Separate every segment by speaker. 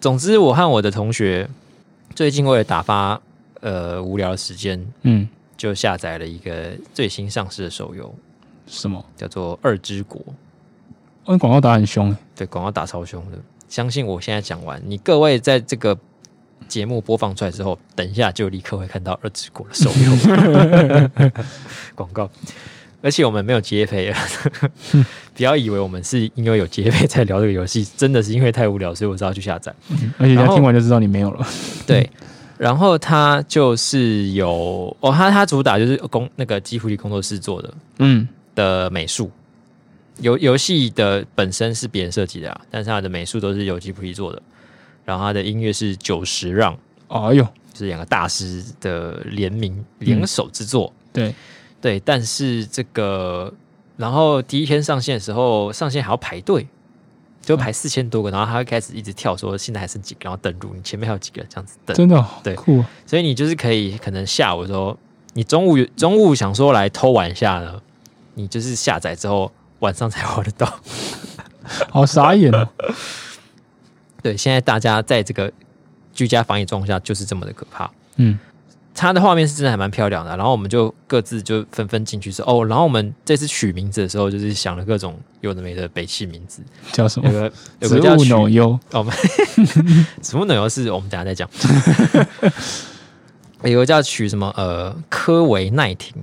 Speaker 1: 总之，我和我的同学最近为了打发呃无聊的时间，
Speaker 2: 嗯，
Speaker 1: 就下载了一个最新上市的手游，
Speaker 2: 什么？
Speaker 1: 叫做《二之国》。
Speaker 2: 哦，你广告打很凶欸，
Speaker 1: 对，广告打超凶的。相信我现在讲完，你各位在这个节目播放出来之后，等一下就立刻会看到《二之国》的手游广告。而且我们没有接配了， 不要以为我们是因为有接配才聊这个游戏，真的是因为太无聊，所以我只好去下载。
Speaker 2: 而且
Speaker 1: 嗯
Speaker 2: 人
Speaker 1: 然
Speaker 2: 家
Speaker 1: 后
Speaker 2: 听完就知道你没有了。
Speaker 1: 对，然后它就是有哦，它它主打就是工那个吉普力工作室做的
Speaker 2: 嗯，
Speaker 1: 的美术，游游戏的本身是别人设计的啊，但是它的美术都是由吉普力做的，然后它的音乐是久石让，
Speaker 2: 哦 哎呦，
Speaker 1: 就是两个大师的联名联手之作，
Speaker 2: 对，
Speaker 1: 对，但是这个然后第一天上线的时候，上线还要排队。就排四千多个，然后他会开始一直跳说现在还剩几个，然后登录，你前面还有几个这样子等。
Speaker 2: 真的哦
Speaker 1: 对
Speaker 2: 酷哦，
Speaker 1: 所以你就是可以可能下午的时候，你中午中午想说来偷玩一下呢，你就是下载之后晚上才玩得到。
Speaker 2: 好傻眼哦。
Speaker 1: 对，现在大家在这个居家防疫状况下就是这么的可怕。
Speaker 2: 嗯，
Speaker 1: 它的画面是真的还蛮漂亮的，然后我们就各自就纷纷进去说哦，然后我们这次取名字的时候就是想了各种有的没的北汽 名字，
Speaker 2: 叫什
Speaker 1: 有
Speaker 2: 么？
Speaker 1: 个有
Speaker 2: 植
Speaker 1: 个叫
Speaker 2: 物
Speaker 1: 取
Speaker 2: 脑优，
Speaker 1: 哦， 没什么奶油是我们等一下再讲。 有个叫取什么呃科维奈廷，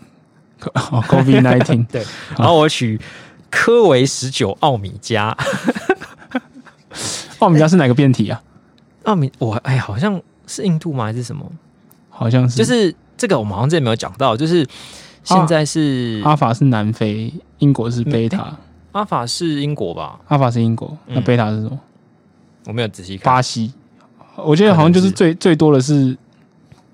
Speaker 2: 哦 ，COVID nineteen，
Speaker 1: 对，然后我取科维十九奥米加，
Speaker 2: 哦，我们家是哪个变体啊？
Speaker 1: 奥米我哎好像是印度吗还是什么？
Speaker 2: 好像是，
Speaker 1: 就是这个我们好像之前没有讲到，就是现在是
Speaker 2: 阿法是南非，英国是贝塔，
Speaker 1: 阿法是英国吧？
Speaker 2: 阿法是英国，那
Speaker 1: 嗯
Speaker 2: 贝塔是什么？
Speaker 1: 我没有仔细看，
Speaker 2: 巴西。我觉得好像就是最最 多的是，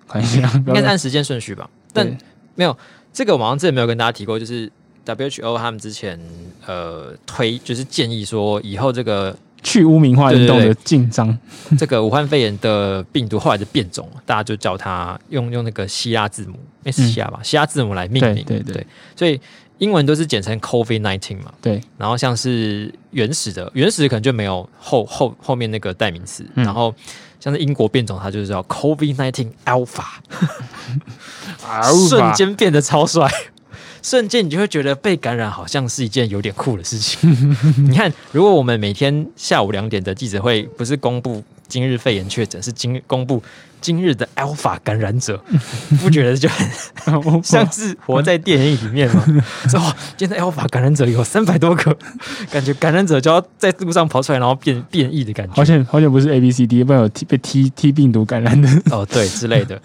Speaker 2: 看一下，不
Speaker 1: 应
Speaker 2: 要
Speaker 1: 该是按时间顺序吧？但
Speaker 2: 对
Speaker 1: 这个我好像之前没有跟大家提过，就是 WHO 他们之前呃推就是建议说以后这个
Speaker 2: 去污名化运动
Speaker 1: 对
Speaker 2: 的
Speaker 1: 对
Speaker 2: 进章，
Speaker 1: 这个武汉肺炎的病毒后来的变种，大家就叫它用用那个希腊字母，那、是希腊吧？希腊字母来命名，
Speaker 2: 嗯对对对
Speaker 1: 所以英文都是简称 COVID nineteen 嘛。
Speaker 2: 对，
Speaker 1: 然后像是原始的，原始的可能就没有后后后面那个代名词，
Speaker 2: 嗯
Speaker 1: 然后像是英国变种，它就是叫 COVID nineteen Alpha，瞬间变得超帅。 瞬间你就会觉得被感染好像是一件有点酷的事情。 你看，如果我们每天下午两点的记者会不是公布今日肺炎确诊，是今公布今日的 Alpha 感染者，不觉得就很 像是活在电影里面嘛。说哇，现在 Alpha 感染者有三百多个，感觉感染者就要在路上跑出来，然后变变异的感觉
Speaker 2: 好。险好险不是 A B C D，不然有 T 被 T T 病毒感染的。
Speaker 1: 哦，对之类的。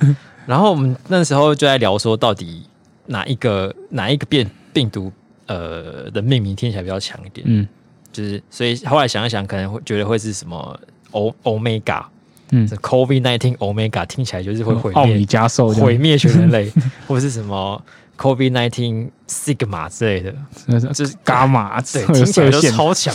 Speaker 1: 然后我们那时候就在聊说，到底哪一个哪一个变病毒呃的命名听起来比较强一点？
Speaker 2: 嗯
Speaker 1: 就是所以后来想一想，可能会觉得会是什么 O Omega，
Speaker 2: 嗯，
Speaker 1: 这 COVID nineteen Omega 听起来就是会毁
Speaker 2: 奥米
Speaker 1: 灭
Speaker 2: 加兽这
Speaker 1: 毁
Speaker 2: 样，
Speaker 1: 灭全人类， 或是什么 COVID nineteen Sigma 之类的。
Speaker 2: 真的
Speaker 1: 就是
Speaker 2: 伽马，
Speaker 1: 对，
Speaker 2: 会有
Speaker 1: 听起来
Speaker 2: 射
Speaker 1: 就
Speaker 2: 线，
Speaker 1: 超强，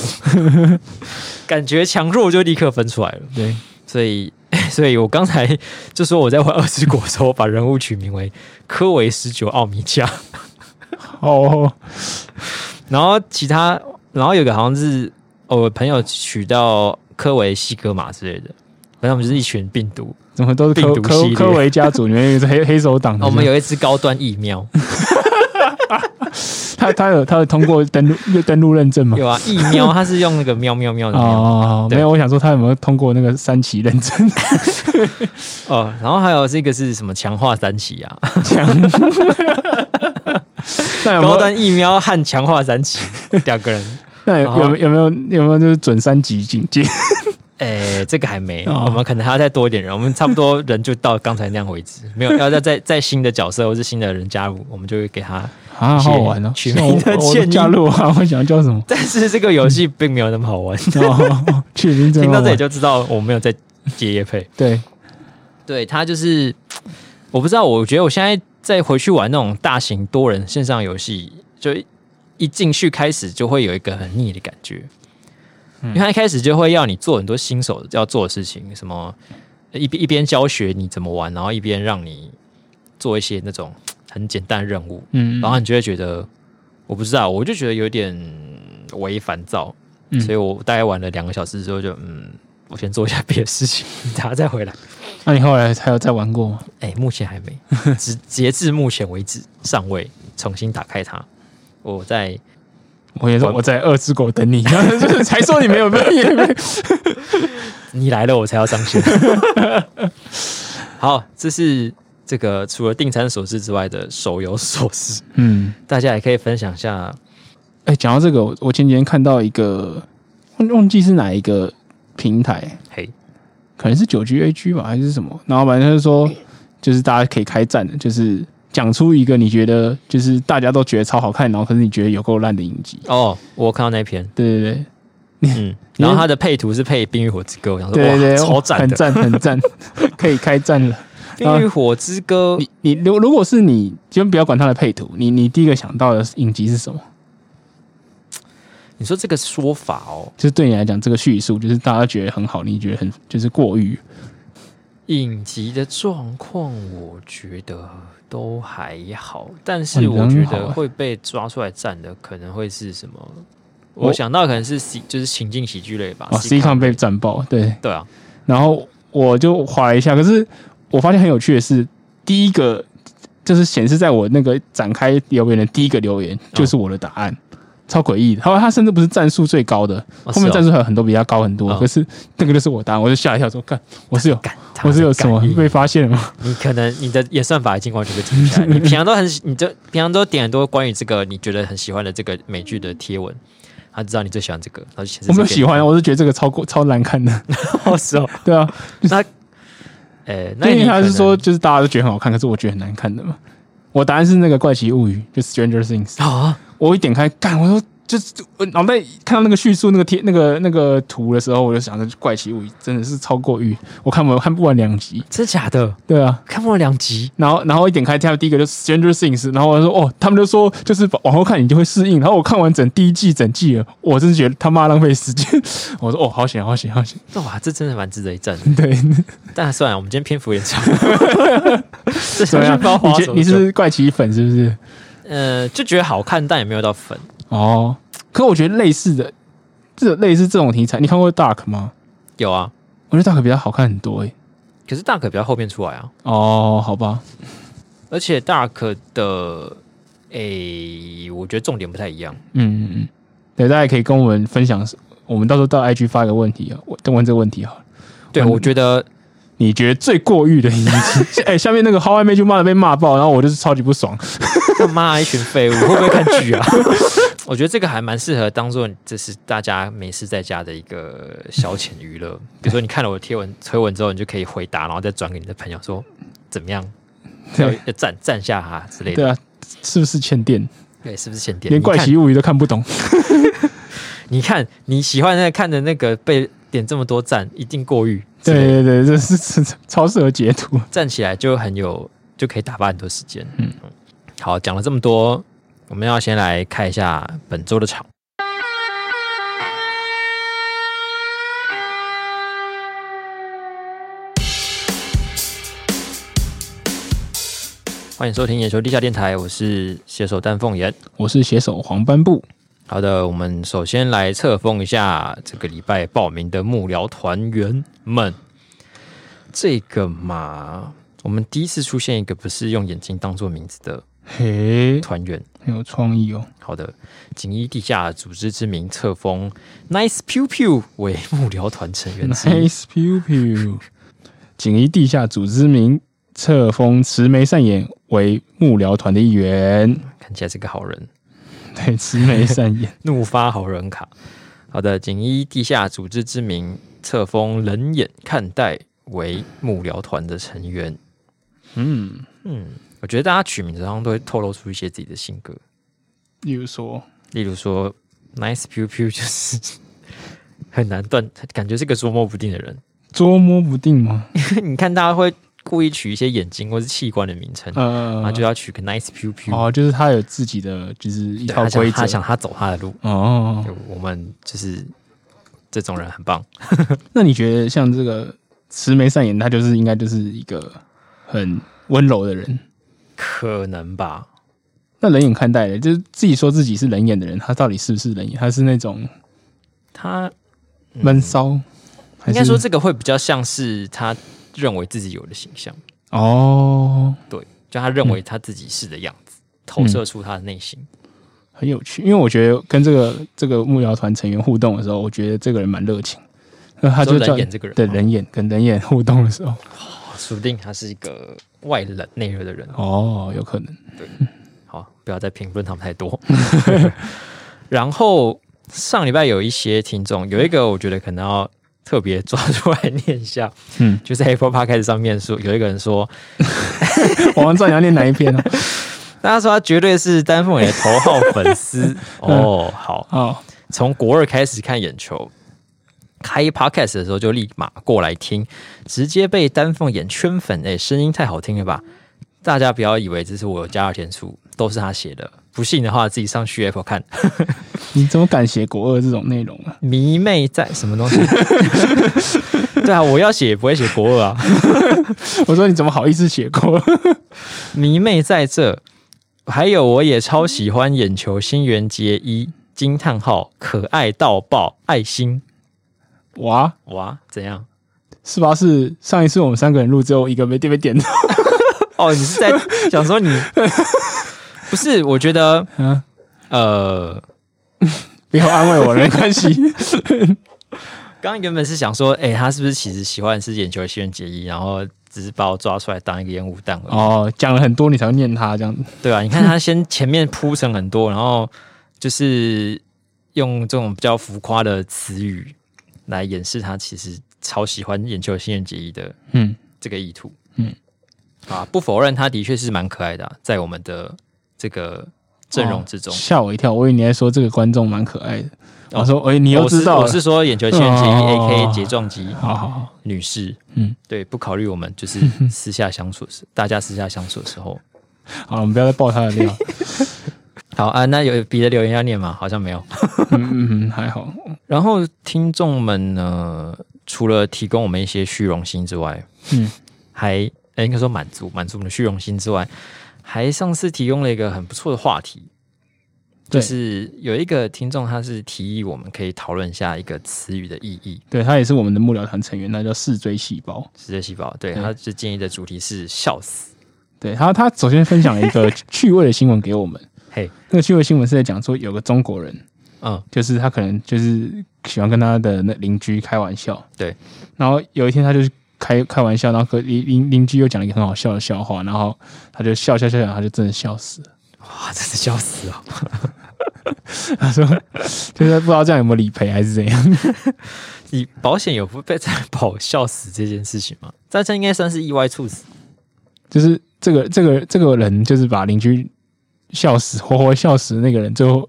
Speaker 1: 感觉强弱就立刻分出来了。
Speaker 2: 对，
Speaker 1: 所以， 所以我刚才就说我在玩《二之国》的时候，把人物取名为科维十九奥米加，
Speaker 2: 哦，
Speaker 1: 然后其他，然后有个好像是哦我朋友取到科维西格玛之类的，反正我们就是一群病毒。
Speaker 2: 怎么都是
Speaker 1: 病
Speaker 2: 科
Speaker 1: 毒系
Speaker 2: 科
Speaker 1: 列哦
Speaker 2: 科维家族里面有一个黑黑手党的，
Speaker 1: 我们有一只高端疫苗，
Speaker 2: 他他有他有通过登录登录认证吗？
Speaker 1: 有啊，疫苗它是用那个喵喵喵的喵
Speaker 2: 哦，
Speaker 1: 对
Speaker 2: 没有，我想说他有没有通过那个三期 认证？
Speaker 1: 哦，然后还有这个是什么强化三期啊，
Speaker 2: 哎那有没
Speaker 1: 高
Speaker 2: 有
Speaker 1: 端疫苗和强化三期两个人。
Speaker 2: 那
Speaker 1: 啊
Speaker 2: 有有没有有没有有没有就是准三级警 戒？
Speaker 1: 诶，哎这个还没，
Speaker 2: 哦
Speaker 1: 我们可能还要再多一点人，我们差不多人就到刚才那样为止，没有要再再再新的角色或是新的人加入，我们就会给他。
Speaker 2: 啊，好好玩哦！
Speaker 1: 取
Speaker 2: 那
Speaker 1: 名的
Speaker 2: 我我
Speaker 1: 建
Speaker 2: 都
Speaker 1: 议
Speaker 2: 加入啊，我想要叫什么？
Speaker 1: 但是这个游戏并没有那么好玩，
Speaker 2: 哦， 取名真
Speaker 1: 听
Speaker 2: 好
Speaker 1: 到
Speaker 2: 玩
Speaker 1: 这里就知道我没有在接夜配。
Speaker 2: 对，
Speaker 1: 对他就是，我不知道，我觉得我现在再回去玩那种大型多人线上游戏，就一一进去开始就会有一个很腻的感觉，
Speaker 2: 嗯
Speaker 1: 因为他一开始就会要你做很多新手要做的事情，什么一边一边教学你怎么玩，然后一边让你做一些那种很简单的任务，
Speaker 2: 嗯，
Speaker 1: 然后你就会觉得，我不知道，我就觉得有点微烦躁，
Speaker 2: 嗯
Speaker 1: 所以我大概玩了两个小时之后就嗯，我先做一下别的事情， 等下再回来。
Speaker 2: 那你后来还有再玩过吗？
Speaker 1: 哎、目前还没，只截至目前为止尚未重新打开它。我在
Speaker 2: 我也是，
Speaker 1: 我
Speaker 2: 我在二只狗 等你， 然后就是才说你没有没有没有，
Speaker 1: 你来了，我才要上线。 好，这是这个除了订餐琐事之外的手游琐事，
Speaker 2: 嗯，
Speaker 1: 大家也可以分享一下。
Speaker 2: 哎、讲到这个，我我前几天看到一个忘忘记是哪一个平台，
Speaker 1: 嘿，
Speaker 2: 可能是九 G A G 吧，还是什么？然后反正就是说，就是大家可以开战的，就是讲出一个你觉得就是大家都觉得超好看，然后可是你觉得有够烂的影集。
Speaker 1: 哦，我看到那篇，
Speaker 2: 对对对
Speaker 1: 嗯，然后它的配图是配《冰与火之歌》，我想说
Speaker 2: 对对对，
Speaker 1: 哇，超赞
Speaker 2: 很
Speaker 1: 的，
Speaker 2: 赞啊很赞， 可以开战了。
Speaker 1: 《冰与火之歌》
Speaker 2: 你你如如果是你，先不要管它的配图，你你第一个想到的影集是什么？
Speaker 1: 你说这个说法哦，
Speaker 2: 就是对你来讲，这个叙述就是大家觉得很好，你觉得很就是过誉。
Speaker 1: 影集的状况，我觉得都还好，但
Speaker 2: 哇
Speaker 1: 是
Speaker 2: 你人
Speaker 1: 我觉
Speaker 2: 好
Speaker 1: 得
Speaker 2: 欸
Speaker 1: 会被抓出来站的，可能会是什么？
Speaker 2: 我
Speaker 1: 我想到可能是喜，就是情境喜剧类吧。
Speaker 2: 哦
Speaker 1: sitcom
Speaker 2: ，C 抗被战爆，对。
Speaker 1: 对啊，
Speaker 2: 然后我就划了一下，可是我发现很有趣的是，第一个就是显示在我那个展开留言的第一个留
Speaker 1: 哦
Speaker 2: 言就是我的答案，超诡异的。后来他甚至不是战术最高的，
Speaker 1: 哦
Speaker 2: 后
Speaker 1: 是
Speaker 2: 面
Speaker 1: 哦
Speaker 2: 战术还有很多比他高很多，
Speaker 1: 嗯
Speaker 2: 可是那个就是我答案，我就吓一跳说，干，我是有。
Speaker 1: 感
Speaker 2: 我是有什么
Speaker 1: 你
Speaker 2: 被发现了吗？
Speaker 1: 你可能你的演算法已经完全被停下来。你平常都很喜，你就平常都点很多关于这个你觉得很喜欢的这个美剧的贴文，他知道你最喜欢这个，然后就显示
Speaker 2: 我没有
Speaker 1: 这个
Speaker 2: 喜欢，啊我是觉得这个超过超难看的，
Speaker 1: 哦是 哦，
Speaker 2: 对啊，
Speaker 1: 那呃，那
Speaker 2: 就因
Speaker 1: 你
Speaker 2: 为他
Speaker 1: 可
Speaker 2: 是
Speaker 1: 能
Speaker 2: 说就是大家都觉得很好看，可是我觉得很难看的嘛。我答案是那个《怪奇物语》，就《Stranger Things》。
Speaker 1: 啊，
Speaker 2: 我一点开，干，我说就是我脑袋看到那个叙述、那个贴、那个那个图的时候，我就想着《怪奇物语》真的是超过誉，我看我看不完两集，
Speaker 1: 真假的？
Speaker 2: 对啊。
Speaker 1: 看过两集，
Speaker 2: 然后，然后一点开，跳第一个就是 Stranger Things，然后我就说哦，他们就说就是往后看你就会适应。然后我看完整第一季整季了，我真是觉得他妈浪费时间。 我说哦，好险，好险，好险。
Speaker 1: 哦哇，这真的蛮值得一赞的。
Speaker 2: 对，
Speaker 1: 但算了，我们今天篇幅有点长， 这
Speaker 2: 怎么样？
Speaker 1: 包
Speaker 2: 啊你觉得你是怪奇粉是不是？
Speaker 1: 呃，就觉得好看，但也没有到粉。
Speaker 2: 哦，可我觉得类似的，这类似这种题材，你看过 Dark 吗？
Speaker 1: 有啊，
Speaker 2: 我觉得 Dark 比较好看很多欸诶、
Speaker 1: 可是大可比较后面出来啊，
Speaker 2: 哦，好吧，
Speaker 1: 而且大可的诶、我觉得重点不太一样。
Speaker 2: 嗯嗯嗯，对，大家也可以跟我们分享，我们到时候到 IG 发一个问题啊，我问这个问题好了，
Speaker 1: 对，
Speaker 2: 嗯
Speaker 1: 我觉得
Speaker 2: 你觉得最过誉的影集？ 哎、下面那个 How I Met You 骂的被骂爆，然后我就是超级不爽。
Speaker 1: 他妈一群废物， 会不会看剧啊？我觉得这个还蛮适合当做这是大家没事在家的一个消遣娱乐。比如说你看了我的贴文推文之后，你就可以回答，然后再转给你的朋友说怎么样，要
Speaker 2: 对
Speaker 1: 要赞赞下哈之类的。
Speaker 2: 对啊，是不是欠电？
Speaker 1: 对，是不是前点？
Speaker 2: 连
Speaker 1: 你
Speaker 2: 怪
Speaker 1: 看
Speaker 2: 奇物语都看不懂。
Speaker 1: 你看你喜欢那个看的那个被点这么多赞，一定过誉，
Speaker 2: 对
Speaker 1: 对，
Speaker 2: 对对，这是 这是超适合截图。
Speaker 1: 站起来就很有，就可以打发很多时间。嗯，好，讲了这么多，我们要先来看一下本周的场。欢迎收听《眼球地下电台》，我是携手丹凤眼。
Speaker 2: 我是写手黄斑布，
Speaker 1: 好的，我们首先来册封一下这个礼拜报名的幕僚团员们。这个嘛，我们第一次出现一个不是用眼睛当做名字的
Speaker 2: 嘿，
Speaker 1: 团员。
Speaker 2: 很有创意哦。
Speaker 1: 好的，仅以地下组织之名册封 Nice Pew Pew 为幕僚团成员之一。
Speaker 2: Nice pew pew，锦衣地下组织名册封慈眉善眼为幕僚团的一员。
Speaker 1: 看起来是个好人，
Speaker 2: 对，慈眉善眼。
Speaker 1: 怒发好人卡。好的，仅以地下组织之名册封冷眼看待为幕僚团的成员。
Speaker 2: 嗯，
Speaker 1: 嗯，我觉得大家取名的时候都会透露出一些自己的性格，
Speaker 2: 例如说，
Speaker 1: 例如说 Nice Pew Pew 就是很难断，感觉是个捉摸不定的人。
Speaker 2: 捉摸不定吗？
Speaker 1: 你看大家会故意取一些眼睛或是器官的名称，
Speaker 2: 呃
Speaker 1: 然后就要取个 Nice Pew Pew，、
Speaker 2: 哦，就是他有自己的，就是一
Speaker 1: 对
Speaker 2: 套
Speaker 1: 他
Speaker 2: 规
Speaker 1: 想
Speaker 2: 则
Speaker 1: 他。想他走他的路，
Speaker 2: 哦，
Speaker 1: 就我们就是这种人很棒。
Speaker 2: 那你觉得像这个慈眉善眼，他就是应该就是一个很温柔的人。
Speaker 1: 可能吧，
Speaker 2: 那冷眼看待的，就是自己说自己是冷眼的人，他到底是不是冷眼？他是那种
Speaker 1: 他
Speaker 2: 闷骚，还
Speaker 1: 嗯应
Speaker 2: 是
Speaker 1: 该说这个会比较像是他认为自己有的形象，
Speaker 2: 哦，
Speaker 1: 对，就他认为他自己是的样子，投射出他的内心。
Speaker 2: 嗯很有趣。因为我觉得跟这个这个幕僚团成员互动的时候，我觉得这个人蛮热情。那他就
Speaker 1: 说人
Speaker 2: 叫
Speaker 1: 眼这个人哦
Speaker 2: 对
Speaker 1: 吗
Speaker 2: 人眼跟人眼互动的时候，
Speaker 1: 哦说不定他是一个外冷内热的人。
Speaker 2: 哦，有可能
Speaker 1: 好，不要再评论他们太多。 然后上礼拜有一些听众，有一个我觉得可能要特别抓出来念一下，
Speaker 2: 嗯
Speaker 1: 嗯，就是 Apple Podcast 上面说有一个人说，
Speaker 2: 我们知道你要念哪一篇哦。
Speaker 1: 他说他绝对是丹凤眼的头号粉 丝哦。好，
Speaker 2: 哦，
Speaker 1: 从国二开始看眼球。开 podcast 的时候就立马过来听，直接被丹凤眼圈粉，哎、声音太好听了吧！大家不要以为这是我有加二天数，都是他写的，不信的话自己上去 Apple 看。
Speaker 2: 你怎么敢写国二这种内容啊？
Speaker 1: 迷妹在什么东西？ 对啊，我要写也不会写国二啊。
Speaker 2: 我说你怎么好意思写国二？
Speaker 1: 迷妹在这，还有我也超喜欢眼球新垣结衣，惊叹号，可爱到爆，爱心
Speaker 2: 哇，
Speaker 1: 哇，怎样？
Speaker 2: 是吧？是上一次我们三个人录之后，一个没被点到。
Speaker 1: 哦，你 是在想说你不是？我觉得
Speaker 2: 嗯，
Speaker 1: 呃，
Speaker 2: 不要安慰我了，没关系。
Speaker 1: 刚刚原本是想说，哎、他是不是其实喜欢的是眼球新垣结衣，然后只是把我抓出来当一个烟雾弹而已？
Speaker 2: 哦，讲了很多，你才会念他这样子。
Speaker 1: 对啊，你看他先前面铺陈很多，然后就是用这种比较浮夸的词语来掩饰他其实超喜欢眼球新人结衣的
Speaker 2: 嗯，
Speaker 1: 这个意图。
Speaker 2: 嗯，
Speaker 1: 啊，不否认他的确是蛮可爱的啊、在我们的这个阵容之中。
Speaker 2: 哦吓、我一跳，我以为你在说这个观众蛮可爱的。
Speaker 1: 哦
Speaker 2: 我说，哎、你
Speaker 1: 我
Speaker 2: 又知道
Speaker 1: 是
Speaker 2: 了
Speaker 1: 我是说眼球新人结衣
Speaker 2: 哦
Speaker 1: A K 睫状肌
Speaker 2: 好好好，
Speaker 1: 女士。
Speaker 2: 嗯，
Speaker 1: 对，不考虑我们 就是私下相处时，大家私下相处的时候。
Speaker 2: 好了，我们不要再爆他的料。
Speaker 1: 好啊，那有别的留言要念吗？好像没有。
Speaker 2: 嗯嗯嗯，还好。
Speaker 1: 然后听众们呢，除了提供我们一些虚荣心之外，
Speaker 2: 嗯，
Speaker 1: 还诶应该说满足满足我们的虚荣心之外，还上次提供了一个很不错的话题，
Speaker 2: 对
Speaker 1: 就是有一个听众他是提议我们可以讨论一下一个词语的意义，
Speaker 2: 对他也是我们的幕僚团成员，那叫视锥细胞。
Speaker 1: 直接细胞，对，
Speaker 2: 对
Speaker 1: 他是建议的主题是笑死，
Speaker 2: 对他，他首先分享了一个 趣味的新闻给我们。
Speaker 1: 嘿，
Speaker 2: 那个趣味新闻是在讲说，有个中国人，
Speaker 1: 嗯，
Speaker 2: 就是他可能就是喜欢跟他的那邻居开玩笑，
Speaker 1: 对。
Speaker 2: 然后有一天他就是开开玩笑，然后和邻邻邻居又讲了一个很好笑的笑话，然后他就笑笑笑笑，他就真的笑死了。
Speaker 1: 哇，真是笑死
Speaker 2: 啊
Speaker 1: 哦，
Speaker 2: 他说，就是他不知道这样有没有理赔还是怎样。
Speaker 1: 你保险有不被在保笑死这件事情吗？大家应该算是意外猝死，
Speaker 2: 就是这个 这个这个人，就是把邻居笑死，活活笑死的那个人，最后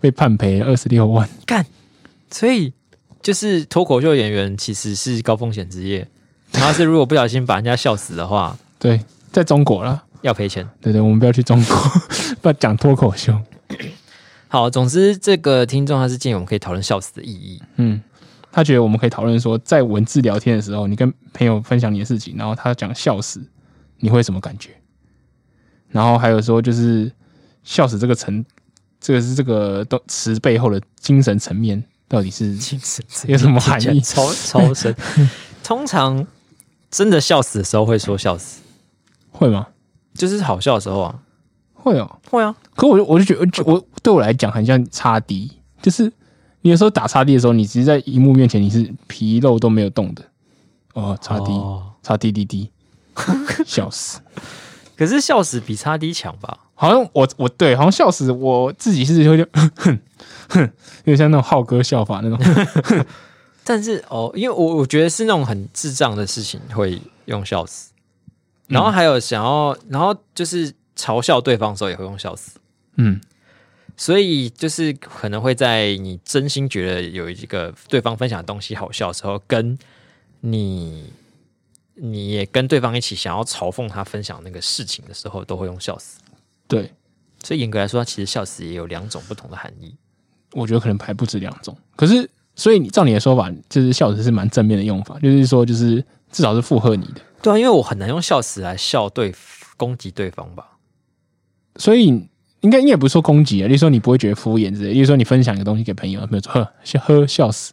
Speaker 2: 被判赔二十六万。
Speaker 1: 干，所以就是脱口秀演员其实是高风险职业，然后是如果不小心把人家笑死的话，
Speaker 2: 对，在中国啦，
Speaker 1: 要赔钱。
Speaker 2: 对对，我们不要去中国， 不要讲脱口秀。
Speaker 1: 好，总之这个听众他是建议我们可以讨论笑死的意义。
Speaker 2: 嗯，他觉得我们可以讨论说，在文字聊天的时候，你跟朋友分享你的事情，然后他讲笑死，你会什么感觉？然后还有说，就是笑死这个层，这个是这个都词背后的精神层面到底是
Speaker 1: 精神层
Speaker 2: 有什么含 义？
Speaker 1: 超超深。通常真的笑死的时候会说笑死，
Speaker 2: 会吗？
Speaker 1: 就是好笑的时候啊，
Speaker 2: 会哦。
Speaker 1: 会啊，
Speaker 2: 可我就我就觉得，就我对我来讲很像插 D，就是你有时候打插 D 的时候，你其实在荧幕面前你是皮肉都没有动的。哦，插 D，
Speaker 1: 哦
Speaker 2: 插 D D D，笑死。
Speaker 1: 可是笑死比差低强吧？
Speaker 2: 好像我我对，好像笑死我自己是有点哼哼，有点像那种浩哥笑法那种。
Speaker 1: 但是哦，因为我我觉得是那种很智障的事情会用笑死，然后还有想要，然后就是嘲笑对方的时候也会用笑死。
Speaker 2: 嗯，
Speaker 1: 所以就是可能会在你真心觉得有一个对方分享的东西好笑的时候，跟你你也跟对方一起想要嘲讽他分享那个事情的时候，都会用笑死。
Speaker 2: 对，
Speaker 1: 所以严格来说，它其实笑死也有两种不同的含义。
Speaker 2: 我觉得可能还不止两种。可是，所以你照你的说法，就是笑死是蛮正面的用法，就是说就是至少是附和你的。
Speaker 1: 对啊，因为我很难用笑死来笑对攻击对方吧？
Speaker 2: 所以应该你也不是说攻击啊，例如说你不会觉得敷衍之类，例如说你分享一个东西给朋友，朋友说呵笑呵笑死，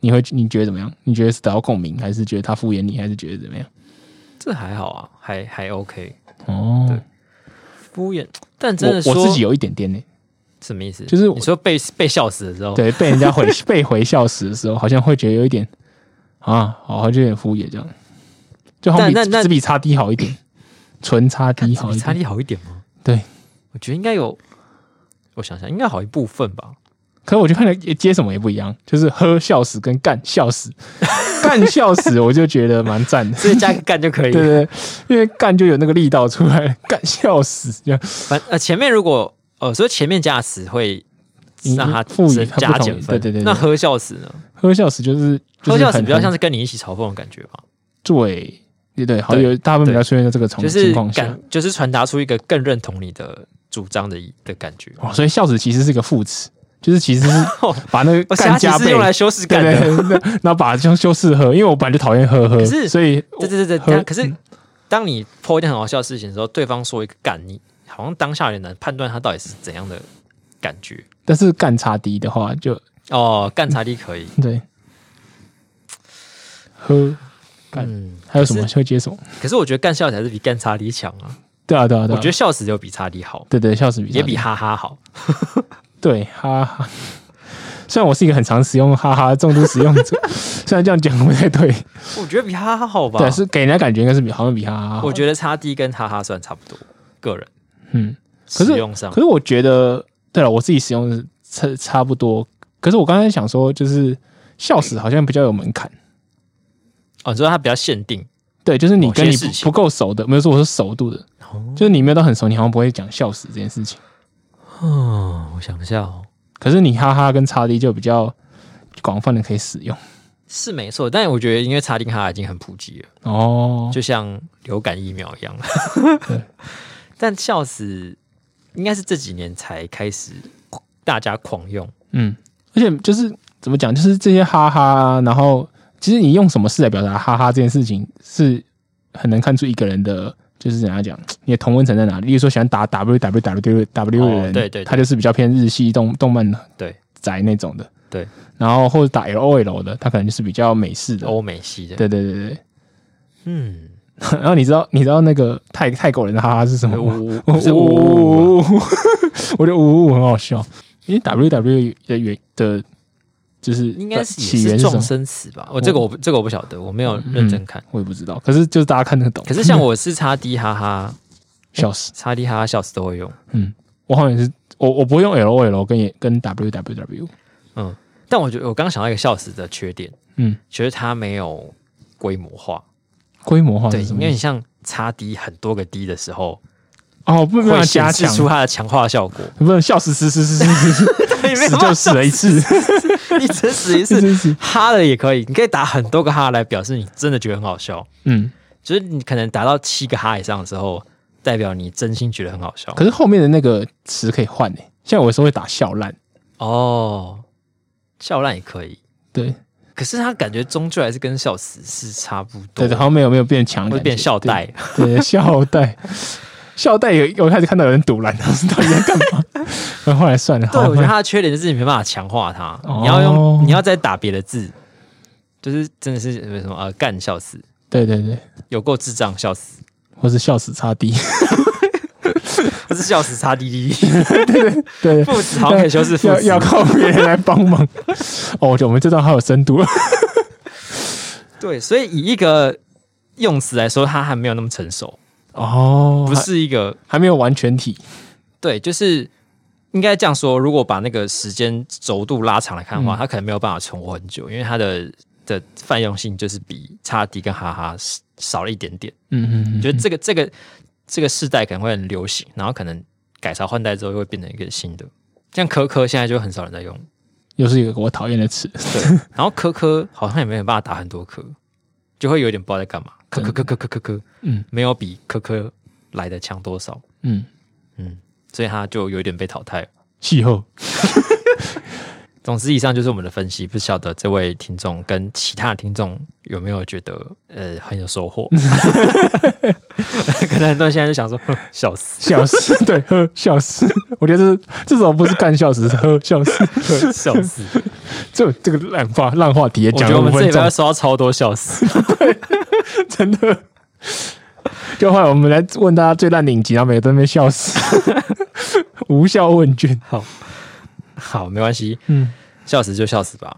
Speaker 2: 你会你觉得怎么样？你觉得是得到共鸣，还是觉得他敷衍你，还是觉得怎么样？
Speaker 1: 这还好啊，还还 OK。
Speaker 2: 哦，
Speaker 1: 敷衍，但真
Speaker 2: 我
Speaker 1: 的说
Speaker 2: 我自己有一点点呢、
Speaker 1: 什么意思？
Speaker 2: 就是我
Speaker 1: 你说被被笑死的时候，
Speaker 2: 对，被人 家回被回笑死的时候，好像会觉得有一点啊，好像就有点敷衍这样，就好像
Speaker 1: 但那
Speaker 2: 比
Speaker 1: 那
Speaker 2: 只比差低好一点，纯差低好
Speaker 1: 比
Speaker 2: 一
Speaker 1: 哦差
Speaker 2: 点，
Speaker 1: 力好一点吗？
Speaker 2: 对。
Speaker 1: 我觉得应该有，我想想，应该好一部分吧。
Speaker 2: 可是我就看了接什么也不一样，就是喝笑死跟干笑死，干笑死我就觉得蛮赞 的，
Speaker 1: 所以加个干就可以。
Speaker 2: 对对，对因为干就有那个力道出来，干笑死这样，
Speaker 1: 反呃前面如果呃所以前面加死会
Speaker 2: 你
Speaker 1: 让他
Speaker 2: 赋予
Speaker 1: 增
Speaker 2: 它不
Speaker 1: 加
Speaker 2: 同
Speaker 1: 减
Speaker 2: 的
Speaker 1: 分，
Speaker 2: 对对对对
Speaker 1: 那喝笑死呢？
Speaker 2: 喝笑死就是
Speaker 1: 喝笑死比较像
Speaker 2: 是
Speaker 1: 是跟你一起嘲讽的感觉吧，
Speaker 2: 很对对对，好
Speaker 1: 对
Speaker 2: 有大部分比较出现在这个情
Speaker 1: 就是
Speaker 2: 情况下，
Speaker 1: 感就是传达出一个更认同你的主张的一的感觉。
Speaker 2: 哦，所以孝子其实是个副词，就是其 实是把那个
Speaker 1: 哦我
Speaker 2: 干
Speaker 1: 瞎其
Speaker 2: 加
Speaker 1: 是
Speaker 2: 倍，
Speaker 1: 用来修饰
Speaker 2: 对
Speaker 1: 干
Speaker 2: 对
Speaker 1: 的，
Speaker 2: 对，对然后把这样修饰喝，因为我本来就讨厌喝喝，
Speaker 1: 可是
Speaker 2: 所以
Speaker 1: 对对对对。
Speaker 2: 喝
Speaker 1: 但可是当你破一件很好笑的事情的时候，对方说一个干，你好像当下有点难判断他到底是怎样的感觉。
Speaker 2: 但是干差低的话就
Speaker 1: 哦，干茶力可以，
Speaker 2: 对喝干
Speaker 1: 嗯，
Speaker 2: 还有什么
Speaker 1: 可
Speaker 2: 会接什么？
Speaker 1: 可是我觉得干笑死还是比干茶力强啊，
Speaker 2: 对啊对啊对
Speaker 1: 我
Speaker 2: 啊，
Speaker 1: 觉得笑死就比茶力好，
Speaker 2: 对对孝子比较
Speaker 1: 也比
Speaker 2: 低
Speaker 1: 哈哈好。
Speaker 2: 对哈哈。虽然我是一个很常使用哈哈重度使用者， 虽然这样讲不太对，
Speaker 1: 我觉得比哈哈好吧，
Speaker 2: 对，是给人家感觉应该是比好像比哈哈好
Speaker 1: 我。觉得差 D 跟哈哈算差不多，个人
Speaker 2: 嗯，
Speaker 1: 使
Speaker 2: 是
Speaker 1: 用上
Speaker 2: 可是我觉得，对了，我自己使用的差差不多。可是我刚才想说，就是笑死好像比较有门槛。
Speaker 1: 哦，你说它比较限定
Speaker 2: 对，就是你跟
Speaker 1: 某
Speaker 2: 你
Speaker 1: 些
Speaker 2: 不
Speaker 1: 事情
Speaker 2: 不够熟的，没有说我是熟度的，
Speaker 1: 哦，
Speaker 2: 就是你没有到很熟，你好像不会讲笑死这件事情。
Speaker 1: 嗯，我想一下哦，
Speaker 2: 可是你哈哈跟叉 D 就比较广泛的可以使用
Speaker 1: 是没错，但我觉得因为差 D 跟哈哈已经很普及了，
Speaker 2: 哦。
Speaker 1: 就像流感疫苗一样， 但笑死应该是这几年才开始大家狂用，
Speaker 2: 嗯，而且就是怎么讲，就是这些哈哈，然后其实你用什么事来表达哈哈这件事情，是很能看出一个人的。就是怎样讲，你的同温层在哪里？例如说喜欢打 W W W W 的人，
Speaker 1: 哦对对对
Speaker 2: 他就是比较偏日系动动漫
Speaker 1: 对
Speaker 2: 宅那种的，
Speaker 1: 对，
Speaker 2: 然后或者打 L O L 的，他可能就是比较美式的，
Speaker 1: 欧美系的，
Speaker 2: 对对对对。
Speaker 1: 嗯，
Speaker 2: 然后你知道你知道那个泰泰国人的哈哈是什么吗？
Speaker 1: 我
Speaker 2: 我
Speaker 1: 不是
Speaker 2: 哦
Speaker 1: 我，
Speaker 2: 我觉得呜呜很好笑，因为 W W 的原的，就是
Speaker 1: 应该是
Speaker 2: 起
Speaker 1: 也
Speaker 2: 源
Speaker 1: 是
Speaker 2: 是什
Speaker 1: 撞
Speaker 2: 么？哦嗯
Speaker 1: 生词吧？我这个我不这个我不晓得，我没有认真看。
Speaker 2: 我也不知道，可是就是大家看得懂，
Speaker 1: 可是像我是差 D 哈哈，
Speaker 2: 笑死。
Speaker 1: 差 D 哈哈笑死都会用，
Speaker 2: 我好像也是，我我不会用 L O L 跟也跟 W W W，
Speaker 1: 嗯，但我觉得我刚想到一个笑死的缺点，
Speaker 2: 嗯，
Speaker 1: 觉得它没有规模化，
Speaker 2: 规模化
Speaker 1: 对，
Speaker 2: 哦是什
Speaker 1: 因
Speaker 2: 么
Speaker 1: 为
Speaker 2: 意
Speaker 1: 你
Speaker 2: 思？
Speaker 1: 像差 D 很多个 D 的时候，
Speaker 2: 哦，不没有
Speaker 1: 会
Speaker 2: 加
Speaker 1: 显示
Speaker 2: 强，
Speaker 1: 出它的强化效果，
Speaker 2: 不能笑死死死死死死
Speaker 1: 对，没
Speaker 2: 死
Speaker 1: 有
Speaker 2: 就死了一次，
Speaker 1: 你只死 一
Speaker 2: 是
Speaker 1: 次
Speaker 2: 是是，
Speaker 1: 哈了也可以，你可以打很多个哈来表示你真的觉得很好笑，
Speaker 2: 嗯。
Speaker 1: 就是你可能达到七个哈以上的时候，代表你真心觉得很好笑
Speaker 2: 可是后面的那个词可以换诶、像我有时候会打笑烂，
Speaker 1: 哦，笑烂也可以。
Speaker 2: 对
Speaker 1: 可是他感觉终究还是跟笑死是差不多，
Speaker 2: 对，好像没有没有变强，
Speaker 1: 会变笑带，
Speaker 2: 对，对笑 带，笑带有有开始看到有人堵拦，然后是到底在干嘛？ 然后后来算了，
Speaker 1: 对，
Speaker 2: 好
Speaker 1: 我觉得它的缺点就是你没办法强化它，
Speaker 2: 哦
Speaker 1: 你要用你要再打别的字，就是真的是呃什么呃干笑死，
Speaker 2: 对对对，
Speaker 1: 有够智障笑 死，
Speaker 2: 或是笑死 差低，
Speaker 1: 不是笑死擦滴滴滴，
Speaker 2: 对，
Speaker 1: 副词好像可以修饰副
Speaker 2: 要
Speaker 1: 词，
Speaker 2: 要靠别人来帮 忙。哦，我觉得我们这段好有深度了，
Speaker 1: 对，所以以一个用词来说，它还没有那么成熟，
Speaker 2: 哦，
Speaker 1: 不是一个
Speaker 2: 还还没有完全体，
Speaker 1: 对，就是应该这样说，如果把那个时间轴度拉长来看的话，
Speaker 2: 嗯
Speaker 1: 它可能没有办法存活很久，因为它的的泛用性就是比差低跟哈哈少了一点点。
Speaker 2: 嗯嗯，
Speaker 1: 我觉
Speaker 2: 嗯
Speaker 1: 得这个这个这个世代可能会很流行，然后可能改朝换代之后又会变成一个新的。像科科现在就很少人在用，
Speaker 2: 又是一个我讨厌的词，
Speaker 1: 然后科科好像也没有办法打很多科，就会有点不知道在干嘛。科科科科科科科，
Speaker 2: 嗯
Speaker 1: 没有比科科来的强多少，
Speaker 2: 嗯，
Speaker 1: 嗯，所以它就有一点被淘汰了。
Speaker 2: 气候，
Speaker 1: 总之，以上就是我们的分析，不晓得这位听众跟其他的听众有没有觉得呃很有收 获？可能很多人现在就想说，哼笑死，
Speaker 2: 笑 死，对，呵，笑死，我觉得这是这首不是干笑死，是呵，笑 死，
Speaker 1: 笑死。
Speaker 2: 这这个烂话烂话题也
Speaker 1: 我觉
Speaker 2: 讲
Speaker 1: 得
Speaker 2: 了
Speaker 1: 我
Speaker 2: 五
Speaker 1: 们这
Speaker 2: 分
Speaker 1: 礼
Speaker 2: 钟
Speaker 1: 拜，收到超多笑死。
Speaker 2: 真的。就后来我们来问大家最烂领级，然后每个都在那边笑死， 无效问卷。
Speaker 1: 好， 好，没关系，
Speaker 2: 嗯，
Speaker 1: 笑死就笑死 吧。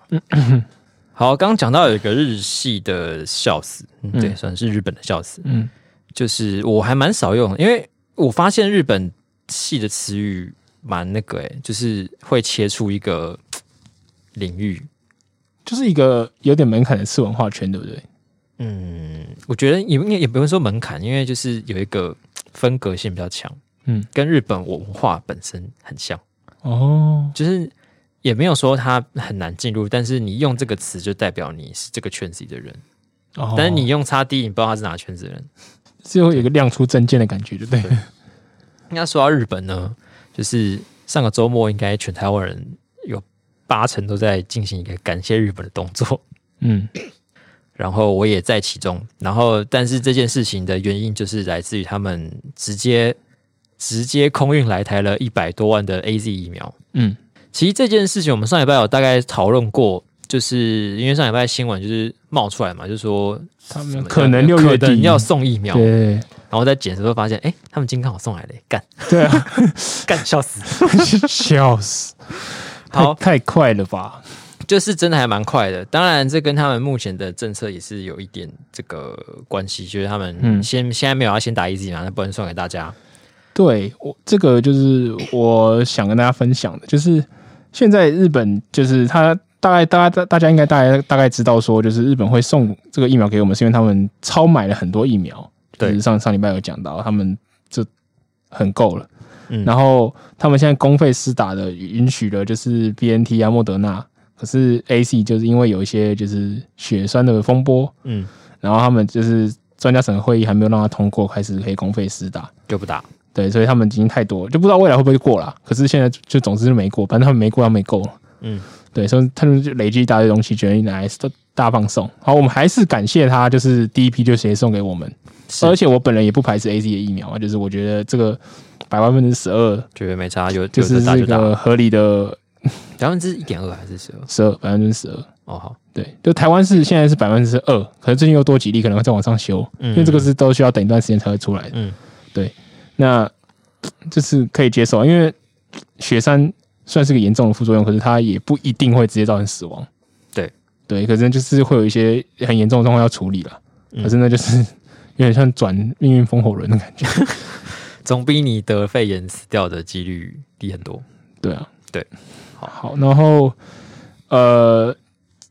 Speaker 1: 好，刚刚讲到有一个日系的笑死，嗯、对，算是日本的笑死。
Speaker 2: 嗯，
Speaker 1: 就是我还蛮少用，因为我发现日本系的词语蛮那个、欸，就是会切出一个嘖领域。
Speaker 2: 就是一个有点门槛的次文化圈，对不对？
Speaker 1: 嗯，我觉得也不也不用说门槛，因为就是有一个嘖分隔性比较强，
Speaker 2: 嗯，
Speaker 1: 跟日本文化本身很像，
Speaker 2: 哦，
Speaker 1: 就是也没有说它很难进入，但是你用这个词就代表你是这个圈子里的人，
Speaker 2: 哦
Speaker 1: 但是你用叉 D，你不知道他是哪圈子的人。
Speaker 2: 最后有一个亮出证件的感觉，对不对？
Speaker 1: 应该说啊到日本呢，就是上个周末，应该全台湾人有八成都在进行一个感谢日本的动作，
Speaker 2: 嗯，
Speaker 1: 然后我也在其中。然后，但是这件事情的原因就是来自于他们直接直接空运来台了一百多万的 A Z 疫苗。
Speaker 2: 嗯，
Speaker 1: 其实这件事情，我们上礼拜有大概讨论过，就是因为上礼拜新闻就是冒出来嘛，就说
Speaker 2: 他
Speaker 1: 什
Speaker 2: 们
Speaker 1: 么
Speaker 2: 可能六月
Speaker 1: 可能
Speaker 2: 底
Speaker 1: 要送疫苗，然
Speaker 2: 对
Speaker 1: 后在检测时候发现，哎，他们今天刚好送来了，干
Speaker 2: 对啊，
Speaker 1: 干笑死！
Speaker 2: 笑死，
Speaker 1: 好，
Speaker 2: 太太快了吧？
Speaker 1: 就是真的还蛮快的。当然，这跟他们目前的政策也是有一点这个关系，就是他们
Speaker 2: 嗯
Speaker 1: 先、现在没有要先打 EZ 嘛，那不能送给大家。
Speaker 2: 对我这个就是我想跟大家分享的，就是现在日本就是他大概大家大大家应该大概大概知道说，就是日本会送这个疫苗给我们，是因为他们超买了很多疫苗，就
Speaker 1: 对
Speaker 2: 是上上礼拜有讲到，他们就很够了。
Speaker 1: 嗯
Speaker 2: 然后他们现在公费施打的允许了，就是 B N T 啊、莫德纳，可是 A C 就是因为有一些就是血栓的风波，
Speaker 1: 嗯，
Speaker 2: 然后他们就是专家审核会议还没有让他通过，开始可以公费施打。
Speaker 1: 就不打。
Speaker 2: 对，所以他们已经太多了，就不知道未来会不会过啦。可是现在就就总之就没过，反正他们没过，他们没过。
Speaker 1: 嗯，
Speaker 2: 对，所以他们就累积一大堆东西，决定来大放送。好，我们还是感谢他，就是第一批就直接送给我们，
Speaker 1: 是
Speaker 2: 而且我本人也不排斥 A Z 的疫苗啊，就是我觉得这个百万分之十二
Speaker 1: 觉得没差，有有
Speaker 2: 就
Speaker 1: 的
Speaker 2: 是
Speaker 1: 打
Speaker 2: 这
Speaker 1: 就打。
Speaker 2: 个合理的
Speaker 1: 百分之一点二还是十二？
Speaker 2: 十二，百分之十二。
Speaker 1: 哦，好，
Speaker 2: 对，就台湾是现在是百分之二，可是最近又多几例，可能会再往上修，
Speaker 1: 嗯
Speaker 2: 因为这个是都需要等一段时间才会出来的。
Speaker 1: 嗯，
Speaker 2: 那就是可以接受，啊因为雪山算是个严重的副作用，可是它也不一定会直接造成死亡。
Speaker 1: 对
Speaker 2: 对，可是就是会有一些很严重的状况要处理了。
Speaker 1: 嗯
Speaker 2: 可是那就是有点像转命运风火轮的感觉。
Speaker 1: 总比你得肺炎死掉的几率低很多。
Speaker 2: 对啊，
Speaker 1: 对，
Speaker 2: 好，然后呃，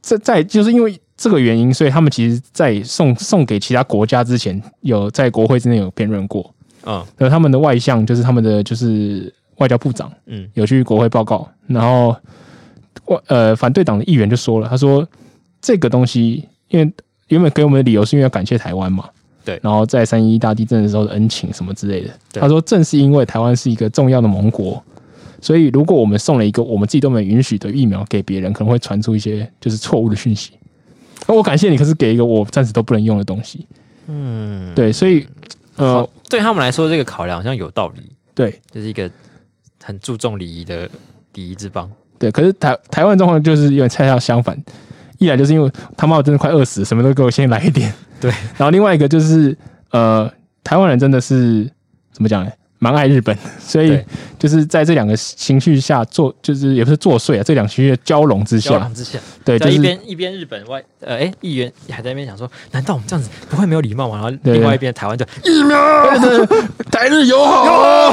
Speaker 2: 这在就是因为这个原因，所以他们其实，在送送给其他国家之前，有在国会之内有辩论过。
Speaker 1: 嗯
Speaker 2: 那他们的外相就是他们的就是外交部长。
Speaker 1: 嗯
Speaker 2: 有去国会报告，然后我呃反对党的议员就说了，他说这个东西，因为原本给我们的理由是因为要感谢台湾嘛，
Speaker 1: 对
Speaker 2: 然后在三一大地震的时候的恩情什么之类的，
Speaker 1: 对
Speaker 2: 他说正是因为台湾是一个重要的盟国。所以，如果我们送了一个我们自己都没允许的疫苗给别人，可能会传出一些就是错误的讯
Speaker 1: 嗯
Speaker 2: 息。那我感谢你，可是给一个我暂时都不能用的东西。
Speaker 1: 嗯，
Speaker 2: 对，所以，呃
Speaker 1: 好，，对他们来说，这个考量好像有道理，
Speaker 2: 对，
Speaker 1: 就是一个很注重礼仪的礼仪之邦。
Speaker 2: 对，可是台台湾状况就是有点恰恰相反，一来就是因为他妈我真的快饿死，什么都给我先来一点。
Speaker 1: 对，
Speaker 2: 然后另外一个就是呃，台湾人真的是怎么讲呢？蛮爱日本， 所以
Speaker 1: 对
Speaker 2: 就是在这两个情绪下做，就是也不是作祟啊，这两情绪的交融之
Speaker 1: 交
Speaker 2: 下
Speaker 1: 往，之前，
Speaker 2: 对，
Speaker 1: 就
Speaker 2: 就
Speaker 1: 一
Speaker 2: 是
Speaker 1: 边一边日本外呃哎、议员还在那边想说，难道我们这样子不会没有礼貌吗？然后
Speaker 2: 对
Speaker 1: 另外一边台湾就
Speaker 2: 台日友好，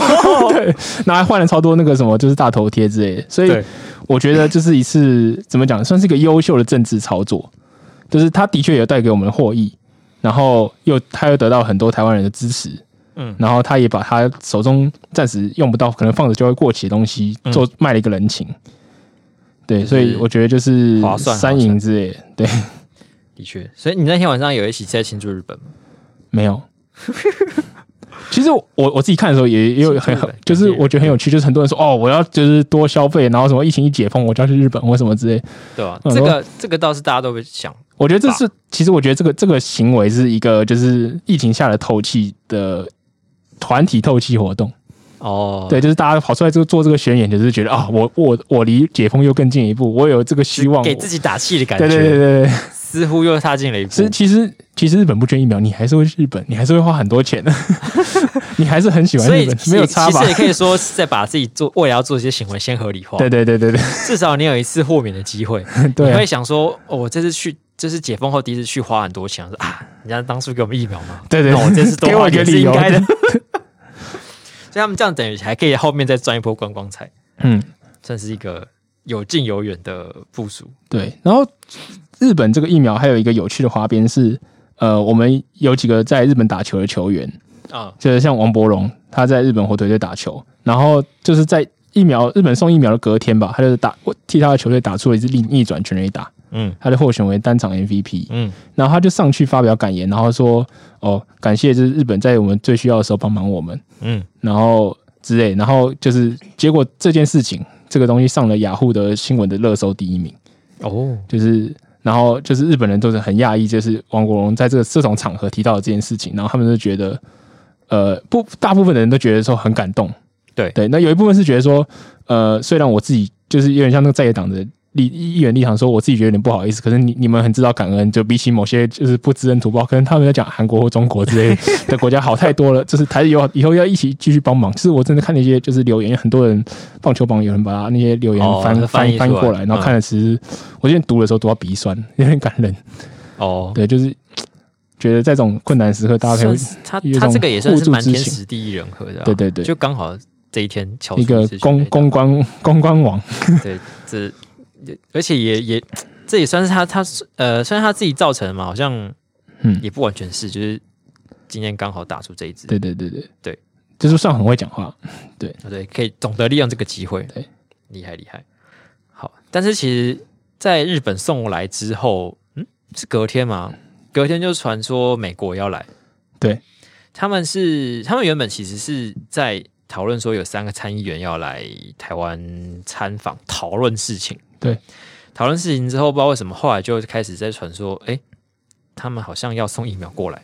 Speaker 2: 对，然后还换了超多那个什么，就是大头贴之类的，所以
Speaker 1: 对
Speaker 2: 我觉得就是一次怎么讲，算是一个优秀的政治操作，就是他的确有带给我们获益，然后又他又得到很多台湾人的支持，
Speaker 1: 嗯
Speaker 2: 然后他也把他手中暂时用不到，可能放着就会过期的东西
Speaker 1: 嗯
Speaker 2: 做卖了一个人情，对，
Speaker 1: 就是
Speaker 2: 所以我觉得就是
Speaker 1: 划算
Speaker 2: 三赢之类的，对，
Speaker 1: 的确，所以你那天晚上有一起在庆祝日本吗？
Speaker 2: 没有。其实我我自己看的时候也也有
Speaker 1: 庆
Speaker 2: 很
Speaker 1: 祝日本
Speaker 2: 就是我觉得很有趣，就是很多人说哦，我要就是多消费，然后什么疫情一解封，我就要去日本或什么之类的。
Speaker 1: 对吧、
Speaker 2: 嗯
Speaker 1: 这个这个倒是大家都会想，
Speaker 2: 我觉得这是，其实我觉得这个这个行为是一个就是疫情下的透气的团体透气活动，
Speaker 1: 哦，
Speaker 2: 对，就是大家跑出来就做这个宣言，就是觉得啊，我我我离解封又更进一步，我有这个希望。
Speaker 1: 给自己打气的感
Speaker 2: 对
Speaker 1: 觉，
Speaker 2: 对对对对，
Speaker 1: 似乎又踏进了一步
Speaker 2: 是。其实其实日本不捐疫苗，你还是会去日本，你还是会花很多钱的， 你还是很喜欢
Speaker 1: 所
Speaker 2: 日
Speaker 1: 以
Speaker 2: 本，
Speaker 1: 其
Speaker 2: 没有差
Speaker 1: 其
Speaker 2: 吧
Speaker 1: 实？也可以说是在把自己做未来要做一些行为先合理化，
Speaker 2: 对对对对 对
Speaker 1: 至少你有一次豁免的机会。
Speaker 2: 对
Speaker 1: 你
Speaker 2: 啊
Speaker 1: 会想说，哦，我这次去，这是解封后第一次去，花很多钱，说啊，人家当初给我们疫苗嘛，
Speaker 2: 对对
Speaker 1: 那我这次多
Speaker 2: 给
Speaker 1: 花
Speaker 2: 我一
Speaker 1: 点
Speaker 2: 个
Speaker 1: 是
Speaker 2: 理
Speaker 1: 应
Speaker 2: 由
Speaker 1: 该 的。所以他们这样等于还可以后面再赚一波观光财，
Speaker 2: 嗯，
Speaker 1: 算是一个有近有远的部署。
Speaker 2: 对。然后日本这个疫苗还有一个有趣的花边是，呃，我们有几个在日本打球的球员，
Speaker 1: 啊、
Speaker 2: 就是像王伯荣，他在日本火腿队打球，然后就是在疫苗日本送疫苗的隔天吧，他就打替他的球队打出了一支逆逆转全垒打，
Speaker 1: 嗯
Speaker 2: 他就获选为单场 MVP。
Speaker 1: 嗯
Speaker 2: 然后他就上去发表感言，然后说：“哦，感谢就是日本在我们最需要的时候帮忙我们，
Speaker 1: 嗯，
Speaker 2: 然后之类。”然后就是结果这件事情，这个东西上了雅虎的新闻的热搜第一名，
Speaker 1: 哦，
Speaker 2: 就是。然后就是日本人都是很讶异，就是王国荣在这个这种场合提到的这件事情，然后他们就觉得，呃，不，大部分的人都觉得说很感动，
Speaker 1: 对
Speaker 2: 对。那有一部分是觉得说，呃，虽然我自己就是有点像那个在野党的立议员立场，说我自己觉得有点不好意思，可是你你们很知道感恩，就比起某些就是不知恩图报，可能他们在讲韩国或中国之类 的国家好太多了。就是台有以后要一起继续帮忙。就是我真的看那些就是留言，很多人呃棒球榜有人把他那些留言
Speaker 1: 哦
Speaker 2: 翻、
Speaker 1: 翻译
Speaker 2: 翻
Speaker 1: 出来
Speaker 2: 翻过来，然后看了其实、我今天读的时候读到鼻酸，有点感人。
Speaker 1: 哦，
Speaker 2: 对，就是觉得在这种困难时刻，大家可以
Speaker 1: 算是他
Speaker 2: 有一
Speaker 1: 他
Speaker 2: 种
Speaker 1: 这个也算
Speaker 2: 互
Speaker 1: 是
Speaker 2: 助
Speaker 1: 蛮
Speaker 2: 之
Speaker 1: 天
Speaker 2: 情
Speaker 1: 时地利人和的、啊，
Speaker 2: 对对对
Speaker 1: 就刚好这一天敲出
Speaker 2: 一个
Speaker 1: 次全
Speaker 2: 公
Speaker 1: 垒打
Speaker 2: 公关公关网。
Speaker 1: 对，这也而且也也这也算是他他呃，虽然他自己造成的嘛，好像
Speaker 2: 嗯
Speaker 1: 也不完全是，就是今天刚好打出这一支，
Speaker 2: 对对对对
Speaker 1: 对，
Speaker 2: 就是算很会讲话。
Speaker 1: 哦对，可以懂得利用这个机会，
Speaker 2: 对，
Speaker 1: 厉害厉害。好，但是其实在日本送来之后，嗯，是隔天吗？隔天就传说美国要来，
Speaker 2: 对，
Speaker 1: 他们是他们原本其实是在讨论说有三个参议员要来台湾参访讨论事情，
Speaker 2: 对，
Speaker 1: 讨论事情之后，不知道为什么后来就开始在传说，哎、他们好像要送疫苗过来，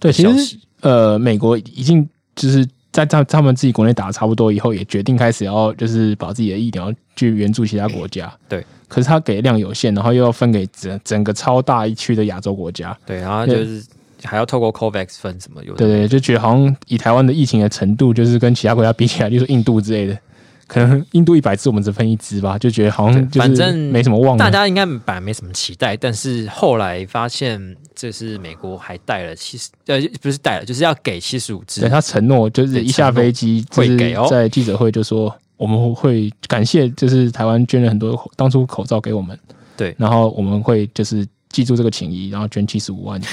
Speaker 2: 对，其
Speaker 1: 消
Speaker 2: 实
Speaker 1: 息
Speaker 2: 呃，美国已经就是在他他们自己国内打得差不多以后，也决定开始要就是把自己的疫苗去援助其他国家。
Speaker 1: 对，
Speaker 2: 可是他给的量有限，然后又要分给整整个超大一区的亚洲国家。
Speaker 1: 对，然后就是还要透过 COVAX 分什么有的
Speaker 2: 对对，就觉得好像以台湾的疫情的程度，就是跟其他国家比起来，就是印度之类的，可能印度一百只，我们只分一只吧，就觉得好像
Speaker 1: 对
Speaker 2: 就
Speaker 1: 反
Speaker 2: 是
Speaker 1: 正
Speaker 2: 没什么望了。
Speaker 1: 大家应该本来没什么期待，但是后来发现，这是美国还带了七十，呃，不是带了，就是要给七十五
Speaker 2: 对
Speaker 1: 支。
Speaker 2: 他承诺，就是
Speaker 1: 对
Speaker 2: 一下飞机，
Speaker 1: 承诺会
Speaker 2: 就是
Speaker 1: 给哦
Speaker 2: 在记者会就说我们会感谢，就是台湾捐了很多当初口罩给我们，
Speaker 1: 对
Speaker 2: 然后我们会就是记住这个情谊，然后捐七十五万剂，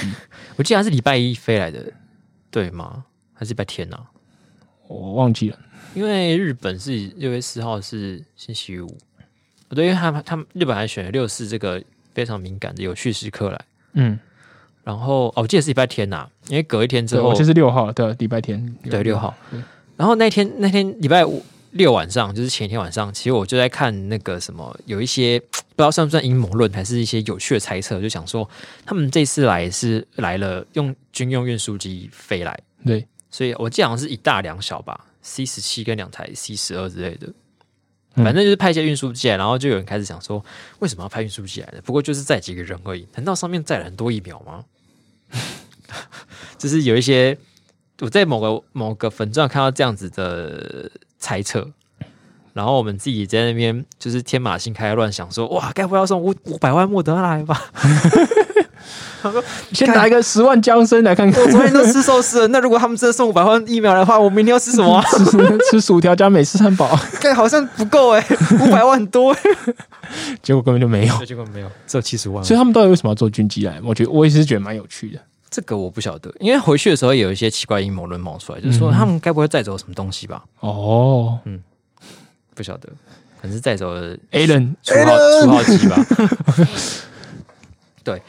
Speaker 1: 我记得它是礼拜一飞来的，对吗？还是礼拜天呢、啊？
Speaker 2: 我忘记了，
Speaker 1: 因为日本是六月四号是星期五，哦对，因为他们他们日本还选了六四这个非常敏感的有趣时刻来。
Speaker 2: 嗯，
Speaker 1: 然后哦，我记得是礼拜天呐、因为隔一天之
Speaker 2: 对，
Speaker 1: 后
Speaker 2: 我就是六号，对，礼拜天，
Speaker 1: 对，六号
Speaker 2: 对。
Speaker 1: 然后那天那天礼拜五六晚上，就是前一天晚上，其实我就在看那个什么，有一些不知道算不算阴谋论，还是一些有趣的猜测，就想说他们这次来是来了用军用运输机飞来，
Speaker 2: 对，
Speaker 1: 所以我记得好像是一大两小吧，C 十七跟两台 C 十二之类的。
Speaker 2: 嗯
Speaker 1: 反正就是派一些运输机来，然后就有人开始想说，为什么要派运输机来呢？不过就是载几个人而已，难道上面载了很多疫苗吗？ 就是有一些我在某个某个粉钻看到这样子的猜测，然后我们自己在那边就是天马行开乱想说，哇，该不会要送五五百万莫德纳来吧？
Speaker 2: 先拿一个十万江参来看 看
Speaker 1: 我，昨天都吃寿司了，那如果他们真的送五百万疫苗来的话，我明天要吃什么啊？
Speaker 2: 吃吃薯条加美式汉堡，
Speaker 1: 看好像不够哎、 五百万很多哎、
Speaker 2: 结果根本就没有，
Speaker 1: 结果没有，只有七十万
Speaker 2: 所以他们到底为什么要做军机来？我觉得我也是觉得蛮有趣的，
Speaker 1: 这个我不晓得，因为回去的时候也有一些奇怪阴谋论冒出来，就是说
Speaker 2: 嗯
Speaker 1: 他们该不会带走什么东西吧？
Speaker 2: 哦
Speaker 1: 不晓得，可能是带走了
Speaker 2: ，Alan，
Speaker 1: 初号初号机吧。 对，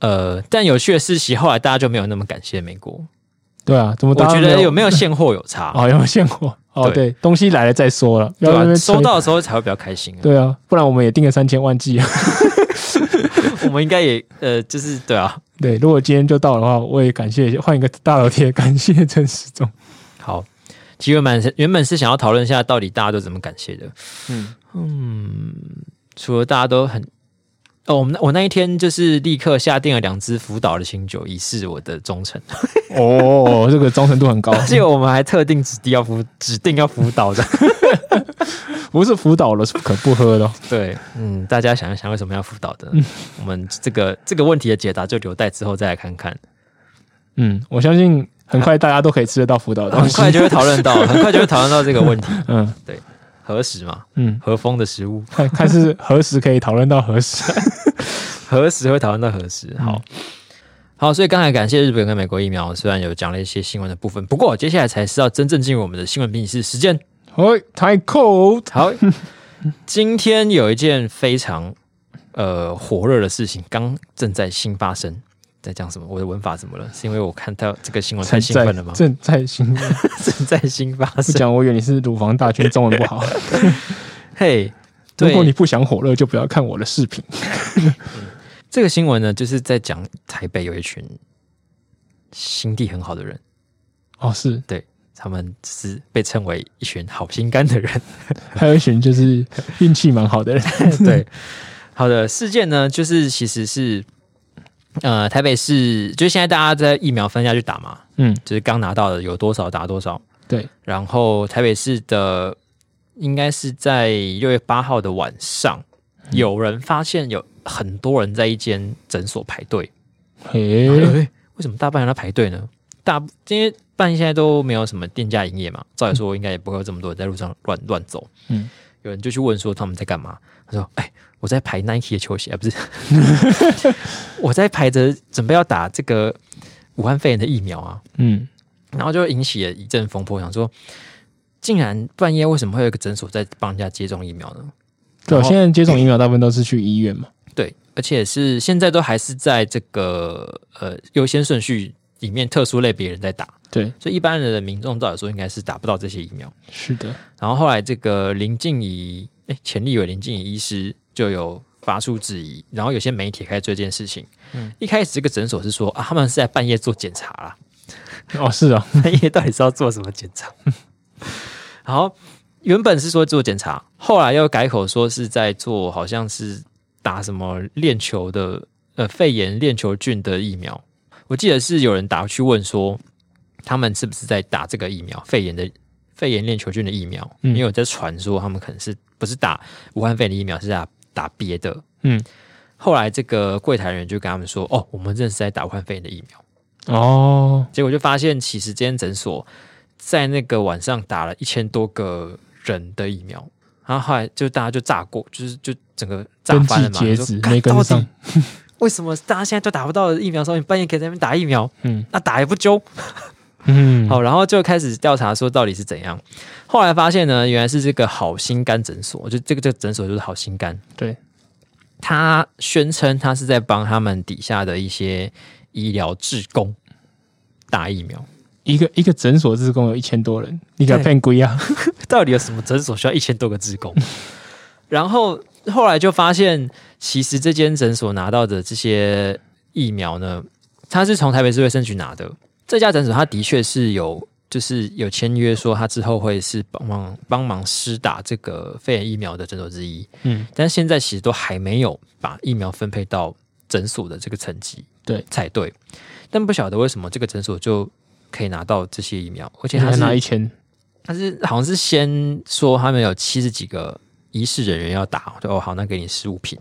Speaker 1: 呃，但有趣的是，其实后来大家就没有那么感谢美国。
Speaker 2: 对啊，怎么
Speaker 1: 我
Speaker 2: 大家
Speaker 1: 觉得
Speaker 2: 没
Speaker 1: 有没有现货有 差，
Speaker 2: 哦，有没有见过？哦，
Speaker 1: 对
Speaker 2: 对，啊东西来了再说了，不
Speaker 1: 对
Speaker 2: 要在
Speaker 1: 吧、
Speaker 2: 那边吹
Speaker 1: 收。到的时候才会比较开心、啊。
Speaker 2: 对啊，不然我们也订了三千万剂啊。
Speaker 1: 我们应该也呃，就是对啊。
Speaker 2: 对，如果今天就到的话，我也感谢换一个大头贴，感谢陈时中。
Speaker 1: 好，其实原本是原本是想要讨论一下到底大家都怎么感谢的，
Speaker 2: 嗯
Speaker 1: 嗯，除了大家都很。哦，我们那我那一天就是立刻下定了两支福岛的清酒，以示我的忠诚。
Speaker 2: 哦，这个忠诚度 很高，
Speaker 1: 记得我们还特定指定要辅指定要辅导 的。
Speaker 2: 不是辅导了，是可不喝的哦。
Speaker 1: 对，嗯，大家想一想为什么要辅导的？
Speaker 2: 嗯
Speaker 1: 我们这个这个问题的解答就留待之后再来看看。
Speaker 2: 嗯，我相信很快大家都可以吃得到辅导的东
Speaker 1: 很
Speaker 2: 西。
Speaker 1: 快就会讨论到，很快就会讨论到这个问题。
Speaker 2: 哦 嗯
Speaker 1: 何时嘛，
Speaker 2: 嗯，
Speaker 1: 和风的食物，
Speaker 2: 看看是何时可以讨论到何 时。
Speaker 1: 何时会讨论到何时？
Speaker 2: 嗯
Speaker 1: 好。好，所以刚才感谢日本跟美国疫苗，虽然有讲了一些新闻的部分，不过接下来才是要真正进入我们的新闻评析时间。
Speaker 2: 喂，哦太 cold。
Speaker 1: 好，今天有一件非常呃火热的事情，刚正在新发生。在讲什么？我的文法怎么了？是因为我看到这个新闻太兴奋了吗？
Speaker 2: 正在兴奋。
Speaker 1: 正在新发
Speaker 2: 不
Speaker 1: 生。
Speaker 2: 讲， 我以为你是乳房大军，中文不 好。
Speaker 1: 嘿、
Speaker 2: 如
Speaker 1: 对
Speaker 2: 果你不想火热，就不要看我的视频。
Speaker 1: 这个新闻呢，就是在讲台北有一群心地很好的人，
Speaker 2: 哦，是，
Speaker 1: 他们是被称为一群好心肝的人。
Speaker 2: 还有一群就是运气蛮好的人。
Speaker 1: 对，好的，事件呢，就是其实是呃，台北市，就是现在大家在疫苗分下去打嘛，
Speaker 2: 嗯，
Speaker 1: 就是刚拿到的有多少打多少。
Speaker 2: 对，
Speaker 1: 然后台北市的应该是在六月八号的晚上，有人发现有很多人在一间诊所排队。
Speaker 2: 嘿，
Speaker 1: 诶哎为什么大半人在排队呢？大因为半夜现在都没有什么店家营业嘛，照理说应该也不会有这么多人在路上乱乱走。
Speaker 2: 嗯，
Speaker 1: 有人就去问说他们在干嘛，他说：“哎，我在排 Nike 的球鞋，啊、不是，我在排着准备要打这个武汉肺炎的疫苗啊。”
Speaker 2: 嗯，
Speaker 1: 然后就引起了一阵风波，想说，竟然半夜为什么会有一个诊所在帮人家接种疫苗呢？
Speaker 2: 对，
Speaker 1: 然后
Speaker 2: 现在接种疫苗大部分都是去医院嘛。
Speaker 1: 对，而且是现在都还是在这个呃优先顺序里面特殊类别人在打，
Speaker 2: 对，
Speaker 1: 所以一般人的民众照理说应该是打不到这些疫苗。
Speaker 2: 是的，
Speaker 1: 然后后来这个林静怡，哎，前立委林静怡医师就有发出质疑，然后有些媒体开始追这件事情。嗯，一开始这个诊所是说啊，他们是在半夜做检查啦，
Speaker 2: 哦，是啊，
Speaker 1: 半夜到底是要做什么检查？ 然后原本是说做检查，后来又改口说是在做，好像是打什么链球的呃肺炎链球菌的疫苗。我记得是有人打去问说，他们是不是在打这个疫苗肺炎的肺炎链球菌的疫苗？
Speaker 2: 嗯
Speaker 1: 因为我在传说他们可能是不是打武汉肺炎的疫苗，是打打别的。
Speaker 2: 嗯，
Speaker 1: 后来这个柜台人员就跟他们说：“哦，我们认识在打武汉肺炎的疫苗。”
Speaker 2: 哦，
Speaker 1: 结果就发现，其实这间诊所在那个晚上打了一千多个人的疫苗，然后后来就大家就炸过，就是就整个炸
Speaker 2: 登
Speaker 1: 翻
Speaker 2: 记
Speaker 1: 了嘛。
Speaker 2: 截
Speaker 1: 说
Speaker 2: 止
Speaker 1: 干
Speaker 2: 没跟
Speaker 1: 到
Speaker 2: 上
Speaker 1: 底，为什么大家现在都打不到疫苗？所以半夜可以在那边打疫苗，
Speaker 2: 嗯
Speaker 1: 那、打也不揪。
Speaker 2: 嗯，
Speaker 1: 好，然后就开始调查说到底是怎样。后来发现呢，原来是这个好心肝诊所，就这个这个诊所就是好心肝，
Speaker 2: 对，
Speaker 1: 他宣称他是在帮他们底下的一些医疗志工打疫苗。
Speaker 2: 一个一个诊所自贡有一千多人，你敢
Speaker 1: 对
Speaker 2: 骗鬼 啊？
Speaker 1: 到底有什么诊所需要一千多个职工？ 然后后来就发现，其实这间诊所拿到的这些疫苗呢，它是从台北市卫生局拿的。这家诊所它的确是有，就是有签约说它之后会是帮忙帮忙施打这个肺炎疫苗的诊所之一，
Speaker 2: 嗯，
Speaker 1: 但现在其实都还没有把疫苗分配到诊所的这个层级，
Speaker 2: 对
Speaker 1: 才对。但不晓得为什么这个诊所就可以拿到这些疫苗，而且
Speaker 2: 你
Speaker 1: 它
Speaker 2: 还
Speaker 1: 是
Speaker 2: 拿一千，
Speaker 1: 他是好像是先说他们有七十几个医事人员要打，我就哦好，那给你十五瓶，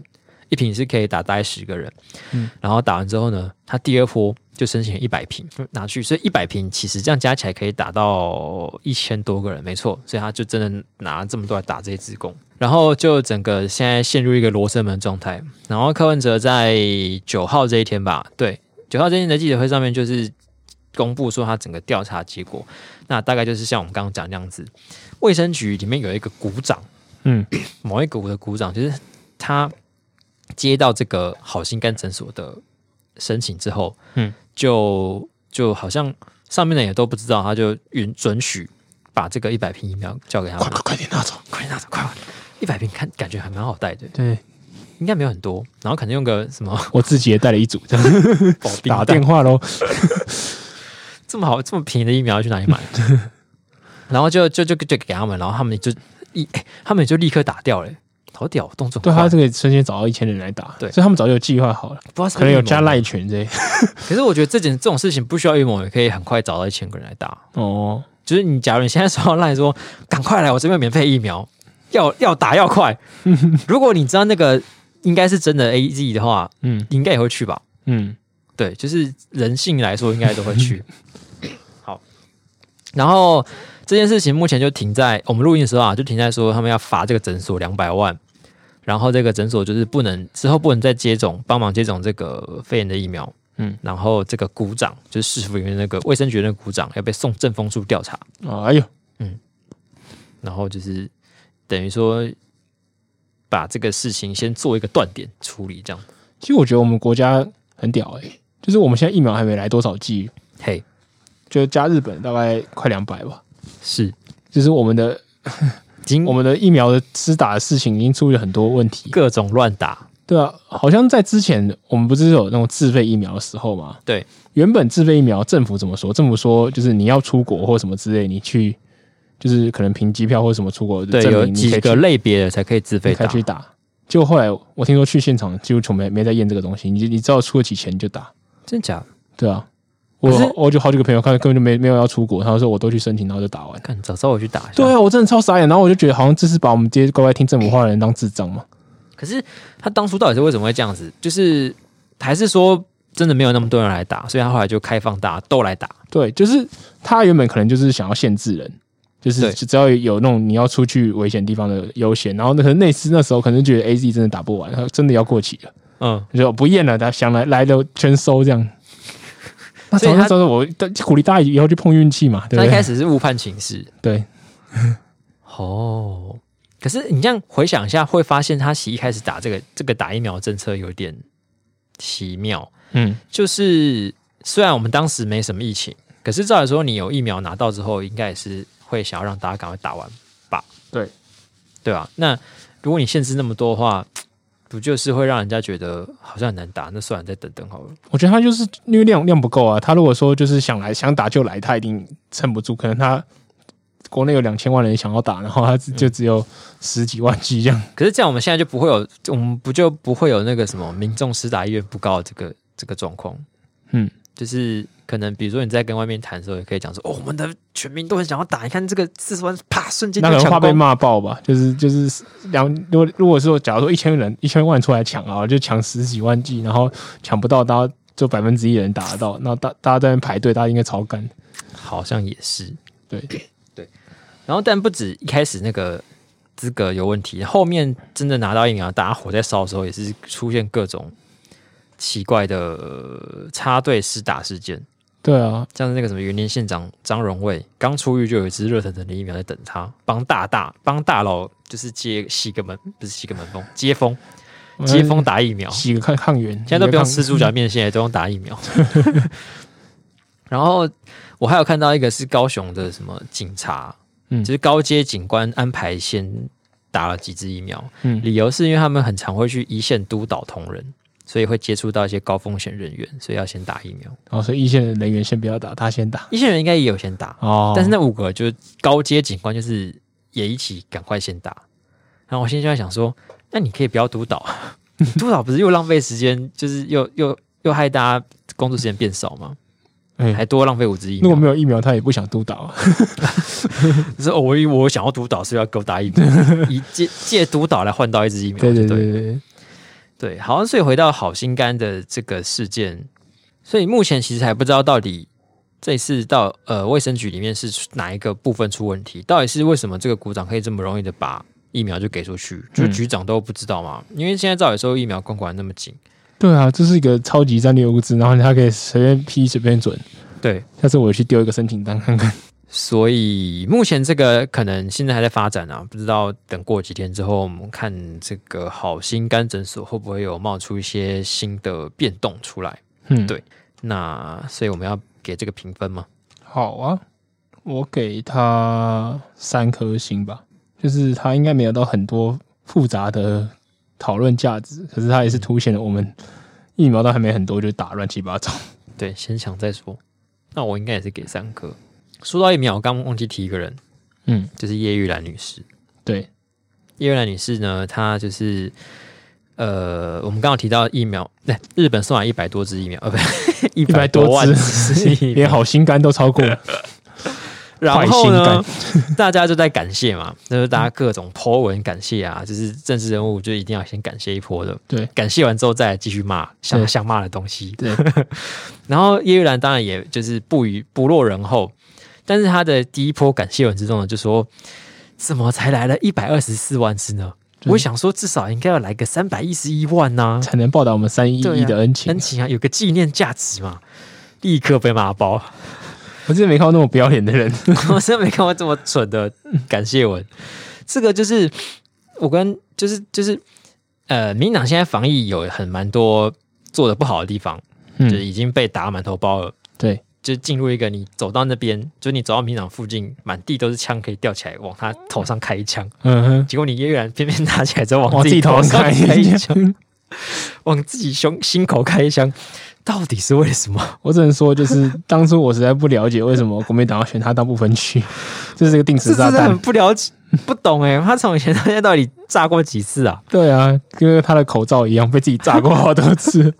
Speaker 1: 一瓶是可以打大概十个人，
Speaker 2: 嗯
Speaker 1: 然后打完之后呢，他第二波就申请一百瓶拿去，所以一百瓶其实这样加起来可以打到一千多个人，没错，所以他就真的拿这么多来打这些职工，然后就整个现在陷入一个罗生门状态，然后柯文哲在九号这一天吧，对，九号这一天的记者会上面就是。公布说他整个调查结果，那大概就是像我们刚刚讲那样子，卫生局里面有一个股长，
Speaker 2: 嗯，
Speaker 1: 某一个股的股长，就是他接到这个好心肝诊所的申请之后，
Speaker 2: 嗯，
Speaker 1: 就就好像上面的人也都不知道，他就允准许把这个一百瓶疫苗交给他们
Speaker 2: 快，快快点拿走，
Speaker 1: 快点拿走，快快！一百瓶看感觉还蛮好带的，
Speaker 2: 对
Speaker 1: 应该没有很多，然后可能用个什么
Speaker 2: 我自己也带了一组，这样
Speaker 1: 保
Speaker 2: 打电话喽，
Speaker 1: 这么好这么便宜的疫苗要去哪里买？然后就就就就给他们，然后他们就一、哎他们就立刻打掉了、好屌，动作
Speaker 2: 对
Speaker 1: 很快
Speaker 2: 他这个瞬间找到一千人来打，
Speaker 1: 对
Speaker 2: 所以他们早就有计划好了，
Speaker 1: 不知道是
Speaker 2: 可能有加
Speaker 1: 赖。
Speaker 2: 赖群这些。
Speaker 1: 可是我觉得这件这种事情不需要预谋，也可以很快找到一千个人来打。
Speaker 2: 哦，
Speaker 1: 就是你，假如你现在收到赖说赶快来，我这边有免费疫苗，要要打要 快。如果你知道那个应该是真的 A Z 的话，
Speaker 2: 嗯
Speaker 1: 你应该也会去吧？
Speaker 2: 嗯，
Speaker 1: 对，就是人性来说，应该都会去。好，然后这件事情目前就停在我们录音的时候啊，就停在说他们要罚这个诊所两百万，然后这个诊所就是不能之后不能再接种帮忙接种这个肺炎的疫苗。嗯
Speaker 2: 嗯，
Speaker 1: 然后这个股长就是市府里面那个卫生局的那个股长要被送政风处调查，
Speaker 2: 哦，哎呦，
Speaker 1: 然后就是等于说把这个事情先做一个断点处理，这样。
Speaker 2: 其实我觉得我们国家很屌哎、就是我们现在疫苗还没来多少剂，
Speaker 1: 嘿，
Speaker 2: 就加日本大概快两百吧。
Speaker 1: 是，
Speaker 2: 就是我们的
Speaker 1: 经
Speaker 2: 我们的疫苗的施打的事情已经出了很多问题，
Speaker 1: 各种乱打，
Speaker 2: 对啊，好像在之前我们不是有那种自费疫苗的时候嘛？
Speaker 1: 对，
Speaker 2: 原本自费疫苗政府怎么说？政府说就是你要出国或什么之类，你去就是可能凭机票或什么出国，
Speaker 1: 对，
Speaker 2: 证
Speaker 1: 有
Speaker 2: 明你可
Speaker 1: 几
Speaker 2: 以
Speaker 1: 个
Speaker 2: 去
Speaker 1: 类别的才可以自费
Speaker 2: 你可以
Speaker 1: 打。
Speaker 2: 去打。就后来我听说去现场几乎就没没在验这个东西，你你知道出得起钱你就打，
Speaker 1: 真假？
Speaker 2: 对啊。
Speaker 1: 可是
Speaker 2: 我我就好几个朋友看根本就没没有要出国，他说我都去申请，然后就打完。
Speaker 1: 看，早知道我去打一下。
Speaker 2: 对，啊，我真的超傻眼，然后我就觉得好像这是把我们这些乖乖听政府话的人当智障 嘛。
Speaker 1: 可是他当初到底是为什么会这样子？就是还是说真的没有那么多人来打，所以他后来就开放大家都来打。
Speaker 2: 对，就是他原本可能就是想要限制人，就是
Speaker 1: 对
Speaker 2: 只要有那种你要出去危险地方的优先，然后那可能内斯那时候可能觉得 A Z 真的打不完，他真的要过期了，
Speaker 1: 嗯，
Speaker 2: 他就不验了，他想来来的全收 这样。那
Speaker 1: 所以
Speaker 2: 早
Speaker 1: 他
Speaker 2: 那时候我鼓励大家以后去碰运气嘛，对
Speaker 1: 他
Speaker 2: 不
Speaker 1: 一开
Speaker 2: 对？
Speaker 1: 始是误判情势。
Speaker 2: 对，
Speaker 1: 哦，可是你这样回想一下，会发现他其实一开始打这个这个打疫苗政策有点奇妙。
Speaker 2: 嗯，
Speaker 1: 就是虽然我们当时没什么疫情，可是照理说，你有疫苗拿到之后，应该也是会想要让大家赶快打完吧？
Speaker 2: 对，
Speaker 1: 对吧？那如果你限制那么多的话，不就是会让人家觉得好像很难打？那算了，再等等好了。
Speaker 2: 我觉得他就是因为量量不够啊，他如果说就是想来想打就来，他一定撑不住，可能他。国内有两千万人想要打，然后他只就只有嗯十几万剂这样。
Speaker 1: 可是这样，我们现在就不会有，我们不就不会有那个什么民众施打意愿不高的这个这个状况？
Speaker 2: 嗯，
Speaker 1: 就是可能比如说你在跟外面谈的时候，也可以讲说，哦，我们的全民都很想要打，你看这个四十万，啪，瞬间
Speaker 2: 那
Speaker 1: 就
Speaker 2: 可能
Speaker 1: 抢
Speaker 2: 怕被
Speaker 1: 光。
Speaker 2: 骂爆吧，就是就是两，如果如果说假如说一千人一千万出来抢啊，就抢十几万剂，然后抢不到，大家就百分之一人打得到，那大大家在那边排队，大家应该超干。
Speaker 1: 好像也是，
Speaker 2: 对
Speaker 1: 对。然后，但不止一开始那个资格有问题，后面真的拿到疫苗，大家火在烧的时候，也是出现各种奇怪的呃插队施打事件，
Speaker 2: 对啊，
Speaker 1: 像是那个什么云林县长张荣卫刚出狱就有一支热腾腾的疫苗在等他，帮大大帮大佬就是接洗个门，不是洗个门风，接风接风打疫苗，
Speaker 2: 几个抗抗原，
Speaker 1: 现在都不用
Speaker 2: 几个
Speaker 1: 吃猪脚面线，也都用打疫苗。然后我还有看到一个是高雄的什么警察，
Speaker 2: 嗯
Speaker 1: 就是高阶警官安排先打了几支疫苗，
Speaker 2: 嗯
Speaker 1: 理由是因为他们很常会去一线督导同仁，所以会接触到一些高风险人员，所以要先打疫苗。
Speaker 2: 抗，然嗯后所以一线的人员先不要打，他先打
Speaker 1: 一线人应该也有先打，
Speaker 2: 哦。
Speaker 1: 但是那五个就是高阶警官，就是也一起赶快先打。然后我现在就在想说，那你可以不要督导， 你督导不是又浪费时间，就是又又又害大家工作时间变少吗？
Speaker 2: 哎
Speaker 1: 还多浪费五支疫
Speaker 2: 如果
Speaker 1: 苗。
Speaker 2: 没有疫苗，他也不想督导啊。
Speaker 1: 就是哦我我想要督导，所以要给我打疫 苗，以借借督导来换到一支疫苗。
Speaker 2: 对
Speaker 1: 对
Speaker 2: 对对对，对
Speaker 1: 对，好像所以回到好心肝的这个事件，所以目前其实还不知道到底这次到呃卫生局里面是出哪一个部分出问题，到底是为什么这个股长可以这么容易的把疫苗就给出去，就是
Speaker 2: 嗯
Speaker 1: 局长都不知道嘛？因为现在照理说疫苗控管那么紧，
Speaker 2: 对啊，这是一个超级战略物资，然后他可以随便批随便准。
Speaker 1: 对，
Speaker 2: 下次我去丢一个申请单看看。
Speaker 1: 所以目前这个可能现在还在发展啊，不知道等过几天之后，我们看这个好心肝诊所会不会有冒出一些新的变动出来。
Speaker 2: 嗯，
Speaker 1: 对那所以我们要给这个评分吗？
Speaker 2: 好啊，我给他三颗星吧，就是他应该没有到很多复杂的讨论价值，可是他也是凸显了我们疫苗都还没很多就打乱七八糟。
Speaker 1: 对，先抢再说。那我应该也是给三颗。说到疫苗，我刚忘记提一个人，
Speaker 2: 嗯，
Speaker 1: 就是叶玉兰女士。
Speaker 2: 对，
Speaker 1: 叶玉兰女士呢，她就是呃，我们刚刚有提到疫苗，对，日本送来一百多支疫苗，呃，不，一
Speaker 2: 一百
Speaker 1: 百多万
Speaker 2: 只
Speaker 1: 支 疫
Speaker 2: 连
Speaker 1: 苗。
Speaker 2: 好心肝都超过了。
Speaker 1: 然
Speaker 2: 坏
Speaker 1: 后
Speaker 2: 心
Speaker 1: 呢，大家就在感谢嘛，就是大家各种 po 文感谢啊，就是政治人物就一定要先感谢一波的，
Speaker 2: 对
Speaker 1: 感谢完之后再继续骂想
Speaker 2: 对
Speaker 1: 想骂的东西。
Speaker 2: 对，
Speaker 1: 然后叶玉兰当然也就是不与不落人后，但是她的第一波感谢文之中呢，就说怎么才来了一百二十四万只呢？
Speaker 2: 对
Speaker 1: 我想说至少应该要来个三百一十一万呐、
Speaker 2: 才能报答我们三一
Speaker 1: 对
Speaker 2: 一
Speaker 1: 啊
Speaker 2: 的恩情
Speaker 1: 恩。情啊，有个纪念价值嘛。立刻被骂爆，
Speaker 2: 我真的没看过那么不要脸的人。
Speaker 1: 我真的没看过这么蠢的感谢文。这个就是我跟就是就是呃，民进党现在防疫有很蛮多做的不好的地方，就
Speaker 2: 嗯，
Speaker 1: 已经被打满头包了。
Speaker 2: 对，
Speaker 1: 就进入一个你走到那边，就你走到民党附近，满地都是枪可以吊起来往他头上开一枪，
Speaker 2: 嗯哼，
Speaker 1: 结果你依然偏偏拿起来之后
Speaker 2: 往
Speaker 1: 往
Speaker 2: 自
Speaker 1: 自
Speaker 2: 己
Speaker 1: 己
Speaker 2: 头
Speaker 1: 头
Speaker 2: 上
Speaker 1: 上
Speaker 2: 开
Speaker 1: 开
Speaker 2: 一
Speaker 1: 一枪，
Speaker 2: 枪。
Speaker 1: 往自己胸心口开一枪，到底是为什么？
Speaker 2: 我只能说，就是当初我实在不了解为什么国民党要选他当不分区， 这是一个定
Speaker 1: 这
Speaker 2: 时炸
Speaker 1: 真的很
Speaker 2: 弹。
Speaker 1: 不了解，不懂哎、他从以前到现在到底炸过几次啊？
Speaker 2: 对啊，跟他的口罩一样，被自己炸过好多次。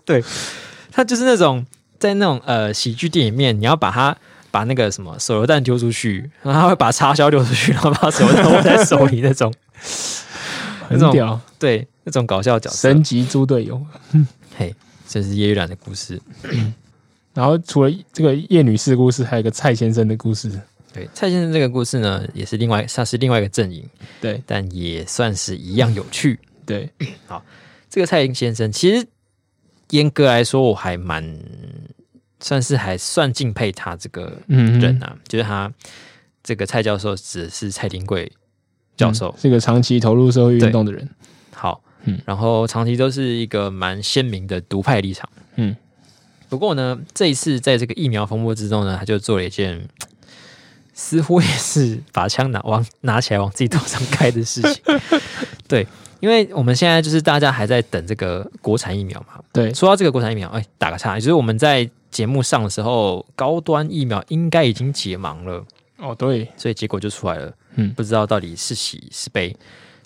Speaker 1: 他就是那种在那种呃喜剧电影里面，你要把他把那个什么手榴弹丢出去，然后他会把插销丢出去，然 后把手榴弹握在手里那 种，那
Speaker 2: 很
Speaker 1: 种
Speaker 2: 屌，
Speaker 1: 对，那种搞笑角色，
Speaker 2: 神级猪队友。
Speaker 1: 嘿，这是叶玉兰的故事。
Speaker 2: 然后除了这个叶女士的故事，还有一个蔡先生的故事。
Speaker 1: 对，蔡先生这个故事呢，也是另外算是另外一个阵营，
Speaker 2: 对
Speaker 1: 但也算是一样有趣。
Speaker 2: 对，
Speaker 1: 这个蔡先生其实严格来说，我还蛮算是还算敬佩他这个
Speaker 2: 嗯
Speaker 1: 人啊，就是他这个蔡教授指的是蔡廷贵教授
Speaker 2: 嗯，是个长期投入社会运动的人。
Speaker 1: 好，
Speaker 2: 嗯
Speaker 1: 然后长期都是一个蛮鲜明的独派立场，
Speaker 2: 嗯。
Speaker 1: 不过呢，这一次在这个疫苗风波之中呢，他就做了一件似乎也是把枪拿往拿起来往自己头上开的事情。 对，因为我们现在就是大家还在等这个国产疫苗嘛。
Speaker 2: 对，
Speaker 1: 说到这个国产疫苗，哎，打个岔，也就是我们在节目上的时候，高端疫苗应该已经解盲了。
Speaker 2: 哦对，
Speaker 1: 所以结果就出来了。
Speaker 2: 嗯
Speaker 1: 嗯，不知道到底是喜是悲。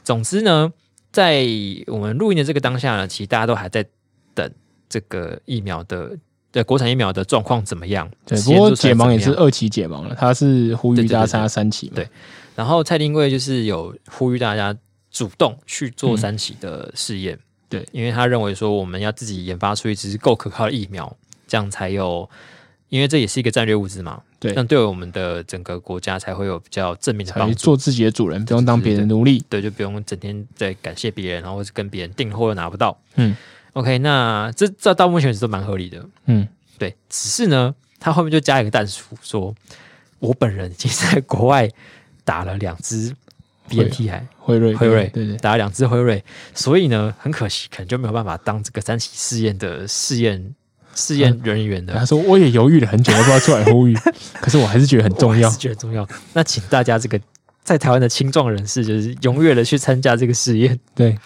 Speaker 1: 总之呢，在我们录音的这个当下呢，其实大家都还在等这个疫苗的对国产疫苗的状况怎么样。
Speaker 2: 对，
Speaker 1: 实
Speaker 2: 不
Speaker 1: 验
Speaker 2: 过
Speaker 1: 做出来
Speaker 2: 解盲也
Speaker 1: 怎
Speaker 2: 是
Speaker 1: 么样。
Speaker 2: 二期解盲了，他是呼
Speaker 1: 啊
Speaker 2: 吁
Speaker 1: 对对对
Speaker 2: 大家参加三期嘛。
Speaker 1: 对然后蔡丁贵就是有呼吁大家主动去做三期的试验，
Speaker 2: 嗯对，
Speaker 1: 因为他认为说我们要自己研发出一支够可靠的疫苗，这样才有。因为这也是一个战略物资嘛，
Speaker 2: 对
Speaker 1: 这样对我们的整个国家才会有比较正面的帮
Speaker 2: 才
Speaker 1: 助。
Speaker 2: 做自己的主人，不用当别人的奴隶。
Speaker 1: 对，就不用整天在感谢别人，然后或是跟别人订货又拿不到。
Speaker 2: 嗯
Speaker 1: ，OK，那这这到目前为止都蛮合理的。
Speaker 2: 嗯，
Speaker 1: 对，只是呢，他后面就加一个淡书，说我本人已经在国外打了两支 BNT 还
Speaker 2: 辉瑞，
Speaker 1: 辉瑞，
Speaker 2: 对对，
Speaker 1: 打了两支辉瑞，所以呢，很可惜，可能就没有办法当这个三期试验的试验试
Speaker 2: 嗯
Speaker 1: 验人员的。
Speaker 2: 他说我也犹豫了很久，要不要出来呼吁，可是我还是觉得很 重
Speaker 1: 我
Speaker 2: 要
Speaker 1: 还是。觉得重要。那请大家这个在台湾的青壮人士，就是踊跃的去参加这个试验。
Speaker 2: 对，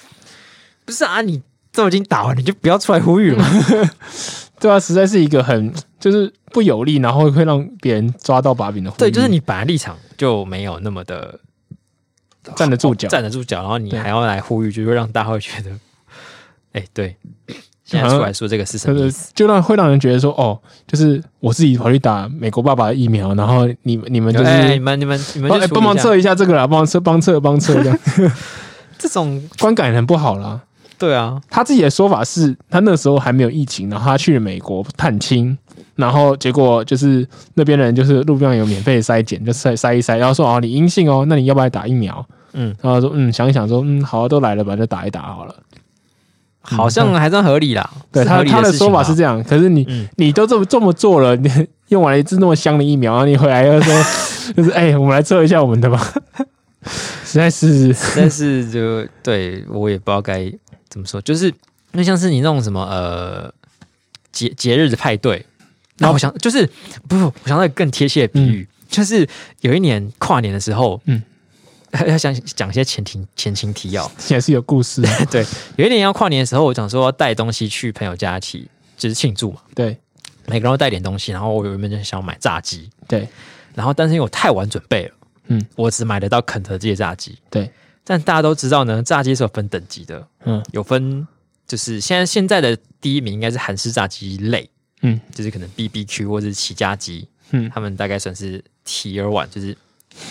Speaker 1: 不是啊，你都已经打完，你就不要出来呼吁了嘛。
Speaker 2: 嗯对啊，实在是一个很就是不有利，然后会让别人抓到把柄的呼吁。
Speaker 1: 对，就是你本来立场就没有那么的
Speaker 2: 站得住脚，
Speaker 1: 站得住脚，然后你
Speaker 2: 对
Speaker 1: 还要来呼吁，就会让大家会觉得，哎、对，现在
Speaker 2: 好像
Speaker 1: 出来说这个是什
Speaker 2: 就
Speaker 1: 么意
Speaker 2: 是
Speaker 1: 思？
Speaker 2: 就让会让人觉得说，哦，就是我自己跑去打美国爸爸的疫苗，然后你们你们就是
Speaker 1: 哎、你们你们你们
Speaker 2: 帮
Speaker 1: 就
Speaker 2: 哎
Speaker 1: 处理
Speaker 2: 帮忙
Speaker 1: 一下
Speaker 2: 测一下这个啦，帮忙测帮测帮测，这样
Speaker 1: 这种，
Speaker 2: 观感很不好啦。
Speaker 1: 对啊，
Speaker 2: 他自己的说法是，他那时候还没有疫情，然后他去美国探亲，然后结果就是那边的人就是路上有免费的筛检，就筛筛一筛，然后说哦你阴性哦，那你要不要来打疫苗？
Speaker 1: 嗯，
Speaker 2: 然后他说嗯想一想说嗯好啊、都来了吧，就打一打好了。
Speaker 1: 好像还算合理啦。
Speaker 2: 嗯对
Speaker 1: 是
Speaker 2: 他
Speaker 1: 合理
Speaker 2: 他的
Speaker 1: 事情啊
Speaker 2: 说法
Speaker 1: 啦
Speaker 2: 是这样，可是你、
Speaker 1: 嗯
Speaker 2: 你都这么这么做了， 你用完了一支那么香的疫苗，然后你回来又说就是 哎、我们来测一下我们的吧， 实在是
Speaker 1: 但是就对我也不知道该怎么说，就是那像是你那种什么呃节节日的派对，然后我
Speaker 2: 哦
Speaker 1: 想就是不是，我想到一个更贴切的比喻，就是有一年跨年的时候，
Speaker 2: 嗯
Speaker 1: 嗯，要想讲一些前提前情提要，
Speaker 2: 也是有故事的，
Speaker 1: 对，有一年要跨年的时候，我想说要带东西去朋友家一起就是庆祝嘛，
Speaker 2: 对
Speaker 1: 每个人都带点东西，然后我原本就想买炸鸡，
Speaker 2: 对，
Speaker 1: 然后但是因为我太晚准备了，
Speaker 2: 嗯，
Speaker 1: 我只买得到肯德基的炸鸡。
Speaker 2: 对，
Speaker 1: 但大家都知道呢，炸鸡是有分等级的，
Speaker 2: 嗯
Speaker 1: 有分就是现在现在的第一名应该是韩式炸鸡类，
Speaker 2: 嗯
Speaker 1: 就是可能 B B Q 或者是起家鸡，
Speaker 2: 嗯，
Speaker 1: 他们大概算是 Tier One，就是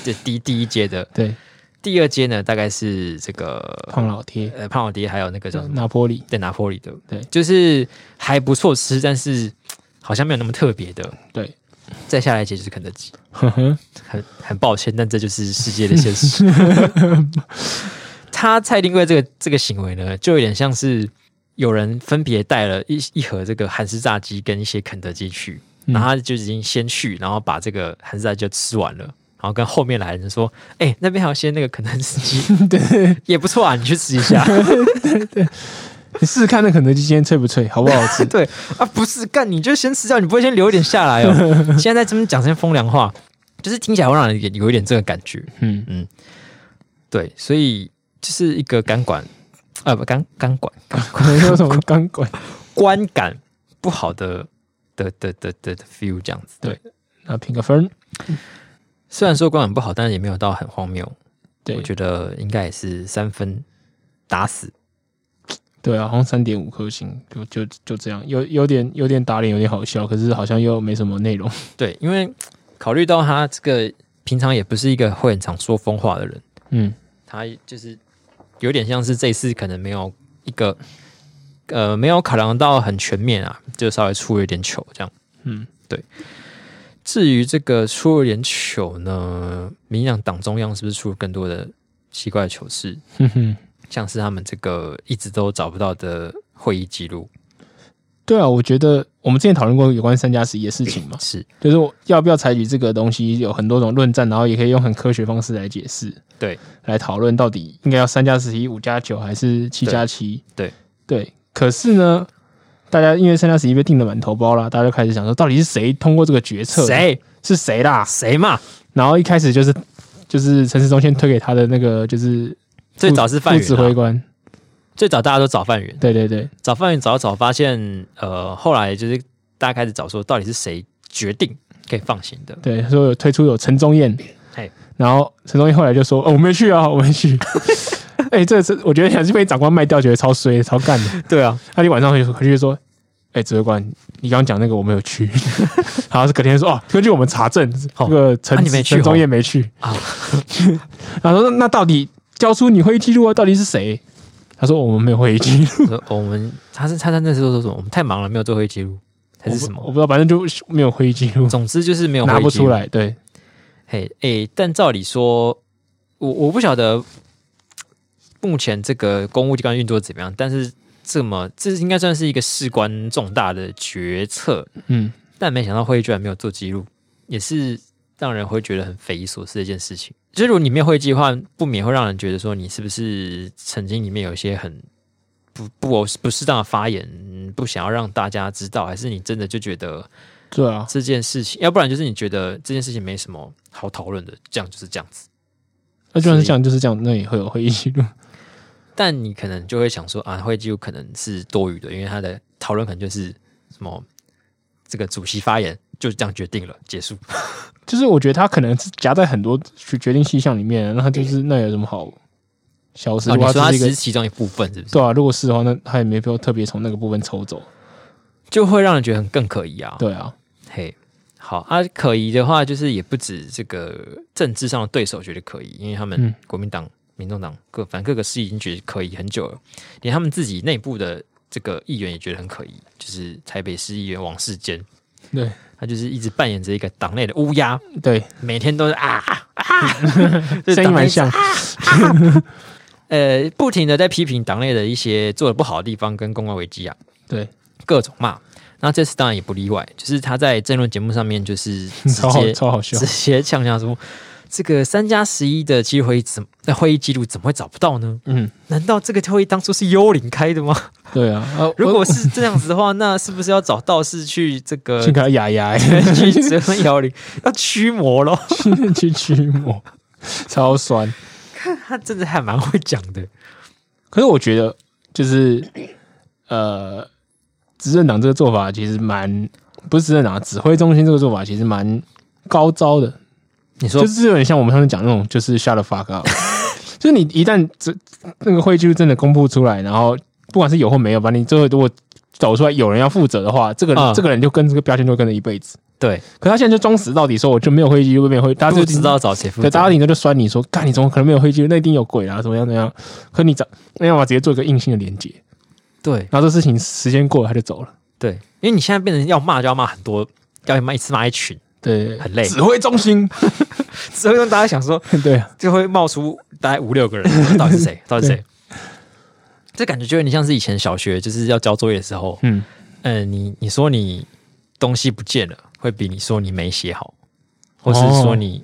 Speaker 1: 这第第一阶的。
Speaker 2: 对，
Speaker 1: 第二阶呢，大概是这个
Speaker 2: 胖老爹，
Speaker 1: 呃胖老爹，还有那个叫什么
Speaker 2: 拿破里，
Speaker 1: 在拿破里的，
Speaker 2: 对
Speaker 1: 就是还不错吃，但是好像没有那么特别的。
Speaker 2: 对，
Speaker 1: 再下来一节就是肯德基，
Speaker 2: 呵呵，
Speaker 1: 很很抱歉，但这就是世界的现实。他蔡丁贵这个这个行为呢，就有点像是有人分别带了一一盒这个韩式炸鸡跟一些肯德基去，
Speaker 2: 嗯
Speaker 1: 然后他就已经先去，然后把这个韩式炸鸡就吃完了。然后跟后面来的人说：“哎、那边还有些那个肯德基，对，也不错啊，你去吃一下。”？
Speaker 2: 你试试看那肯德基今天脆不脆，好不好吃
Speaker 1: 对啊，不是干，你就先吃掉，你不会先留一点下来哦。现在在这边讲这些风凉话，就是听起来会让人有一点这个感觉。
Speaker 2: 嗯，
Speaker 1: 对，所以就是一个钢管，呃，不，钢钢管
Speaker 2: 可能有什么钢 管，
Speaker 1: 观感不好的的的的的的 feel 这样子。
Speaker 2: 然后评个分，
Speaker 1: 虽然说观感不好，但是也没有到很荒谬。
Speaker 2: 对
Speaker 1: 我觉得应该也是三分打死。
Speaker 2: 对啊，好像三点五颗星，就就就这样，有有点有点打脸，有点好笑，可是好像又没什么内容，
Speaker 1: 对，因为考虑到他这个平常也不是一个会很常说疯话的人。
Speaker 2: 嗯，
Speaker 1: 他就是有点像是这一次可能没有一个呃没有考量到很全面啊，就稍微出了一点糗这样。
Speaker 2: 嗯，
Speaker 1: 对。至于这个出了点糗呢，民进党党中央是不是出了更多的奇怪的糗事？
Speaker 2: 哼哼，
Speaker 1: 像是他们这个一直都找不到的会议记录，
Speaker 2: 对啊，我觉得我们之前讨论过有关三加十一的事情嘛，
Speaker 1: 是
Speaker 2: 就是我要不要采取这个东西，有很多种论战，然后也可以用很科学方式来解释，
Speaker 1: 对，
Speaker 2: 来讨论到底应该要三加十一、五加九还是七加七，
Speaker 1: 对
Speaker 2: 对。可是呢，大家因为三加十一被定的满头包啦，大家就开始想说，到底是谁通过这个决策？
Speaker 1: 谁
Speaker 2: 是谁啦？
Speaker 1: 谁嘛？
Speaker 2: 然后一开始就是就是陈世忠先推给他的那个就是
Speaker 1: 最早是
Speaker 2: 副
Speaker 1: 范
Speaker 2: 指挥
Speaker 1: 云、啊，
Speaker 2: 官，
Speaker 1: 最早大家都找范云，
Speaker 2: 对对对
Speaker 1: 找范云找找发现，呃，后来就是大家开始找说到底是谁决定可以放 行的，
Speaker 2: 对，说有推出有陈宗彦
Speaker 1: 嘿，
Speaker 2: 然后陈宗彦后来就说：“哦，我没去啊，我 没去。”哎、这这我觉得还是被长官卖掉，觉得超衰超干的。
Speaker 1: 对啊，
Speaker 2: 他就晚上回去回去就说：“哎、指挥官，你刚刚讲那个我没 有去。”然后是隔天说：“哦，根据我们查证，
Speaker 1: 哦
Speaker 2: 这个陈、
Speaker 1: 啊你没去
Speaker 2: 陈
Speaker 1: 哦
Speaker 2: 宗彦没去
Speaker 1: 啊
Speaker 2: 啊。” 然后说：“那到底交出你会议记录啊？到底是谁？”他说：“我们没有会议记录。”
Speaker 1: 我说哦我们他是他在那时候说什么？我们太忙了，没有做会议记录，还是什
Speaker 2: 我
Speaker 1: 么？
Speaker 2: 不我不知道，反正就没有会议记录，
Speaker 1: 总之就是没有
Speaker 2: 拿
Speaker 1: 会议
Speaker 2: 不
Speaker 1: 记录
Speaker 2: 出。来。对，
Speaker 1: 嘿，诶、但照理说，我我不晓得目前这个公务机关运作怎么样，但是这么这应该算是一个事关重大的决策，
Speaker 2: 嗯，
Speaker 1: 但没想到会议居然没有做记录，也是让人会觉得很匪夷所思的一件事情。就是如果你没有会议计划，不免会让人觉得说你是不是曾经里面有一些很不不不适当的发言，嗯不想要让大家知道，还是你真的就觉得
Speaker 2: 对啊，
Speaker 1: 这件事情，要不然就是你觉得这件事情没什么好讨论的，这样就是这样子。
Speaker 2: 那就算是这样，就是这样，那也会有会议记录。
Speaker 1: 但你可能就会想说啊，会议记录可能是多余的，因为他的讨论可能就是什么这个主席发言就这样决定了，结束。
Speaker 2: 就是我觉得他可能是夹在很多决决定细项里面，那他就是那有什么好消失？
Speaker 1: 哦，你
Speaker 2: 如果
Speaker 1: 说
Speaker 2: 他
Speaker 1: 它
Speaker 2: 只
Speaker 1: 只
Speaker 2: 啊是
Speaker 1: 是
Speaker 2: 一个
Speaker 1: 其中一部分，是不是？
Speaker 2: 对啊，如果是的话，那他也没必要特别从那个部分抽走。
Speaker 1: 哦就会让人觉得很更可疑啊。
Speaker 2: 对啊，
Speaker 1: 嘿，好啊，可疑的话就是也不止这个政治上的对手觉得可疑，因为他们
Speaker 2: 嗯
Speaker 1: 国民党、民众党各反正各个势力已经觉得可疑很久了，连他们自己内部的这个议员也觉得很可疑，就是台北市议员王世坚，
Speaker 2: 对
Speaker 1: 他就是一直扮演着一个党内的乌鸦，
Speaker 2: 对，
Speaker 1: 每天都是啊啊， 就是
Speaker 2: 声音
Speaker 1: 党内
Speaker 2: 蛮像。
Speaker 1: 呃，不停的在批评党内的一些做的不好的地方跟公关危机啊，
Speaker 2: 对，
Speaker 1: 各种骂。那这次当然也不例外，就是他在政论节目上面 就是直
Speaker 2: 超好
Speaker 1: 接
Speaker 2: 超好笑
Speaker 1: 直。接呛下说，这个三加十一的机会怎那会议记录怎么会找不到呢？
Speaker 2: 嗯，
Speaker 1: 难道这个会议当初是幽灵开的吗？
Speaker 2: 对啊，啊
Speaker 1: 如果是这样子的话，那是不是要找道士去这
Speaker 2: 我
Speaker 1: 个
Speaker 2: 去看 雅雅
Speaker 1: 去折磨幽灵，要驱魔咯？
Speaker 2: 去驱魔，超酸。
Speaker 1: 他真的还蛮会讲的，
Speaker 2: 可是我觉得，就是呃，执政党这个做法其实蛮不是执政党啊，指挥中心这个做法其实蛮高招的。
Speaker 1: 你说
Speaker 2: 就是有点像我们上次讲那种，就是 shut the fuck up，就是你一旦这那个会就真的公布出来，然后不管是有或没有吧，你最后如果走出来有人要负责的话，这个人、
Speaker 1: 嗯
Speaker 2: 这个人就跟这个标签就会跟着一辈子。
Speaker 1: 对，
Speaker 2: 可他现在就装死到底，说我就没有灰机就没有灰，大家
Speaker 1: 不
Speaker 2: 就
Speaker 1: 知。道找谁负
Speaker 2: 对，
Speaker 1: 责。
Speaker 2: 大家顶多就酸你说，干你怎么可能没有灰机？那一定有鬼啊，怎么样怎么样？可你找那要么直接做一个硬性的连接，
Speaker 1: 对
Speaker 2: 然后这事情时间过了他就走了，
Speaker 1: 对，因为你现在变成要骂就要骂很多，要骂一次骂一群，
Speaker 2: 对，
Speaker 1: 很累
Speaker 2: 指挥中心，
Speaker 1: 所以让大家想说，
Speaker 2: 对啊，
Speaker 1: 就会冒出大概五六个人，到底是谁？到底是谁？这感觉就有点像是以前小学就是要交作业的时候，
Speaker 2: 嗯，
Speaker 1: 嗯，你你说你东西不见了，会比你说你没写好，或是
Speaker 2: 哦
Speaker 1: 说你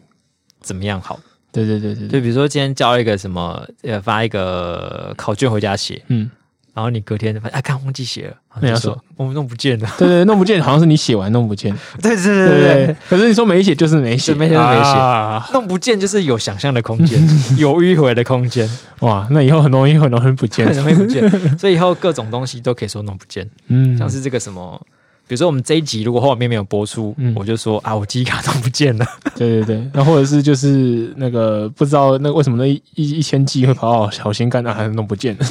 Speaker 1: 怎么样好。
Speaker 2: 对对对对对，
Speaker 1: 就比如说今天交一个什么，呃，发一个考卷回家写，
Speaker 2: 嗯，
Speaker 1: 然后你隔天发现啊，刚忘记写了，
Speaker 2: 那
Speaker 1: 然
Speaker 2: 要
Speaker 1: 后就说我们弄不见了。
Speaker 2: 对对，弄不见好像是你写完弄不见，
Speaker 1: 对对对
Speaker 2: 对
Speaker 1: 对对，
Speaker 2: 可是你说没写就是没写，
Speaker 1: 对没写就是没写
Speaker 2: 啊
Speaker 1: 弄不见就是有想象的空间，有迂回的空间，
Speaker 2: 哇，那以后很容易很容易不 见
Speaker 1: 很。容易不见。所以以后各种东西都可以说弄不见，
Speaker 2: 嗯，
Speaker 1: 像是这个什么。比如说，我们这一集如果后面没有播出，
Speaker 2: 嗯
Speaker 1: 我就说啊，我记忆卡弄不见了。
Speaker 2: 对对对，那或者是就是那个不知道那为什么那一一一千 G 会跑到小心肝啊，还弄不 见了，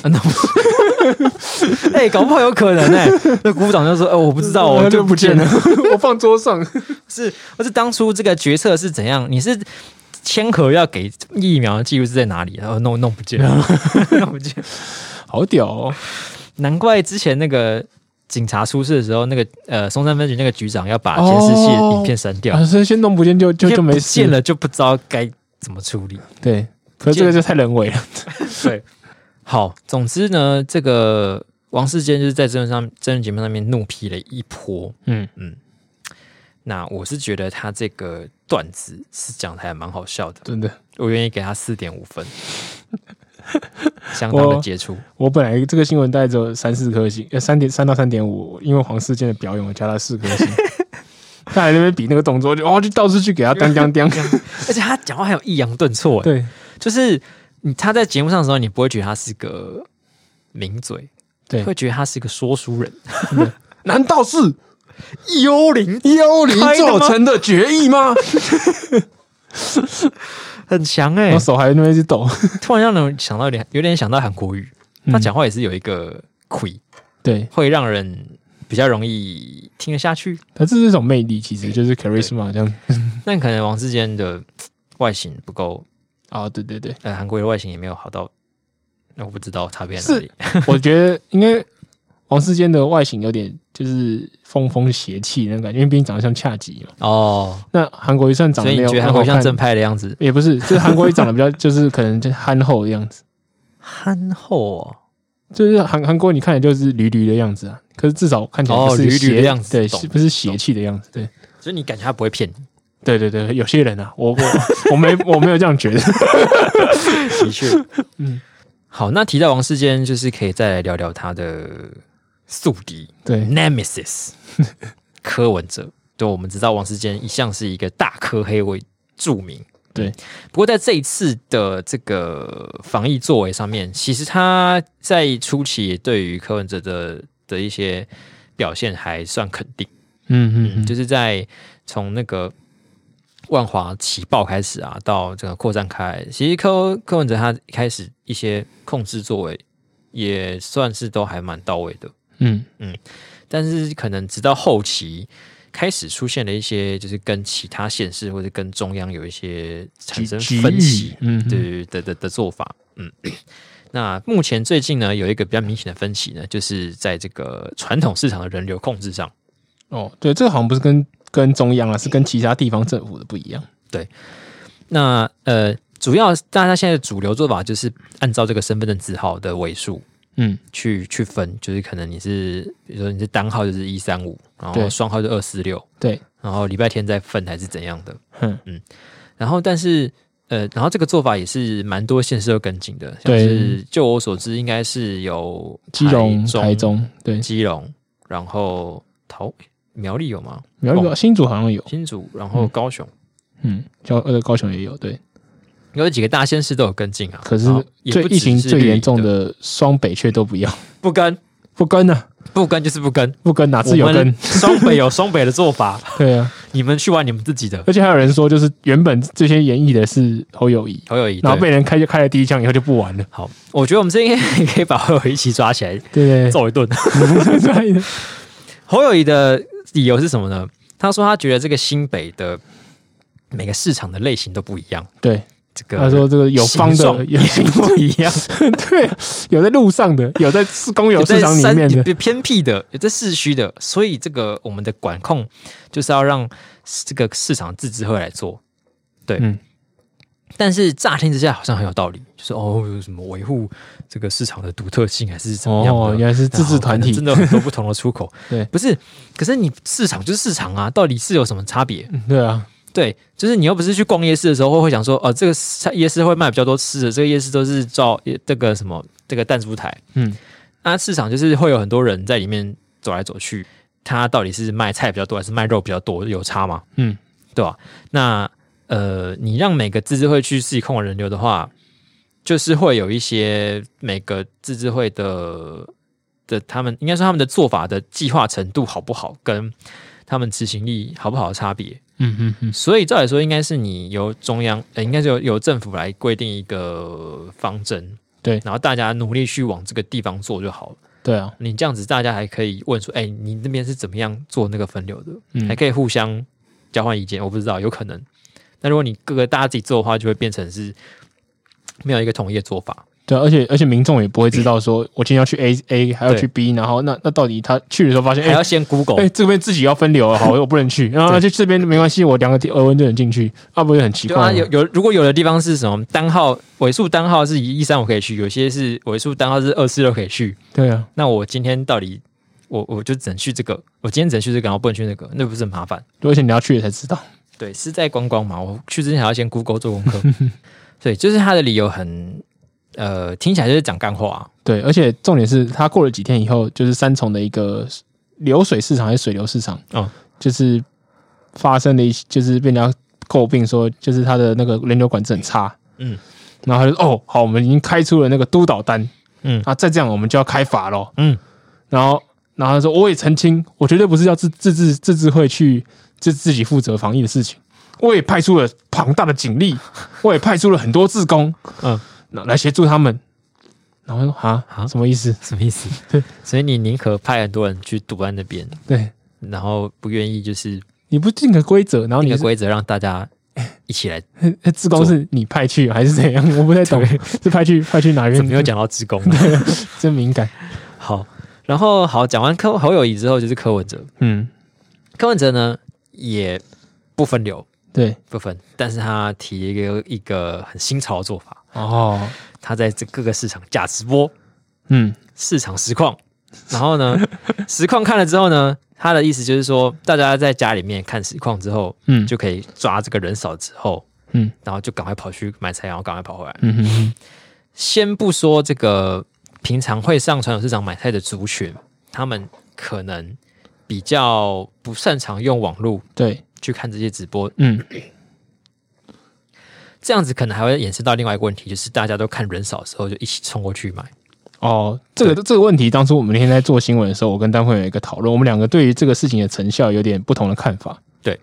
Speaker 1: 哎、搞不好有可能哎、那鼓掌就说，呃，我不知道， 我
Speaker 2: 就
Speaker 1: 就不见了。，
Speaker 2: 我放桌上。
Speaker 1: 是，而是当初这个决策是怎样？你是签合要给疫苗的记录是在哪里？然后弄弄不见， 弄不见。
Speaker 2: 好屌哦！
Speaker 1: 难怪之前那个警察出事的时候，那个呃松山分局那个局长要把监视器的影片删掉，
Speaker 2: 啊，所以先弄不见就就就没
Speaker 1: 不
Speaker 2: 事
Speaker 1: 见。了就不知道该怎么处理。
Speaker 2: 对，可是这个就太人为了。
Speaker 1: 对，好，总之呢，这个王世坚就是在真人上真人节目上面怒批了一波。
Speaker 2: 嗯
Speaker 1: 那我是觉得他这个段子是讲的还蛮好笑的，
Speaker 2: 真的，
Speaker 1: 我愿意给他四点五 分，相当的杰出。
Speaker 2: 我本来这个新闻大概只有三四颗星，呃，三点三到三点五，因为黄世坚的表演，我加了四颗 星。他还在那边比那个动作，就哦，就到处去给他当 当当。
Speaker 1: 而且他讲话还有抑扬顿挫，哎，
Speaker 2: 对
Speaker 1: 就是你他在节目上的时候，你不会觉得他是个名嘴，
Speaker 2: 对
Speaker 1: 会觉得他是个说书人，
Speaker 2: 难道是
Speaker 1: 幽灵
Speaker 2: 幽灵
Speaker 1: 开的吗
Speaker 2: 做成的决议吗？
Speaker 1: 很强哎、
Speaker 2: 我手还在那边一直抖。
Speaker 1: 突然让人想到有点有点想到韩国语，
Speaker 2: 嗯
Speaker 1: 他讲话也是有一个魁，
Speaker 2: 对，
Speaker 1: 会让人比较容易听得下去。
Speaker 2: 他这是一种魅力，其实就是 charisma 这样。
Speaker 1: 但可能王世坚的嘖外形不够，
Speaker 2: 哦，对对对，
Speaker 1: 呃，韩国的外形也没有好到，那我不知道差别在哪
Speaker 2: 是
Speaker 1: 里。
Speaker 2: 我觉得应该王世坚的外形有点就是风风邪气那种感觉，因为毕竟长得像恰吉嘛。
Speaker 1: 哦，
Speaker 2: 那韩国瑜算长
Speaker 1: 所
Speaker 2: 得
Speaker 1: 以你
Speaker 2: 没有
Speaker 1: 觉得韩
Speaker 2: 很
Speaker 1: 国
Speaker 2: 好
Speaker 1: 像
Speaker 2: 看，
Speaker 1: 正派的样子？
Speaker 2: 也不是，就是韩国瑜长得比较就是可能就憨厚的样子，
Speaker 1: 憨厚哦，
Speaker 2: 就是韩韩国瑜你看起来就是驴驴的样子啊，可是至少看起来不
Speaker 1: 哦
Speaker 2: 是
Speaker 1: 驴
Speaker 2: 邪、
Speaker 1: 驴的样子
Speaker 2: 对，
Speaker 1: 懂
Speaker 2: 是不是邪气的样子？对。
Speaker 1: 所以你感觉他不会骗你？
Speaker 2: 对对对，有些人啊，我我我没我没有这样觉得。
Speaker 1: 的确，嗯。好，那提到王世坚，就是可以再来聊聊他的宿敌
Speaker 2: 对，
Speaker 1: Nemesis 柯文哲。对，我们知道王世坚一向是一个大科黑为著名。
Speaker 2: 对，
Speaker 1: 不过在这一次的这个防疫作为上面，其实他在初期也对于柯文哲的的一些表现还算肯定。
Speaker 2: 嗯嗯
Speaker 1: 嗯，
Speaker 2: 嗯，
Speaker 1: 就是在从那个万华起爆开始啊，到这个扩散开来，其实柯柯文哲他一开始一些控制作为也算是都还蛮到位的，
Speaker 2: 嗯
Speaker 1: 但是可能直到后期开始出现了一些就是跟其他县市或者跟中央有一些产生
Speaker 2: 局
Speaker 1: 分歧
Speaker 2: 域，嗯，
Speaker 1: 对，对的的的做法，嗯。那目前最近呢，有一个比较明显的分歧呢，就是在这个传统市场的人流控制上，
Speaker 2: 哦，对，这个好像不是跟跟中央啊，是跟其他地方政府的不一样。
Speaker 1: 那呃，主要大家现在的主流做法就是按照这个身份证字号的尾数
Speaker 2: 嗯，
Speaker 1: 去去分，就是可能你是，比如说你是单号就是一三五，然后
Speaker 2: 对
Speaker 1: 双号就二四六，
Speaker 2: 对，
Speaker 1: 然后礼拜天再分还是怎样的。
Speaker 2: 嗯
Speaker 1: 然后但是呃，然后这个做法也是蛮多县市都跟进的，像
Speaker 2: 对
Speaker 1: 是就我所知，应该是有
Speaker 2: 基隆、
Speaker 1: 中、
Speaker 2: 台中，对，
Speaker 1: 基隆，然后桃苗栗有吗？
Speaker 2: 苗
Speaker 1: 哦
Speaker 2: 栗、啊新竹好像有，
Speaker 1: 新竹，然后高雄。
Speaker 2: 嗯，高呃高雄也有，对。
Speaker 1: 有几个大县市都有跟进啊，
Speaker 2: 可是
Speaker 1: 然后也
Speaker 2: 最
Speaker 1: 不
Speaker 2: 疫
Speaker 1: 只
Speaker 2: 情
Speaker 1: 是
Speaker 2: 最
Speaker 1: 绿
Speaker 2: 严
Speaker 1: 营
Speaker 2: 重
Speaker 1: 的
Speaker 2: 的双北却都不要，
Speaker 1: 不跟，
Speaker 2: 不跟了，
Speaker 1: 不跟就是不跟，
Speaker 2: 不跟哪
Speaker 1: 我
Speaker 2: 次啊有跟
Speaker 1: 们？ 双北有双北的做法，
Speaker 2: 对啊，
Speaker 1: 你们去玩你们自己的。
Speaker 2: 而且还有人说，就是原本这些演绎的是侯友谊，
Speaker 1: 侯友谊，
Speaker 2: 然后
Speaker 1: 对
Speaker 2: 被人开就开了第一枪以后就不玩了，
Speaker 1: 好，我觉得我们这应该也可以把侯友谊一起抓起来
Speaker 2: 对不
Speaker 1: 揍一顿。
Speaker 2: 对？所以
Speaker 1: 侯友谊的理由是什么呢？他说他觉得这个新北的每个市场的类型都不一样，
Speaker 2: 对，
Speaker 1: 这个
Speaker 2: 他说这个有方
Speaker 1: 形
Speaker 2: 的，
Speaker 1: 状也
Speaker 2: 有
Speaker 1: 不一 样，
Speaker 2: 对，有在路上的，有在公有市
Speaker 1: 在
Speaker 2: 场里
Speaker 1: 山
Speaker 2: 面的，
Speaker 1: 有偏僻的，有在市区的，所以这个我们的管控就是要让这个市场自治会来做。对，
Speaker 2: 嗯
Speaker 1: 但是乍听之下好像很有道理，就是哦，有什么维护这个市场的独特性还是怎么样的？
Speaker 2: 哦，原来是自治团
Speaker 1: 啊然后可能真
Speaker 2: 体，。
Speaker 1: 的有很多不同的出口
Speaker 2: 对
Speaker 1: 不是，可是你市场就是市场啊，到底是有什么差别？
Speaker 2: 嗯对啊，
Speaker 1: 对，就是你又不是去逛夜市的时候会会想说，哦，这个菜夜市会卖比较多吃的，这个夜市都是照这个什么这个弹珠台，
Speaker 2: 嗯，
Speaker 1: 那市场就是会有很多人在里面走来走去，它到底是卖菜比较多还是卖肉比较多，有差吗？
Speaker 2: 嗯，
Speaker 1: 对吧、那呃，你让每个自治会去自己控管人流的话，就是会有一些每个自治会的的他们应该说他们的做法的计划程度好不好，跟他们执行力好不好的差别。
Speaker 2: 嗯嗯嗯，
Speaker 1: 所以照理说，应该是你由中央，呃，应该是由由政府来规定一个方针，
Speaker 2: 对
Speaker 1: 然后大家努力去往这个地方做就好了。
Speaker 2: 对啊，
Speaker 1: 你这样子，大家还可以问说，哎、你那边是怎么样做那个分流的？
Speaker 2: 嗯
Speaker 1: 还可以互相交换意见，我不知道，有可能。那如果你各个大家自己做的话，就会变成是没有一个统一的做法。
Speaker 2: 对啊，而且而且民众也不会知道说，我今天要去 A A，还要去 B，然后那那到底他去的时候发现，
Speaker 1: 还
Speaker 2: 哎
Speaker 1: 要先 Google，、
Speaker 2: 哎，这边自己要分流了，好，我不能 去，然后就这边没关系，我量个体额温就能进去，那不是很奇
Speaker 1: 对啊，
Speaker 2: 怪
Speaker 1: 有
Speaker 2: 吗？
Speaker 1: 有，如果有的地方是什么单号尾数单号是一一三，我可以去；有些是尾数单号是二四六可以去。
Speaker 2: 对啊，
Speaker 1: 那我今天到底我我就只能去这个，我今天只能去这个，然后不能去那个，那不是很麻烦？
Speaker 2: 而且你要去了才知道，
Speaker 1: 对，是在观光嘛，我去之前还要先 Google 做功课。对，就是他的理由很呃，听起来就是讲干话、啊。
Speaker 2: 对，而且重点是他过了几天以后，就是三重的一个流水市场还是水流市场，
Speaker 1: 嗯
Speaker 2: 就是发生了一些，就是被人家诟病说，就是他的那个人流管制很差，
Speaker 1: 嗯
Speaker 2: 然后他就说哦，好，我们已经开出了那个督导单，
Speaker 1: 嗯
Speaker 2: 啊，再这样我们就要开罚咯。
Speaker 1: 嗯，
Speaker 2: 然后然后他说我也澄清，我绝对不是要自自治自治会去自自己负责防疫的事情，我也派出了庞大的 警力，我也派出了很多志工，
Speaker 1: 嗯，
Speaker 2: 那来协助他们。然后我说啊，
Speaker 1: 啊
Speaker 2: 什么意思？
Speaker 1: 什么意思？所以你宁可派很多人去堵在那边，
Speaker 2: 对，
Speaker 1: 然后不愿意就是
Speaker 2: 你不定个规则，然后
Speaker 1: 定
Speaker 2: 你
Speaker 1: 个
Speaker 2: 是
Speaker 1: 规则让大家一起来。
Speaker 2: 呃志工是你派去还是怎样？我不太懂，是派去派去哪边？
Speaker 1: 怎么又讲到职工？ 啊
Speaker 2: 真敏感？
Speaker 1: 好，然后好，讲完柯侯友谊之后就是柯文哲，
Speaker 2: 嗯，
Speaker 1: 柯文哲呢也不分流。
Speaker 2: 对，
Speaker 1: 不分，但是他提了一个一个很新潮的做法，
Speaker 2: 哦，
Speaker 1: 他在这各个市场假直播
Speaker 2: 嗯，
Speaker 1: 市场实况，然后呢， 实况看了之后呢，他的意思就是说，大家在家里面看实况之后，
Speaker 2: 嗯
Speaker 1: 就可以抓这个人少之后，
Speaker 2: 嗯，
Speaker 1: 然后就赶快跑去买菜，然后赶快跑回来。
Speaker 2: 嗯哼哼，
Speaker 1: 先不说这个平常会上传统市场买菜的族群，他们可能比较不擅长用网络
Speaker 2: 对，
Speaker 1: 去看这些直播，
Speaker 2: 嗯，
Speaker 1: 这样子可能还会衍生到另外一个问题，就是大家都看人少的时候就一起冲过去买。
Speaker 2: 哦，这个这个问题，当初我们那天在做新闻的时候，我跟丹慧有一个讨论，我们两个对于这个事情的成效有点不同的看法。
Speaker 1: 对，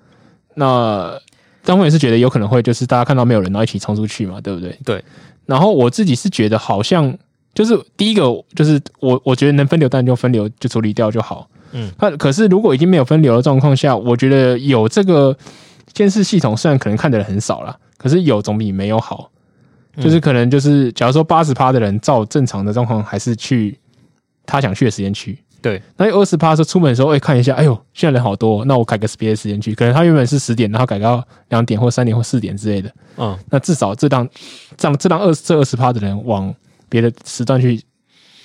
Speaker 2: 那丹慧也是觉得有可能会就是大家看到没有人，然后一起冲出去嘛，对不对？
Speaker 1: 对。
Speaker 2: 然后我自己是觉得好像就是第一个就是我我觉得能分流，但就分流就处理掉就好。
Speaker 1: 嗯，
Speaker 2: 那可是如果已经没有分流的状况下，我觉得有这个监视系统，虽然可能看的人很少啦，可是有总比没有好。就是可能就是，假如说八十趴的人照正常的状况，还是去他想去的时间去。
Speaker 1: 对，
Speaker 2: 那有二十趴说出门的时候，哎、看一下，哎呦，现在人好多哦、那我改个别的时间去。可能他原本是十点，然后改到两点或三点或四点之类的。
Speaker 1: 嗯，
Speaker 2: 那至少这让这让这让二这二十趴的人往别的时段去，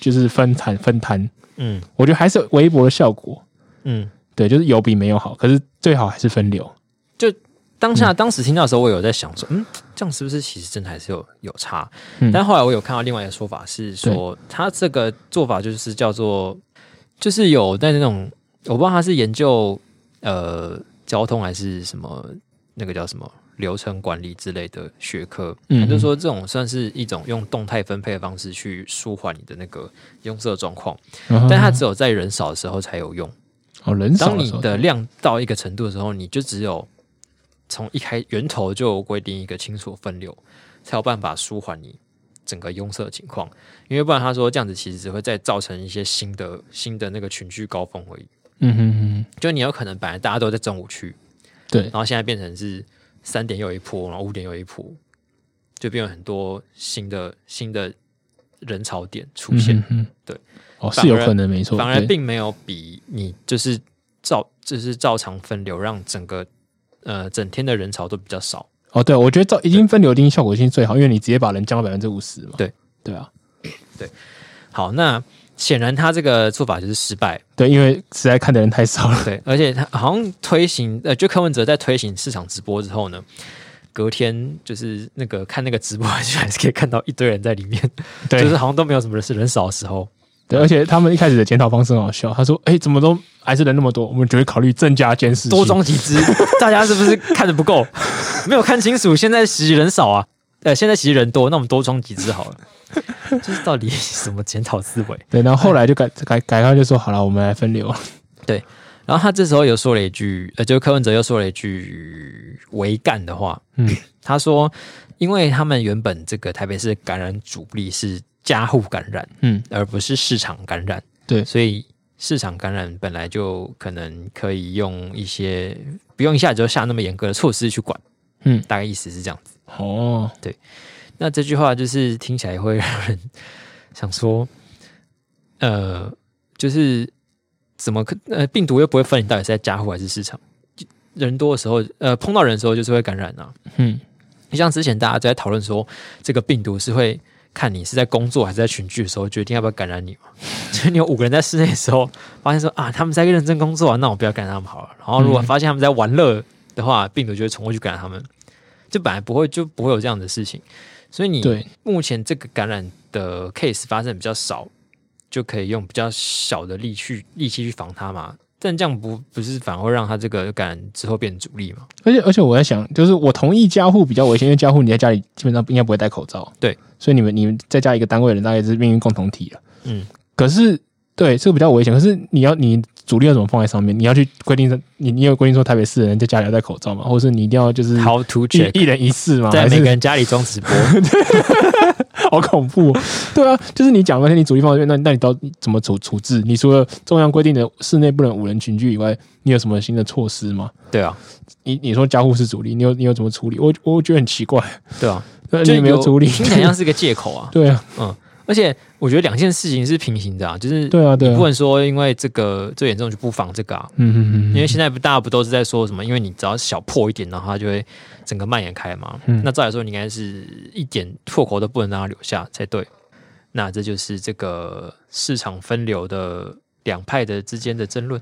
Speaker 2: 就是分摊分摊。
Speaker 1: 嗯
Speaker 2: 我觉得还是有微薄的效果。
Speaker 1: 嗯，
Speaker 2: 对，就是有比没有好，可是最好还是分流。
Speaker 1: 当
Speaker 2: 嗯
Speaker 1: 下当时听到的时候，我有在想说，嗯，这样是不是其实真的还是有有差？
Speaker 2: 嗯
Speaker 1: 但后来我有看到另外一个说法是说，他这个做法就是叫做，就是有在那种我不知道他是研究呃交通还是什么那个叫什么流程管理之类的学科，
Speaker 2: 嗯
Speaker 1: 他就说这种算是一种用动态分配的方式去舒缓你的那个用色状况，
Speaker 2: 但
Speaker 1: 但它只有在人少的时候才有用。
Speaker 2: 哦人少
Speaker 1: 当你
Speaker 2: 时候
Speaker 1: 的量到一个程度的时候，你就只有从一开源头就规定一个清楚分流，才有办法舒缓你整个拥塞的情况。因为不然，他说这样子其实只会再造成一些新的新的那个群聚高峰而已。
Speaker 2: 嗯哼哼，
Speaker 1: 就你有可能本来大家都在中午区，
Speaker 2: 对
Speaker 1: 然，后现在变成是三点又一波，然后五点又一波，就变有很多新的新的人潮点出现。
Speaker 2: 嗯哼哼
Speaker 1: 对，
Speaker 2: 哦
Speaker 1: 反
Speaker 2: 是有
Speaker 1: 而
Speaker 2: 可能没错，
Speaker 1: 反而
Speaker 2: 对
Speaker 1: 并没有比你就是照就是照常分流，让整个呃整天的人潮都比较少。
Speaker 2: 哦对，我觉得照已经分流一定效果性最好，因为你直接把人降到百分之五十嘛，
Speaker 1: 对
Speaker 2: 对啊，
Speaker 1: 好，那显然他这个做法就是失败，
Speaker 2: 对，因为实在看的人太少了，
Speaker 1: 对，而且他好像推行呃，就柯文哲在推行市场直播之后呢。隔天就是那个看那个直播， 还是还是可以看到一堆人在里面，
Speaker 2: 对，
Speaker 1: 就是好像都没有什么人是人少的时候。
Speaker 2: 对，而且他们一开始的检讨方式很好笑，他说：“哎、怎么都还是人那么多，我们就会考虑增加监视器
Speaker 1: 多装几只，大家是不是看的不够，没有看清楚？现在其实人少啊，呃，现在其实人多，那我们多装几只好了。就是到底什么检讨思维？
Speaker 2: 对，然后后来就改改改开就说：“好了，我们来分流。
Speaker 1: 然后他这时候又说了一句，呃，就柯文哲又说了一句违干的话，
Speaker 2: 嗯
Speaker 1: 嗯，他说，因为他们原本这个台北市感染主力是家户感染，”
Speaker 2: 嗯，
Speaker 1: 而不是市场感染，
Speaker 2: 对
Speaker 1: 所以市场感染本来就可能可以用一些不用一下子就下那么严格的措施去管，
Speaker 2: 嗯
Speaker 1: 大概意思是这样子。
Speaker 2: 哦，
Speaker 1: 那这句话就是听起来会让人想说，呃，就是怎么可呃病毒又不会分你到底是在家户还是市场，人多的时候，呃，碰到人的时候就是会感染啊。
Speaker 2: 嗯，
Speaker 1: 你像之前大家在讨论说，这个病毒是会看你是在工作还是在群聚的时候决定要不要感染你嘛？ 所以你有五个人在室内的时候，发现说啊，他们在认真工作、啊，那我不要感染他们好了。然后如果
Speaker 2: 嗯
Speaker 1: 发现他们在玩乐的话，病毒就会冲过去感染他们，就本来不会就不会有这样的事情。所以你
Speaker 2: 对，
Speaker 1: 目前这个感染的 case 发生比较少，就可以用比较小的力去力气去防它嘛。但这样不不是反而会让它这个感染之后变主力嘛？
Speaker 2: 而且而且我在想，就是我同意家户比较危险，因为家户你在家里基本上应该不会戴口罩，
Speaker 1: 对，
Speaker 2: 所以你们你们再加一个单位人，大概是命运共同体了。
Speaker 1: 嗯，
Speaker 2: 可是对这个比较危险，可是你要你主力要怎么放在上面？你要去规定，你你有规定说台北市的人在家里要戴口罩吗？或者是你一定要就是
Speaker 1: 好 to
Speaker 2: 一
Speaker 1: check
Speaker 2: 一人一次吗？
Speaker 1: 在
Speaker 2: 嗯还是
Speaker 1: 每个人家里装直 播。
Speaker 2: 好恐怖、哦！对啊，就是你讲了半天，你主力放在那边，那那你到底怎么处处置？你除了中央规定的室内不能五人群聚以外，你有什么新的措施吗？
Speaker 1: 对啊，
Speaker 2: 你你说家户是主力，你有你有怎么处理？我我觉得很奇怪，
Speaker 1: 对啊，
Speaker 2: 对你也没有处理。。
Speaker 1: 听起来像是个借口啊
Speaker 2: 对啊，
Speaker 1: 而且我觉得两件事情是平行的啊，就是
Speaker 2: 对啊，对啊
Speaker 1: 不。能说因为这个最严重就不防这个啊，
Speaker 2: 嗯嗯
Speaker 1: 因
Speaker 2: 嗯，
Speaker 1: 为现在不大家不都是在说什么，因为你只要小破一点，然后它就会整个蔓延开嘛。
Speaker 2: 嗯
Speaker 1: 那照理说，你应该是一点破口都不能让它留下才对。那这就是这个市场分流的两派的之间的争论。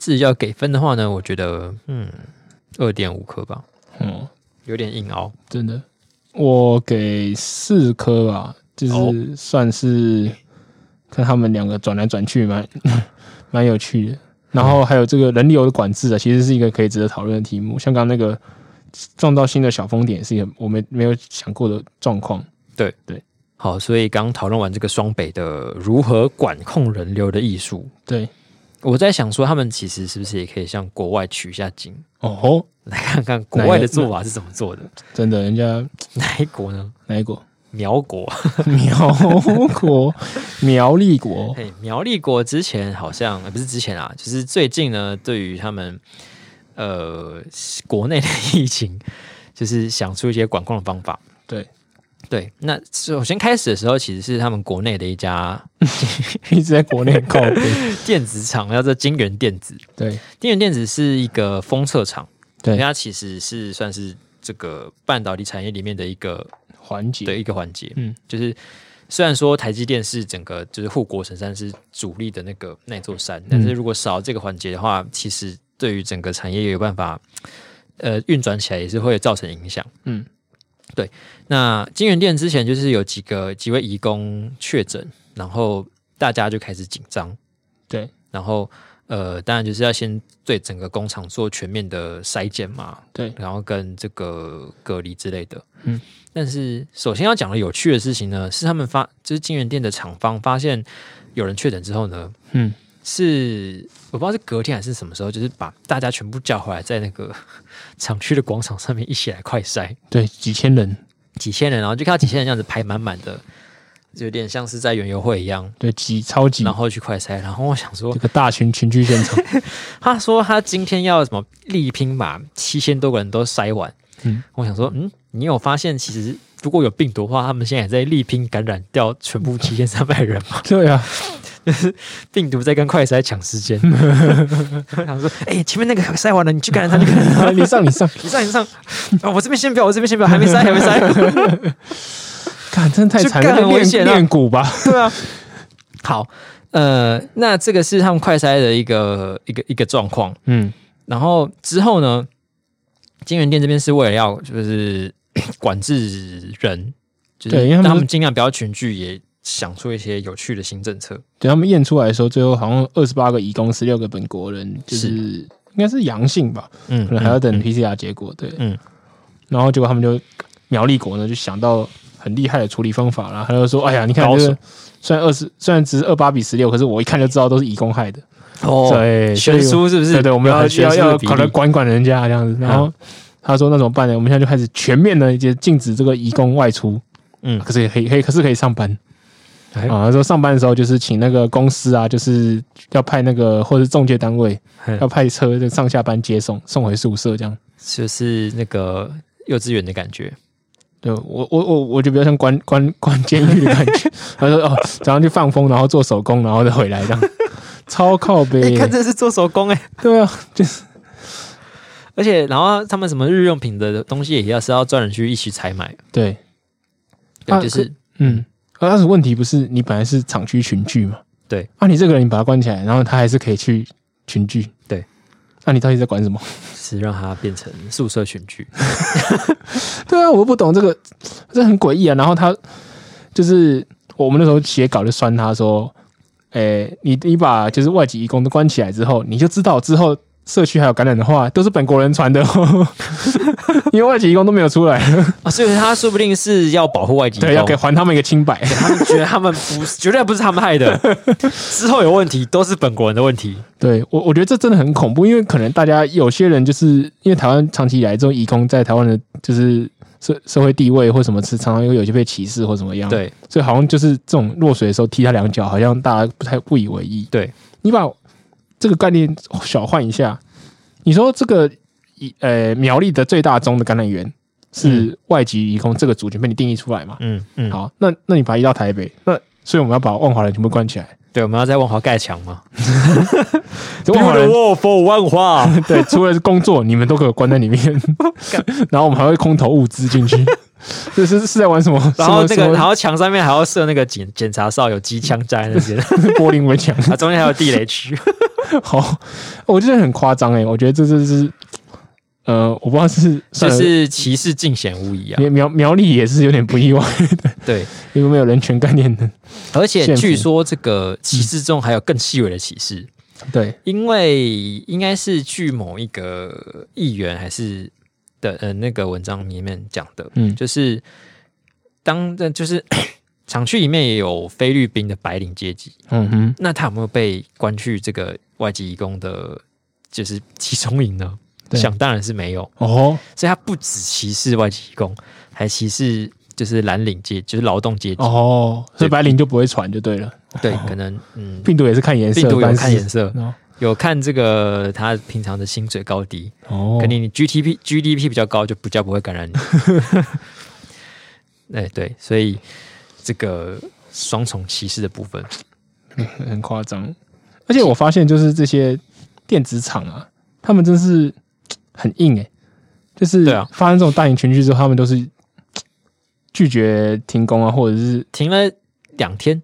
Speaker 1: 至于要给分的话呢，我觉得嗯，二点五颗吧，
Speaker 2: 嗯，
Speaker 1: 有点硬凹。
Speaker 2: 真的，我给四颗吧，就是算是看他们两个转来转去，蛮 蛮有趣的。然后还有这个人流的管制啊，其实是一个可以值得讨论的题目。像刚刚那个撞到新的小风点，是一个我没没有想过的状况。
Speaker 1: 好，所以刚讨论完这个双北的如何管控人流的艺术，
Speaker 2: 对，
Speaker 1: 我在想说，他们其实是不是也可以向国外取一下经，
Speaker 2: 哦吼，
Speaker 1: 来看看国外的做法是怎么做的？
Speaker 2: 真的，人家
Speaker 1: 哪一国呢？
Speaker 2: 哪一 国？
Speaker 1: 苗国，
Speaker 2: 苗 国、苗栗国，
Speaker 1: 嘿，苗栗国之前好像、呃不是之前啊，就是最近呢，对于他们呃国内的疫情， 就是想出一些管控的方法。
Speaker 2: 对
Speaker 1: 对，那首先开始的时候，其实是他们国内的一家
Speaker 2: 一直在国内靠北。
Speaker 1: 电子厂，叫做金源电子，
Speaker 2: 对
Speaker 1: 电源电子是一个封测厂，
Speaker 2: 对
Speaker 1: 它其实是算是这个半导体产业里面的一个
Speaker 2: 环节，
Speaker 1: 的一个环节。
Speaker 2: 嗯
Speaker 1: 嗯，就是虽然说台积电是整个就是护国神山是主力的那个那座山，但是如果少了这个环节的话，其实对于整个产业也有办法呃运转起来，也是会造成影响。
Speaker 2: 嗯，
Speaker 1: 对。那金源店之前就是有几个几位移工确诊，然后大家就开始紧张，
Speaker 2: 对，
Speaker 1: 然后。呃，当然就是要先对整个工厂做全面的筛检嘛，
Speaker 2: 对，
Speaker 1: 然后跟这个隔离之类的。
Speaker 2: 嗯，
Speaker 1: 但是首先要讲的有趣的事情呢，是他们发，就是金源店的厂方发现有人确诊之后呢，
Speaker 2: 嗯，
Speaker 1: 是我不知道是隔天还是什么时候，就是把大家全部叫回来，在那个 厂区的广场上面一起来快筛，
Speaker 2: 对，几千人，
Speaker 1: 几千人，然后就看到几千人这样子排满满的，就有点像是在园游会一样，
Speaker 2: 对，几超级
Speaker 1: 然后去快筛。然后我想说
Speaker 2: 这，个大群群聚现场，
Speaker 1: 他说他今天要什么力拼把七千多个人都筛完。
Speaker 2: 嗯
Speaker 1: 我想说，嗯，你有发现其实如果有病毒的话，他们现在也在力拼感染掉全部七千三百人嘛？
Speaker 2: 对啊，
Speaker 1: 病毒在跟快筛抢时间。我想说，哎、前面那个筛完了，你去感染他，你去感染 他，
Speaker 2: 你上你上，
Speaker 1: 你上你上。啊，我这边先不要，我这边先不要，还没筛，还没筛。
Speaker 2: 看真的太惨
Speaker 1: 就
Speaker 2: 了，
Speaker 1: 干很
Speaker 2: 那
Speaker 1: 危险
Speaker 2: 练
Speaker 1: 啊
Speaker 2: 练鼓 吧，
Speaker 1: 对啊，好，呃，那这个是他们快筛的一个一个一个状况。
Speaker 2: 嗯，
Speaker 1: 然后之后呢，金源店这边是为了要就是 管制人，就是
Speaker 2: 对因为
Speaker 1: 让
Speaker 2: 他们
Speaker 1: 他们尽量不要群聚，也想出一些有趣的新政策。
Speaker 2: 对他们验出来的时候，最后好像二十八个移工，十六个本国人，就是是应该是阳性吧，
Speaker 1: 嗯
Speaker 2: 可能还要等
Speaker 1: 嗯
Speaker 2: PCR 结果。对，
Speaker 1: 嗯
Speaker 2: 然后结果他们就苗栗国呢就想到很厉害的处理方法啦，他就说：“哎呀，你看
Speaker 1: 高
Speaker 2: 这
Speaker 1: 手
Speaker 2: 个虽然二十虽然只是二八比十六，可是我一看就知道都是移工害的。
Speaker 1: 哦，
Speaker 2: 对，所以
Speaker 1: 悬殊是不是？
Speaker 2: 对对，我们要
Speaker 1: 很悬
Speaker 2: 要
Speaker 1: 殊
Speaker 2: 要
Speaker 1: 的比
Speaker 2: 可能
Speaker 1: 例。
Speaker 2: 管管人家这样子。然嗯后他说：“那怎么办呢？我们现在就开始全面的就禁止这个移工外出，
Speaker 1: 嗯
Speaker 2: 可是也可以可以可是可以上班。”
Speaker 1: 哎
Speaker 2: 啊，他说上班的时候就是请那个公司啊，就是要派那个或者是中介单位
Speaker 1: 嗯
Speaker 2: 要派车就上下班接送，送回宿舍这样。
Speaker 1: 就是那个幼稚园的感觉，
Speaker 2: 对我我我我就比较像关关关监狱的感觉。 他说哦，早上去放风，然后做手工，然后再回来这样，超靠
Speaker 1: 哎、
Speaker 2: 背。
Speaker 1: 看这是做手工哎、
Speaker 2: 对啊，就是
Speaker 1: 而且然后他们什么日用品的东西也要是要专人去一起采买，
Speaker 2: 对，
Speaker 1: 对，
Speaker 2: 啊
Speaker 1: 就是
Speaker 2: 嗯。啊但是问题不是你本来是厂区群聚嘛？
Speaker 1: 对
Speaker 2: 啊，你这个人你把他关起来，然后他还是可以去群聚。
Speaker 1: 对，
Speaker 2: 那、你到底在管什么？
Speaker 1: 是让它变成宿舍群聚，
Speaker 2: 对啊，我不懂这个，这很诡异啊。然后他就是我们那时候写稿就酸他说：“诶、你你把就是外籍义工都关起来之后，你就知道之后社区还有感染的话，都是本国人传的、哦， 因为外籍义工都没有出来，
Speaker 1: 啊，所以他说不定是要保护外籍
Speaker 2: 对，要
Speaker 1: 工
Speaker 2: 给，还他们一个清白。
Speaker 1: 他们觉得他们不是，绝对不是他们害 的，之后有问题都是本国人的问题。
Speaker 2: 对我，我觉得这真的很恐怖，因为可能大家有些人就是因为台湾长期以来这种义工在台湾的，就是社社会地位或什么，是常常有有些被歧视或怎么样。
Speaker 1: 对，
Speaker 2: 所以好像就是这种落水的时候踢他两脚，好像大家不太不以为意。
Speaker 1: 对，
Speaker 2: 你把这个概念小换一下，你说这个以呃苗栗的最大宗的感染源是外籍移工这个族群被你定义出来嘛？
Speaker 1: 嗯嗯，
Speaker 2: 好，那那你把它移到台北，那所以我们要把万华人全部关起来，
Speaker 1: 对，我们要在万华盖墙吗？
Speaker 2: 这万华人
Speaker 1: for 万华，
Speaker 2: 对，除了是工作，你们都给我关在里面，然后我们还会空投物资 进去，这是是在玩什么？
Speaker 1: 然后那
Speaker 2: 什么
Speaker 1: 个，
Speaker 2: 什
Speaker 1: 然
Speaker 2: 么
Speaker 1: 后墙上面还要设那个检检查哨，有机枪站在那 边，
Speaker 2: 柏林围墙，
Speaker 1: 啊，中间还有地雷区。
Speaker 2: 好， 我觉得很夸张哎，我觉得这这是，呃，我不知道 是
Speaker 1: 就
Speaker 2: 算了
Speaker 1: 是歧视尽显无疑啊。
Speaker 2: 苗苗苗栗也是有点不意外，
Speaker 1: 对，
Speaker 2: 因为没有人权概念的，
Speaker 1: 而且
Speaker 2: 炫富
Speaker 1: 据说这个歧视中还有更细微的歧视，
Speaker 2: 对，
Speaker 1: 因为应该是据某一个议员还是的呃那个文章里面讲的，
Speaker 2: 嗯
Speaker 1: 就是当呃就是 厂区里面也有菲律宾的白领阶级，
Speaker 2: 嗯哼，
Speaker 1: 那他有没有被关去这个外籍移工的，就是集中营呢？
Speaker 2: 对
Speaker 1: 想当然是没有，
Speaker 2: 哦，
Speaker 1: 所以他不只歧视外籍移工，还歧视就是蓝领阶，就是劳动阶级。
Speaker 2: 哦，所以白领就不会传就对了，
Speaker 1: 对，可能嗯，
Speaker 2: 病毒也是看颜色，
Speaker 1: 病毒有
Speaker 2: 但是
Speaker 1: 看颜色，
Speaker 2: 哦
Speaker 1: 有看这个他平常的薪水高低，
Speaker 2: 哦，
Speaker 1: 肯定你 GDP GDP 比较高，就比较不会感染 你。哎，对，所以这个双重歧视的部分，
Speaker 2: 很夸张。而且我发现，就是这些电子厂啊，他们真是很硬诶、就是
Speaker 1: 对啊
Speaker 2: 发生这种大型群聚之后，他们都是拒绝停工啊，或者是
Speaker 1: 停了两天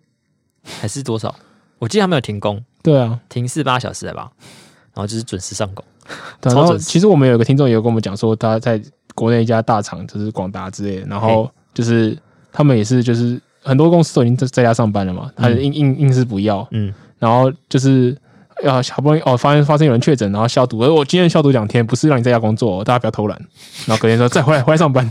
Speaker 1: 还是多少？我记得他们有停工，
Speaker 2: 对啊，
Speaker 1: 停四八小时了吧？然后就是准时上工。
Speaker 2: 对啊
Speaker 1: 超
Speaker 2: 然后
Speaker 1: 准时
Speaker 2: 其实我们有个听众也有跟我们讲说，他在国内一家大厂，就是广达之类的，然后就是他们也是就是很多公司都已经在在家上班了嘛，他
Speaker 1: 嗯
Speaker 2: 硬硬硬是不要，
Speaker 1: 嗯，
Speaker 2: 然后就是啊，好不容易哦，发现发现有人确诊，然后消毒，呃而我今天消毒两天，不是让你在家工作哦、大家不要偷懒。然后隔天说再回来回来上班，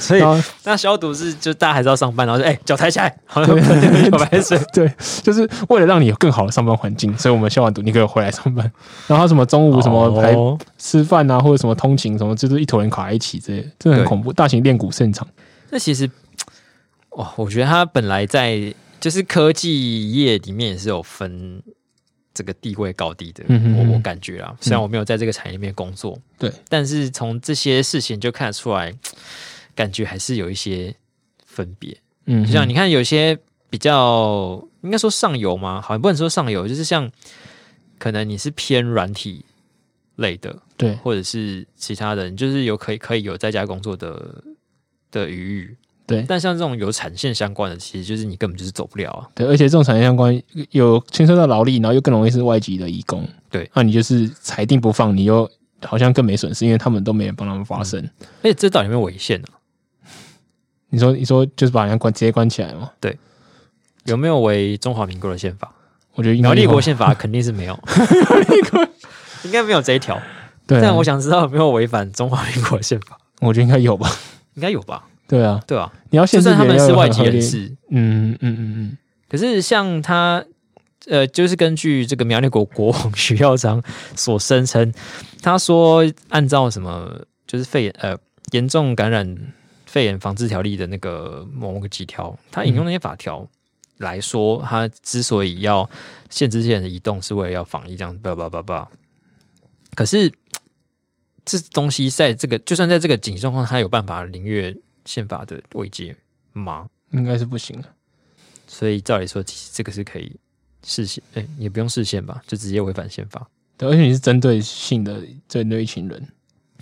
Speaker 1: 所以
Speaker 2: 然后
Speaker 1: 那消毒是就大家还是要上班，然后就哎脚、抬起来，好像喷那个漂白 水，
Speaker 2: 对，就是为了让你有更好的上班环境，所以我们消完毒你可以回来上班。 然后什么中午什么还
Speaker 1: 哦
Speaker 2: 吃饭啊，或者什么通勤什么，就是一头人卡在一起之类的，真的很
Speaker 1: 对
Speaker 2: 恐怖，大型练骨盛场。
Speaker 1: 那其实，哇，我觉得它本来在就是科技业里面也是有分这个地位高低的，
Speaker 2: 嗯哼哼嗯
Speaker 1: 我我感觉啊，虽然我没有在这个产业里面工作，
Speaker 2: 对，
Speaker 1: 但是从这些事情就看得出来，感觉还是有一些分别。
Speaker 2: 嗯，
Speaker 1: 就像你看，有些比较应该说上游嘛，好像不能说上游，就是像可能你是偏软体类的，
Speaker 2: 对
Speaker 1: 或者是其他人，就是有可以可以有在家工作的的余裕。
Speaker 2: 对
Speaker 1: 但像这种有产线相关的，其实就是你根本就是走不了啊。
Speaker 2: 对，而且这种产业相关有牵涉到劳力，然后又更容易是外籍的移工。
Speaker 1: 对，
Speaker 2: 那你就是裁定不放，你又好像更没损失，因为他们都没人帮他们发声。
Speaker 1: 而且哎这到底有没有违宪呢？啊
Speaker 2: 你说，你说就是把人家关直接关起来吗？
Speaker 1: 有没有违中华民国的宪法？
Speaker 2: 我觉得应该
Speaker 1: 苗栗
Speaker 2: 有
Speaker 1: 国宪法肯定是没有，啊 应该没有这 一条。
Speaker 2: 对啊、
Speaker 1: 但我想知道有没有违反中华民国的宪法？
Speaker 2: 我觉得应该有吧。
Speaker 1: 应该有吧？
Speaker 2: 对啊，
Speaker 1: 对吧？
Speaker 2: 你要
Speaker 1: 就
Speaker 2: 限制
Speaker 1: 算他
Speaker 2: 别人
Speaker 1: 们
Speaker 2: 要
Speaker 1: 是
Speaker 2: 有
Speaker 1: 外
Speaker 2: 很
Speaker 1: 籍
Speaker 2: 合
Speaker 1: 人
Speaker 2: 理，
Speaker 1: 士，
Speaker 2: 嗯嗯嗯
Speaker 1: 可是像他，呃，就是根据这个苗栗国国王徐耀章所声称，他说按照什么就是肺炎呃严重感染肺炎防治条例的那个某个几条，他引用那些法条。来说，他之所以要限制这些人的移动，是为了要防疫，这样叭叭叭叭。可是这东西在这个，就算在这个紧急状况，他有办法凌越宪法的位阶吗？
Speaker 2: 嗯，应该是不行的。
Speaker 1: 所以照理说，其实这个是可以视线，哎、也不用视线吧，就直接违反宪法。
Speaker 2: 对，而且你是针对性的针对一群人。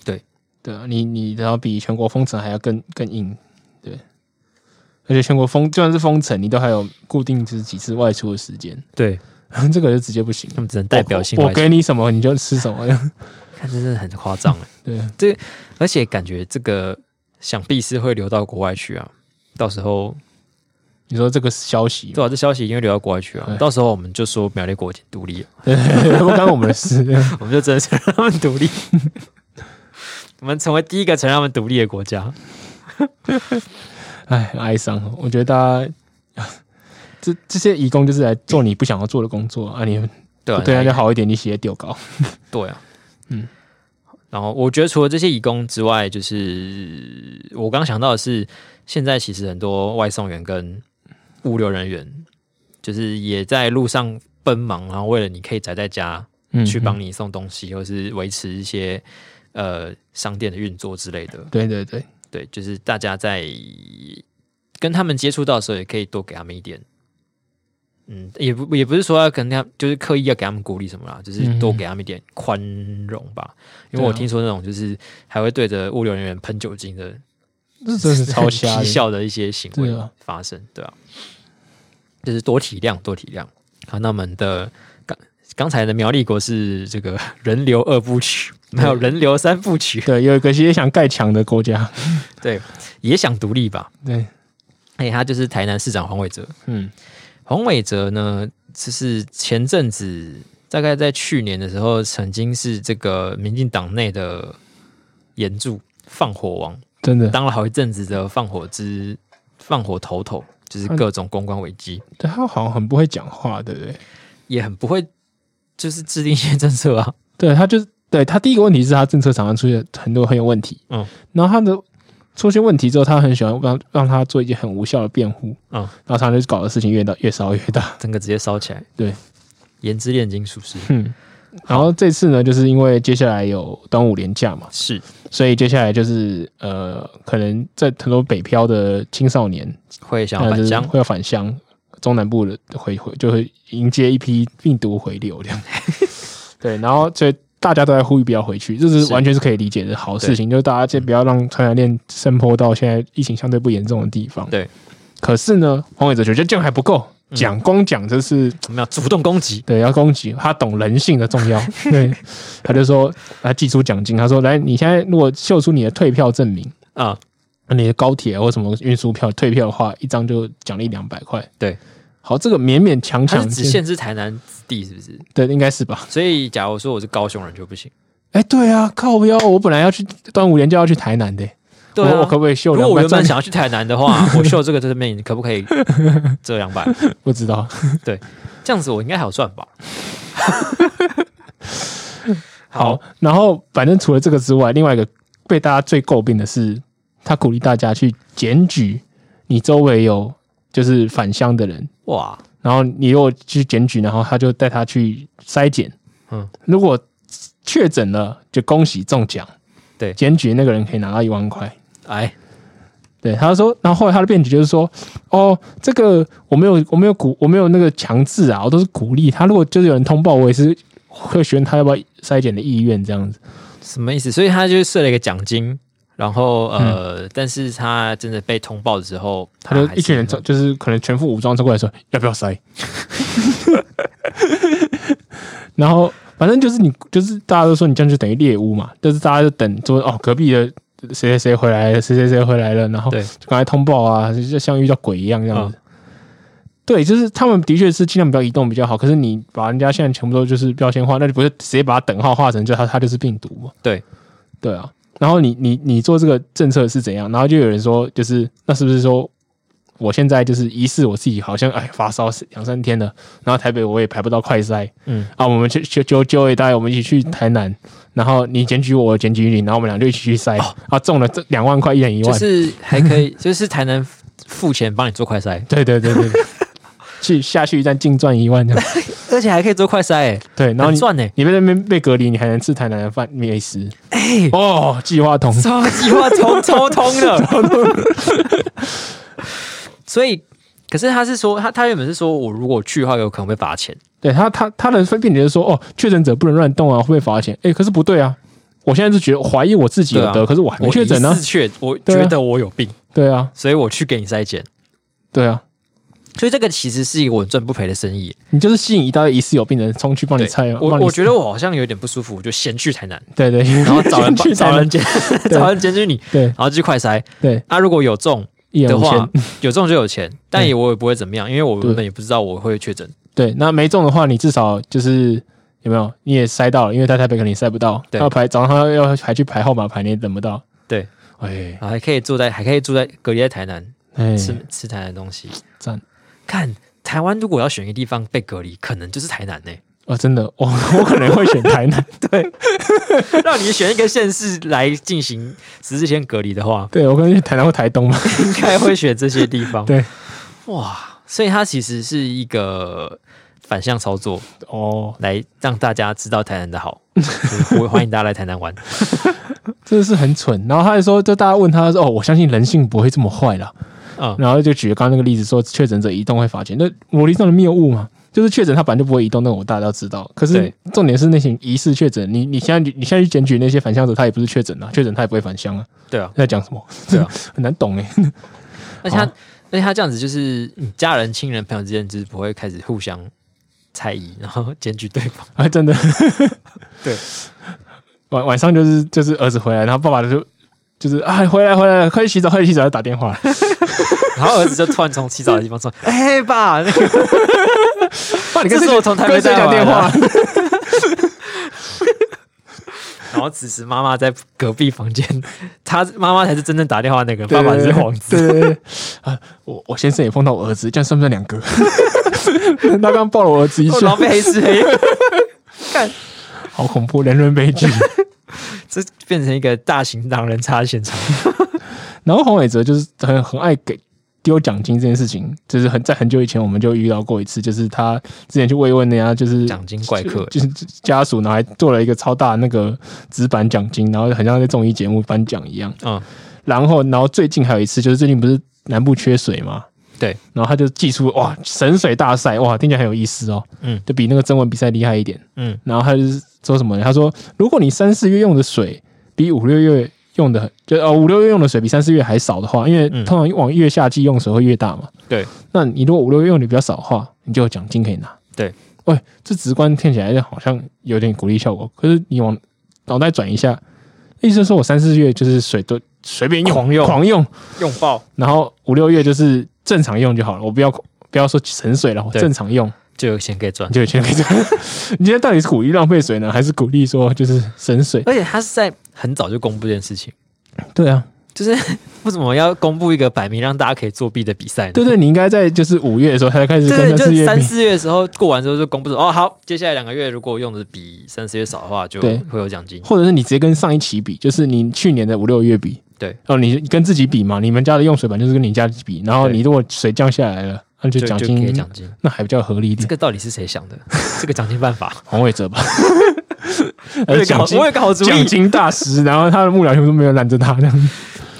Speaker 1: 对
Speaker 2: 对啊，你你然后比全国封城还要更更硬。对，而且全国封就算是封城，你都还有固定就是几次外出的时间。
Speaker 1: 对
Speaker 2: 这个就直接不行，
Speaker 1: 他们只能代表性
Speaker 2: 我我
Speaker 1: 外出
Speaker 2: 给你什么你就吃什么。
Speaker 1: 看这真的很夸张哎，
Speaker 2: 对，
Speaker 1: 而且感觉这个想必是会流到国外去啊。到时候，
Speaker 2: 你说这个消息
Speaker 1: 对，啊，这消息因为流到国外去啊
Speaker 2: 对，
Speaker 1: 到时候我们就说苗栗国已经独立了，
Speaker 2: 不干我们的事。
Speaker 1: 我们就真的承认他们独立， 我们成为第一个承认他们独立的国家。
Speaker 2: 哎，很哀伤哦。我觉得大家这这些义工就是来做你不想要做的工作啊，你
Speaker 1: 对啊，
Speaker 2: 对大
Speaker 1: 那
Speaker 2: 家好一点，你写丢稿。
Speaker 1: 对啊，
Speaker 2: 嗯
Speaker 1: 嗯。然后我觉得除了这些义工之外，就是我刚想到的是，现在其实很多外送员跟物流人员，就是也在路上奔忙，然后为了你可以宅在家
Speaker 2: 嗯
Speaker 1: 去帮
Speaker 2: 你。
Speaker 1: 你送东西，或是维持一些呃商店的运作之类的。
Speaker 2: 嗯对对对，
Speaker 1: 对，就是大家在跟他们接触到的时候，也可以多给他们一点，嗯，也不也不是说要跟他，就是刻意要给他们鼓励什么啦，就是多
Speaker 2: 嗯
Speaker 1: 给他们一点宽容吧。因为
Speaker 2: 对啊
Speaker 1: 我听说那种就是还会对着物流人员喷酒精的，
Speaker 2: 这 真是超瞎
Speaker 1: 嬉
Speaker 2: 的。
Speaker 1: 笑的一些行为
Speaker 2: 对啊
Speaker 1: 发生，对吧、就是多体谅，多体谅。好，那我们的刚刚才的苗栗国是这个 人流二部曲，还有人流三部曲，
Speaker 2: 对，有一个也想盖墙的国家。
Speaker 1: 对，也想独立吧。
Speaker 2: 对，
Speaker 1: 哎、他就是台南市长黄伟哲，
Speaker 2: 嗯
Speaker 1: 黄伟哲呢，就是前阵子大概在去年的时候，曾经是这个民进党内的援助放火王，
Speaker 2: 真的，
Speaker 1: 当了好一阵子的放火之放火头头，就是
Speaker 2: 嗯
Speaker 1: 各种公关危机，
Speaker 2: 对他好像很不会讲话，对不对？
Speaker 1: 也很不会就是制定一些政策啊。
Speaker 2: 对，他就是对他第一个问题是他政策常常出现很多很有问题，
Speaker 1: 嗯，
Speaker 2: 然后他的出现问题之后，他很喜欢让让他做一些很无效的辩护，
Speaker 1: 嗯
Speaker 2: 然后他就搞的事情越到越烧越 大，
Speaker 1: 整个直接烧起来。
Speaker 2: 对，
Speaker 1: 颜之炼金术师
Speaker 2: 嗯。然后这次呢，就是因为接下来有端午连假嘛，
Speaker 1: 是
Speaker 2: 所以接下来就是呃，可能在很多北漂的青少年，
Speaker 1: 会想要
Speaker 2: 呃就
Speaker 1: 返
Speaker 2: 是
Speaker 1: 乡，
Speaker 2: 会要返乡，中南部的回回就会迎接一批病毒回 流这样。对，然后所以大家都在呼吁不要回去，这是
Speaker 1: 是
Speaker 2: 完全是可以理解的好事情，就是大家先不要让传染链渗透到现在疫情相对不严重的地方。
Speaker 1: 对，嗯
Speaker 2: 可是呢，黄伟哲觉得这样还不够，讲光讲这是
Speaker 1: 我们要主动攻击。
Speaker 2: 对，要攻击他懂人性 的重要。对，他就说他寄出奖金，他说来，你现在如果秀出你的退票证明，
Speaker 1: 啊、
Speaker 2: 那你的高铁或什么运输票退票的话，一张就奖励两百块。
Speaker 1: 对，
Speaker 2: 好，这个勉勉强
Speaker 1: 它
Speaker 2: 强
Speaker 1: 是只限制台南地是不是？
Speaker 2: 对，应该是吧？
Speaker 1: 所以假如说我是高雄人就不行。
Speaker 2: 哎，对啊，靠腰，我本来要去端午连假要去台南的、
Speaker 1: 对啊，
Speaker 2: 我我可不可以秀
Speaker 1: 如
Speaker 2: 两
Speaker 1: 果我
Speaker 2: 百
Speaker 1: 原
Speaker 2: 赚
Speaker 1: 本？想要去台南的话， 我秀这个这面可不可以这两百？
Speaker 2: 不知道，
Speaker 1: 这样子我应该还有赚 吧？
Speaker 2: 好，，然后反正除了这个之外，另外一个被大家最诟病的是，他鼓励大家去检举你周围有就是返乡的人，
Speaker 1: 哇，
Speaker 2: 然后你如果去检举，然后他就带他去筛检，
Speaker 1: 嗯，
Speaker 2: 如果确诊了就恭喜中奖，
Speaker 1: 对
Speaker 2: 检举那个人可以拿到一万块。
Speaker 1: 哎，
Speaker 2: 对，他说，然后后来他的辩解就是说，哦，这个我没有，我没有鼓，我没有那个强制啊，我都是鼓励他。如果就是有人通报，我也是会询问他要不要筛检的意愿这样子。
Speaker 1: 什么意思？所以他就设了一个奖金，然后呃，但是他真的被通报的时候，
Speaker 2: 嗯他就
Speaker 1: 还是
Speaker 2: 一群人冲，就是可能全副武装冲过来说要不要塞， 然后反正就是你就是大家都说你这样就等于猎巫嘛，就是大家就等说哦隔壁的谁谁谁回来了，谁谁谁回来了，然后
Speaker 1: 对
Speaker 2: 就赶快通报啊，就像遇到鬼一样这样子。对，就是他们的确是尽量不要移动比较好，可是你把人家现在全部都就是标签化，那就不是直接把它等号化成就它它就是病毒嘛？
Speaker 1: 对，
Speaker 2: 对啊。然后你你你做这个政策是怎样？然后就有人说，就是那是不是说我现在就是疑似我自己好像哎发烧两三天了，然后台北我也排不到快筛
Speaker 1: 嗯，
Speaker 2: 啊，我们去就就就大家我们一起去台南，然后你检举我，我检举你，然后我们俩就一起去筛、啊，中了这两万块，一人一
Speaker 1: 哦就
Speaker 2: 万，
Speaker 1: 是还可以，就是台南付钱帮你做快 筛，
Speaker 2: 对对对对对，去下去一站净赚一万这样，
Speaker 1: 而且还可以做快筛、欸，
Speaker 2: 对，然后
Speaker 1: 很
Speaker 2: 你
Speaker 1: 赚呢、欸，
Speaker 2: 你被那边被隔离，你还能吃台南的饭美食
Speaker 1: 哎、
Speaker 2: 哦，计划通，
Speaker 1: 什么计划通抽通的？ 所以，可是他是说，他他原本是说我如果去的话，有可能会罚钱。
Speaker 2: 对他他他的分辨就是说哦，确诊者不能乱动啊，会被罚钱，哎，可是不对啊。我现在是觉得怀疑我自己有
Speaker 1: 对
Speaker 2: 得，
Speaker 1: 啊
Speaker 2: 可是我还没
Speaker 1: 我
Speaker 2: 确诊呢
Speaker 1: 疑似。确，我
Speaker 2: 对啊
Speaker 1: 觉得我有病，
Speaker 2: 对啊，
Speaker 1: 所以我去给你筛检。
Speaker 2: 对啊，
Speaker 1: 所以这个其实是一个稳赚不赔的生意。
Speaker 2: 你就是吸引一大堆疑似有病人冲去帮哦你
Speaker 1: 对
Speaker 2: 猜，，啊
Speaker 1: 我
Speaker 2: 帮你
Speaker 1: 我觉得我好像有点不舒服，我就先去台南，
Speaker 2: 对对，
Speaker 1: 然后 找人
Speaker 2: 去
Speaker 1: 找
Speaker 2: 才能
Speaker 1: 人检找人检举你，
Speaker 2: 对
Speaker 1: 然后就快筛。
Speaker 2: 对，
Speaker 1: 啊，如果有中
Speaker 2: 一人
Speaker 1: 的
Speaker 2: 五
Speaker 1: 话
Speaker 2: 千，，
Speaker 1: 有中就有钱，但也我也不会怎么样，因为我
Speaker 2: 对
Speaker 1: 原本也不知道我会确诊。
Speaker 2: 对，那没中的话，你至少就是有没有你也塞到了，因为在台北肯定塞不到，
Speaker 1: 对
Speaker 2: 要排早上他要排去排号码牌，你也等不到。
Speaker 1: 对，
Speaker 2: 哎
Speaker 1: 啊，还可以住在，还可以住在隔离在台南，
Speaker 2: 哎，
Speaker 1: 吃吃台南的东西。
Speaker 2: 赞
Speaker 1: 看台湾，如果要选一个地方被隔离，可能就是台南欸呢、
Speaker 2: 哦，真的，我我可能会选台南，
Speaker 1: 让你选一个县市来进行十四天隔离的 话，
Speaker 2: 对我可能去台南或台东嘛。
Speaker 1: 应该会选这些地方。
Speaker 2: 对，
Speaker 1: 哇，所以它其实是一个反向操作，
Speaker 2: 哦，
Speaker 1: 来让大家知道台南的好。就是 我欢迎大家来台南玩。
Speaker 2: 真的是很蠢。然后他还说，就大家问他说，哦，我相信人性不会这么坏啦。
Speaker 1: 嗯，
Speaker 2: 然后就举了刚刚那个例子说，确诊者移动会罚钱，那逻辑上的谬误嘛，就是确诊他本来就不会移动，那我大家都知道。可是
Speaker 1: 对
Speaker 2: 重点是那些疑似确诊，你你现在你现在去检举那些返乡者，他也不是确诊啊，确诊他也不会返乡啊，
Speaker 1: 对啊，
Speaker 2: 在讲什么？
Speaker 1: 对 啊，
Speaker 2: 很难懂哎。
Speaker 1: 而且他
Speaker 2: 好，
Speaker 1: 而且他这样子就是你家人、亲人、朋友之间，就是不会开始互相猜疑，然后 检举对方。，
Speaker 2: 啊，真的
Speaker 1: 对，
Speaker 2: 晚晚上就是就是儿子回来，然后爸爸就就是啊回来回来了，快去洗澡，快去洗澡，要打电话。
Speaker 1: 然后儿子就突然从洗澡的地方说：“ 哎、爸，那个
Speaker 2: 爸，你
Speaker 1: 这
Speaker 2: 跟谁
Speaker 1: 是我从台北
Speaker 2: 跟谁
Speaker 1: 带
Speaker 2: 讲
Speaker 1: 回来
Speaker 2: 电
Speaker 1: 的
Speaker 2: 话
Speaker 1: 啊？然后此时妈妈在隔壁房间，她妈妈才是真正打电话那个人，爸爸只是幌子。
Speaker 2: 对对对对 啊，我我先生也碰到我儿子，这样算不算两 个？他刚抱了我 儿子一
Speaker 1: 哦
Speaker 2: 下
Speaker 1: 然后，被黑吃黑，
Speaker 2: 好恐怖，人伦悲剧。
Speaker 1: 这变成一个大型狼人杀现场。
Speaker 2: 然后黄伟哲就是很很爱给丢奖金这件事情，就是很在很久以前我们就遇到过一次，就是他之前去慰问人家，就是
Speaker 1: 奖金怪客
Speaker 2: 就就是家属，然后还做了一个超大的那个纸板奖金，然后很像在综艺节目颁奖一样。
Speaker 1: 嗯，
Speaker 2: 然后，然后最近还有一次，就是最近不是南部缺水嘛，
Speaker 1: 对，
Speaker 2: 然后他就寄出哇神水大赛，哇听起来很有意思哦，
Speaker 1: 嗯
Speaker 2: 就比那个征文比赛厉害一点。
Speaker 1: 嗯，
Speaker 2: 然后他就是说什么呢？他说，如果你三四月用的水比五六月用的，就哦五六月用的水比三四月还少的话，因为
Speaker 1: 嗯
Speaker 2: 通常往越夏季用水会越大嘛。
Speaker 1: 对，
Speaker 2: 那你如果五六月用的比较少的话，你就有奖金可以拿。
Speaker 1: 对，
Speaker 2: 喂，这直观听起来就好像有点鼓励效果，可是你往脑袋转一下，意思是说我三四月就是水都随便用
Speaker 1: 狂用
Speaker 2: 狂用，
Speaker 1: 用爆
Speaker 2: 然后五六月就是正常用就好了，我不要不不要说省水了，
Speaker 1: 对
Speaker 2: 正常用
Speaker 1: 就有钱可以赚
Speaker 2: 你。就有钱可以赚。 你现在到底是鼓励浪费水呢，还是鼓励说就是省水？
Speaker 1: 而且他是在很早就公布这件事情，
Speaker 2: 对啊，
Speaker 1: 就是 为什么要公布一个摆明让大家可以作弊的比赛呢？
Speaker 2: 对对，你应该在就是五月的时候，他就开始
Speaker 1: 对对，
Speaker 2: 跟四
Speaker 1: 就
Speaker 2: 月
Speaker 1: 三
Speaker 2: 比。
Speaker 1: 四月的时候过完之后就公布说，哦，好，接下来两个月如果用的比三四月少的话，就
Speaker 2: 对
Speaker 1: 会有奖金。
Speaker 2: 或者是你直接跟上一期比，就是你去年的五六月比，
Speaker 1: 对，
Speaker 2: 哦，你你跟自己比嘛，你们家的用水版就是跟你家的比，然后
Speaker 1: 对
Speaker 2: 你如果水降下来了，那就
Speaker 1: 就
Speaker 2: 奖
Speaker 1: 就可
Speaker 2: 金
Speaker 1: 以，奖金，
Speaker 2: 那还比较合理一
Speaker 1: 这
Speaker 2: 点。
Speaker 1: 个到底是谁想的？这个奖金办法，
Speaker 2: 黄伟 哲吧，
Speaker 1: 我
Speaker 2: 呃
Speaker 1: 有一个好
Speaker 2: 奖金
Speaker 1: 我有一个好主
Speaker 2: 奖
Speaker 1: 意，
Speaker 2: 金大师，然后他的幕僚全部都没有拦着他，这样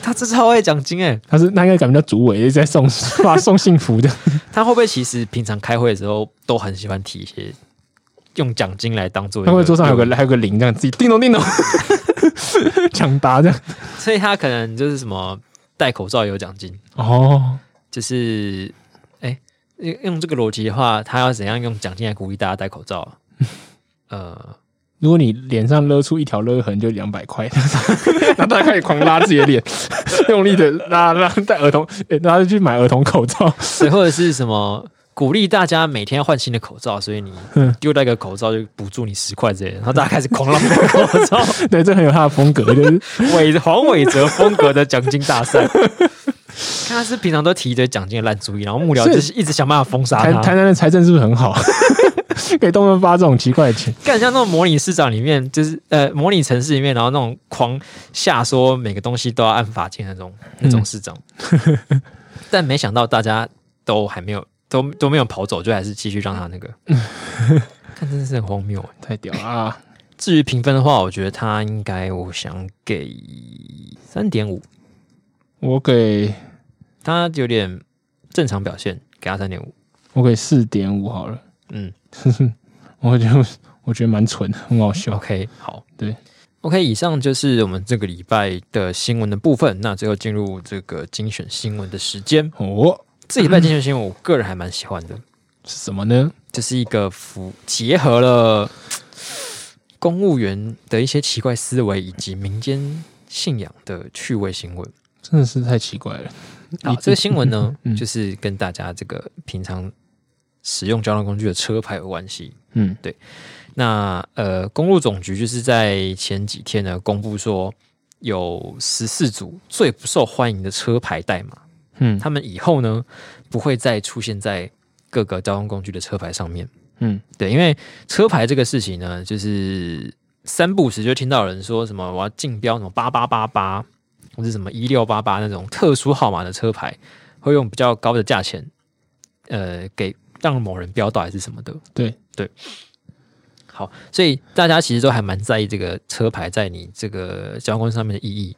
Speaker 1: 他这超爱奖金哎、
Speaker 2: 他是他应该感觉到主委一直在送发送幸福的，
Speaker 1: 他会不会其实平常开会的时候都很喜欢提一些用奖金来当做？
Speaker 2: 他会桌上还有个还有个铃，这样自己叮咚叮咚抢答这样。
Speaker 1: 所以他可能就是什么戴口罩有奖金，
Speaker 2: 哦，
Speaker 1: 就是哎、用用这个逻辑的话，他要怎样用奖金来鼓励大家戴口罩 啊？呃，
Speaker 2: 如果你脸上勒出一条勒痕，就两百块，然后大家开始狂拉自己的脸，用力的拉拉戴儿童，诶然后就去买儿童口罩，
Speaker 1: 所以或者是什么鼓励大家每天要换新的口罩，所以你
Speaker 2: 嗯
Speaker 1: 丢掉一个口罩就补助你十块之类的，然后大家开始狂浪费口罩，
Speaker 2: 对，这很有他的风格，就是
Speaker 1: 伟黄伟哲风格的奖金大赛。看他是平常都提着奖金的烂主意，然后幕僚
Speaker 2: 所以
Speaker 1: 就是一直想办法封杀
Speaker 2: 台
Speaker 1: 他。
Speaker 2: 台南的财政是不是很好？给动漫发这种奇怪的钱，
Speaker 1: 干像那种模拟市长里面，就是呃模拟城市里面，然后那种狂下说每个东西都要按法金那种那
Speaker 2: 嗯
Speaker 1: 种市长，但没想到大家都还没有都都没有跑走，就还是继续让他 那个，看真的是很荒谬欸。
Speaker 2: 太屌了啊！
Speaker 1: 至于评分的话，我觉得他应该我想给三点五，
Speaker 2: 我给
Speaker 1: 他有点正常表现，给他三点五。
Speaker 2: 我给四点五好了，
Speaker 1: 嗯
Speaker 2: 我觉得我觉得蛮蠢的，很好笑。
Speaker 1: ，OK，好，
Speaker 2: 对
Speaker 1: ，OK，以上就是我们这个礼拜的新闻的部分。那最后进入这个精选新闻的时间。
Speaker 2: 哦，
Speaker 1: 这礼拜精选新闻，我个人还蛮喜欢的，
Speaker 2: 是什么呢？
Speaker 1: 这是一个符结合了公务员的一些奇怪思维以及民间信仰的趣味新闻。
Speaker 2: 真的是太奇怪了。
Speaker 1: 好，
Speaker 2: 一
Speaker 1: 这个新闻呢，
Speaker 2: 嗯
Speaker 1: 就是跟大家这个平常使用交通工具的车牌有关系。
Speaker 2: 嗯
Speaker 1: 那呃，公路总局就是在前几天呢，公布说有十四组最不受欢迎的车牌代码，
Speaker 2: 嗯
Speaker 1: 他们以后呢不会再出现在各个交通工具的车牌上面。
Speaker 2: 嗯，
Speaker 1: 对，因为车牌这个事情呢，就是三不五时就听到有人说什么我要竞标什么八八八八，或者什么一六八八那种特殊号码的车牌，会用比较高的价钱，呃，给让某人标到还是什么的。
Speaker 2: 对
Speaker 1: 对，好，所以大家其实都还蛮在意这个车牌在你这个交通工具上面的意义。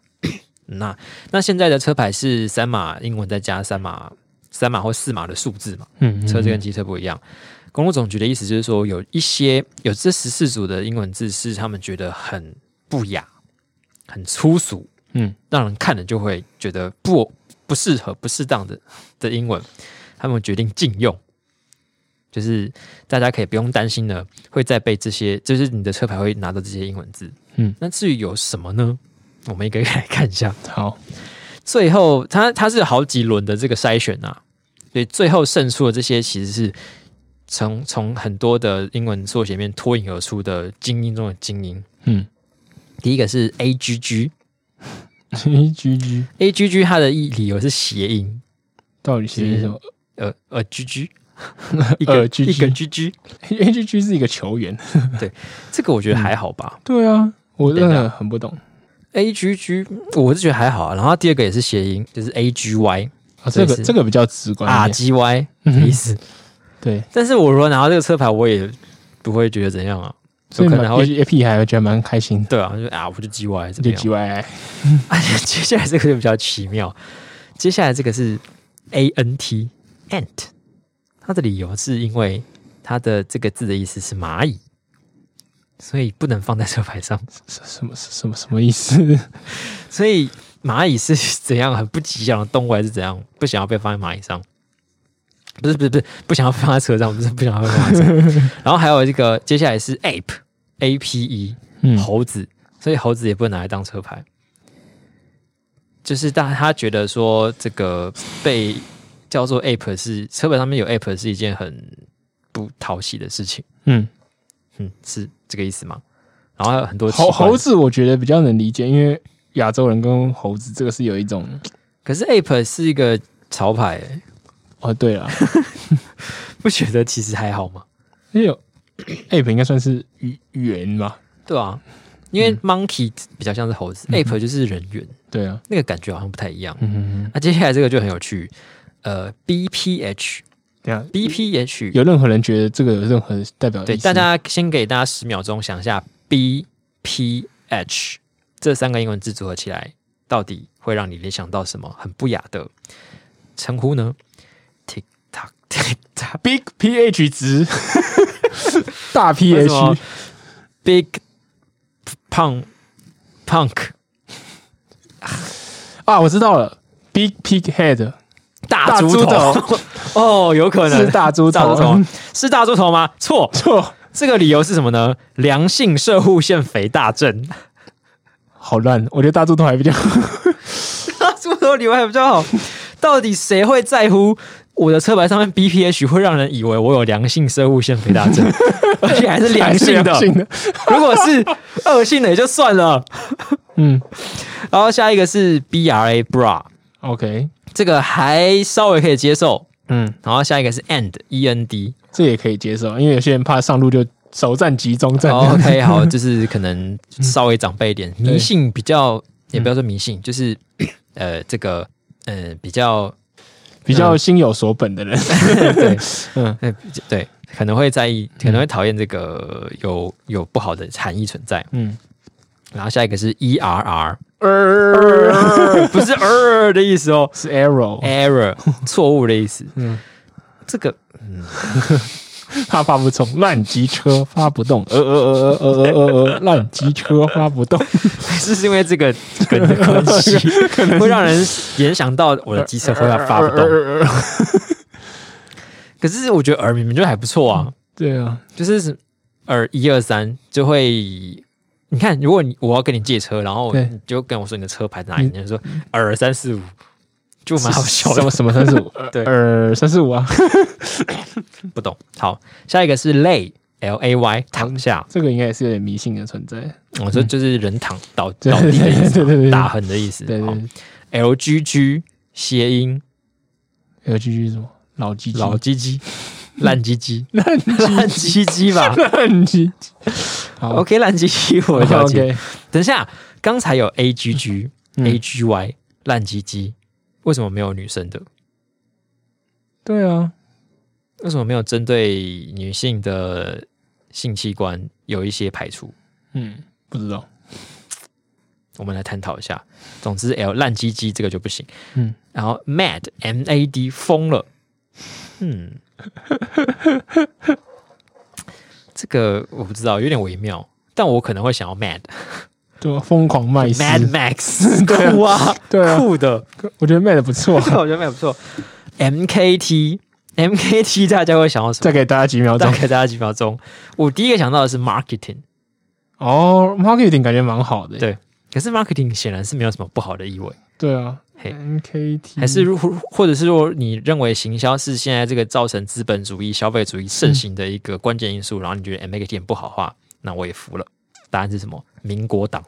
Speaker 1: 那那现在的车牌是三码英文再加三码三码或四码的数字嘛？
Speaker 2: 嗯，
Speaker 1: 车子跟机车不一样。公路总局的意思就是说，有一些有这十四组的英文字是他们觉得很不雅、很粗俗，
Speaker 2: 嗯，
Speaker 1: 让人看了就会觉得不不适合、不适当的的英文，他们决定禁用。就是大家可以不用担心呢，会再被这些，就是你的车牌会拿到这些英文字。
Speaker 2: 嗯，
Speaker 1: 那至于有什么呢？我们一个一个来看一下。
Speaker 2: 好，
Speaker 1: 最后它它是好几轮的这个筛选啊，所以最后胜出的这些其实是从从很多的英文缩写里面脱颖而出的精英中的精英。
Speaker 2: 嗯
Speaker 1: 第一个是 A G G，A
Speaker 2: ，G G
Speaker 1: G G 它的意理由是谐音，
Speaker 2: 到底是什么？
Speaker 1: 呃呃 G G，一个
Speaker 2: GG
Speaker 1: 一个 G G，
Speaker 2: A G G 是一个球员，
Speaker 1: 这个我
Speaker 2: 嗯
Speaker 1: 觉得还好吧。
Speaker 2: 对啊，我
Speaker 1: 等
Speaker 2: 真
Speaker 1: 一下
Speaker 2: 的很不懂
Speaker 1: A G G 我是觉得还好、啊，然后第二个也是谐音，就是 A G Y
Speaker 2: 啊，这
Speaker 1: 对
Speaker 2: 个
Speaker 1: 是
Speaker 2: 这个比较直观
Speaker 1: 啊
Speaker 2: 一点
Speaker 1: G Y
Speaker 2: 嗯
Speaker 1: 的意思。
Speaker 2: 对，
Speaker 1: 但是我如果拿到这个车牌，我也不会觉得怎样啊，
Speaker 2: 所以
Speaker 1: 可能还
Speaker 2: 蛮
Speaker 1: 会
Speaker 2: A P 还觉得蛮开心的，
Speaker 1: 对啊，就啊我就 G Y 怎么
Speaker 2: 就
Speaker 1: 样？
Speaker 2: G Y，
Speaker 1: 而且接下来这个啊就比较奇妙，接下来这个是 A N T ant，它的理由是因为它的这个字的意思是蚂蚁，所以不能放在车牌上。
Speaker 2: 什什么什么什么意思？
Speaker 1: 所以蚂蚁是怎样很不吉祥的动物，还是怎样不想要被放在蚂蚁上？不是不是不是不想要放在车上，不是不想要被放在车上。 然后还有这个，接下来是 ape，a p e，
Speaker 2: 嗯
Speaker 1: 猴子，所以猴子也不能拿来当车牌。就是大他觉得说这个被叫做 App 是车本上面有 App 是一件很不讨喜的事情。
Speaker 2: 嗯，
Speaker 1: 嗯，是这个意思吗？然后还有很多奇
Speaker 2: 猴
Speaker 1: 怪
Speaker 2: 猴子我觉得比较能理解，因为亚洲人跟猴子这个是有一种
Speaker 1: 可是 App 是一个潮牌、欸，
Speaker 2: 哦，对了，
Speaker 1: 不觉得其实还好吗？
Speaker 2: 因为有 app 应该算是语言吧？
Speaker 1: 对啊，因
Speaker 2: 嗯
Speaker 1: 为 Monkey 比较像是猴子、a p p 就是人猿，
Speaker 2: 对啊，
Speaker 1: 那个感觉好像不太一样。啊
Speaker 2: 嗯，
Speaker 1: 那、接下来这个就很有趣，呃，BPH
Speaker 2: 对啊，
Speaker 1: BPH
Speaker 2: 有任何人觉得这个有任何代表意
Speaker 1: 对，
Speaker 2: 思吗
Speaker 1: 大家先给大家十秒钟想一下 B P H 这三个英文字组合起来，到底会让你联想到什么很不雅的称呼呢？Tick tock tick tock
Speaker 2: big pH 值 大
Speaker 1: 为什么
Speaker 2: pH
Speaker 1: big punk punk
Speaker 2: 啊，我知道了，big pig head
Speaker 1: 大猪
Speaker 2: 大猪
Speaker 1: 头哦，有可能
Speaker 2: 是大猪
Speaker 1: 大
Speaker 2: 头
Speaker 1: 猪头是大猪头吗？错，
Speaker 2: 错，
Speaker 1: 这个理由是什么呢？良性射护腺肥大症。
Speaker 2: 好烂，我觉得大猪头还比较
Speaker 1: 大猪头理由还比较好。到底谁会在乎我的车牌上面 BPH 会让人以为我有良性射护腺肥大 症，而且还是 良性的
Speaker 2: 良？性的，
Speaker 1: 如果是恶性的也就算了。
Speaker 2: 嗯
Speaker 1: 然后下一个是 BRA bra，
Speaker 2: ，OK，
Speaker 1: 这个还稍微可以接受。
Speaker 2: 嗯，
Speaker 1: 然后下一个是 end e n d。
Speaker 2: 这也可以接受，因为有些人怕上路就首战集中战，
Speaker 1: 哦 OK，好，就是可能稍微长辈一点，迷信比较也不要说迷信，就是 呃这个呃比较
Speaker 2: 比较心有所本的人，
Speaker 1: 对，
Speaker 2: 嗯
Speaker 1: 嗯，对，可能会在意，可能会讨厌这个有有不好的含义存在。
Speaker 2: 嗯，
Speaker 1: 然后下一个是 E R R，
Speaker 2: 呃，
Speaker 1: 不是 error 的意思哦
Speaker 2: 是 arrow，
Speaker 1: ，error 错误的意思。
Speaker 2: 嗯
Speaker 1: 嗯，这个
Speaker 2: 他发不动，烂机车发不动，呃呃呃呃呃呃 呃，烂机车发不动，
Speaker 1: 是是因为这 个梗的关系，会让人联想到我的机车会发 不动。
Speaker 2: 动。
Speaker 1: 可是我觉得 er 明明就还不错啊，
Speaker 2: 对啊，
Speaker 1: 就是耳一二三就会。你看，如果你我要跟你借车，然后
Speaker 2: 对
Speaker 1: 你就跟我说你的车牌在哪里，你就说耳三四五，就蛮好笑
Speaker 2: 什
Speaker 1: 的
Speaker 2: 么。什么三四五？
Speaker 1: 对
Speaker 2: 呃，三四五啊，
Speaker 1: 不懂。好，下一个是 lay l a y 躺下，
Speaker 2: 这个应该也是有点迷信的存在。
Speaker 1: 我说就是人躺倒
Speaker 2: 对
Speaker 1: 倒地的意思
Speaker 2: 对对对对对
Speaker 1: 嘛，打横的意思。
Speaker 2: 对
Speaker 1: 好
Speaker 2: 对
Speaker 1: l g g 谐音
Speaker 2: 对，有句句什么老鸡鸡
Speaker 1: 老鸡鸡，烂鸡鸡，
Speaker 2: 烂
Speaker 1: 烂
Speaker 2: 鸡。
Speaker 1: 鸡鸡吧
Speaker 2: 烂鸡鸡。好
Speaker 1: OK，烂鸡鸡我了解。
Speaker 2: OK，
Speaker 1: 等一下，刚才有 a g g
Speaker 2: 嗯
Speaker 1: a g y 烂鸡鸡，为什么没有女生的？
Speaker 2: 对啊，
Speaker 1: 为什么没有针对女性的性器官有一些排除？
Speaker 2: 嗯，不知道，
Speaker 1: 我们来探讨一下。总之，L 烂鸡鸡这个就不行。
Speaker 2: 嗯，
Speaker 1: 然后 mad m a d 疯了，嗯， 这个我不知道，有点微妙，但我可能会想要 mad
Speaker 2: 就疯狂卖尸。
Speaker 1: mad max 酷啊，
Speaker 2: 对啊
Speaker 1: 酷的，
Speaker 2: 我觉得卖的不错。
Speaker 1: 我觉得蛮不错。M K T M K T 大家会想到什
Speaker 2: 再
Speaker 1: 么？
Speaker 2: 给大家几秒
Speaker 1: 大
Speaker 2: 钟
Speaker 1: 概大家几秒钟。我第一个想到的是 marketing，
Speaker 2: 哦，marketing 感觉蛮好的。
Speaker 1: 对可是 marketing 显然是没有什么不好的意味。
Speaker 2: 对啊
Speaker 1: 嘿
Speaker 2: ，MKT
Speaker 1: 还是如或或者是说，你认为行销是现在这个造成资本主义、消费主义盛行的一个关键因素，然后你觉得 M A K 点不好的话，那我也服了。答案是什么？民国党。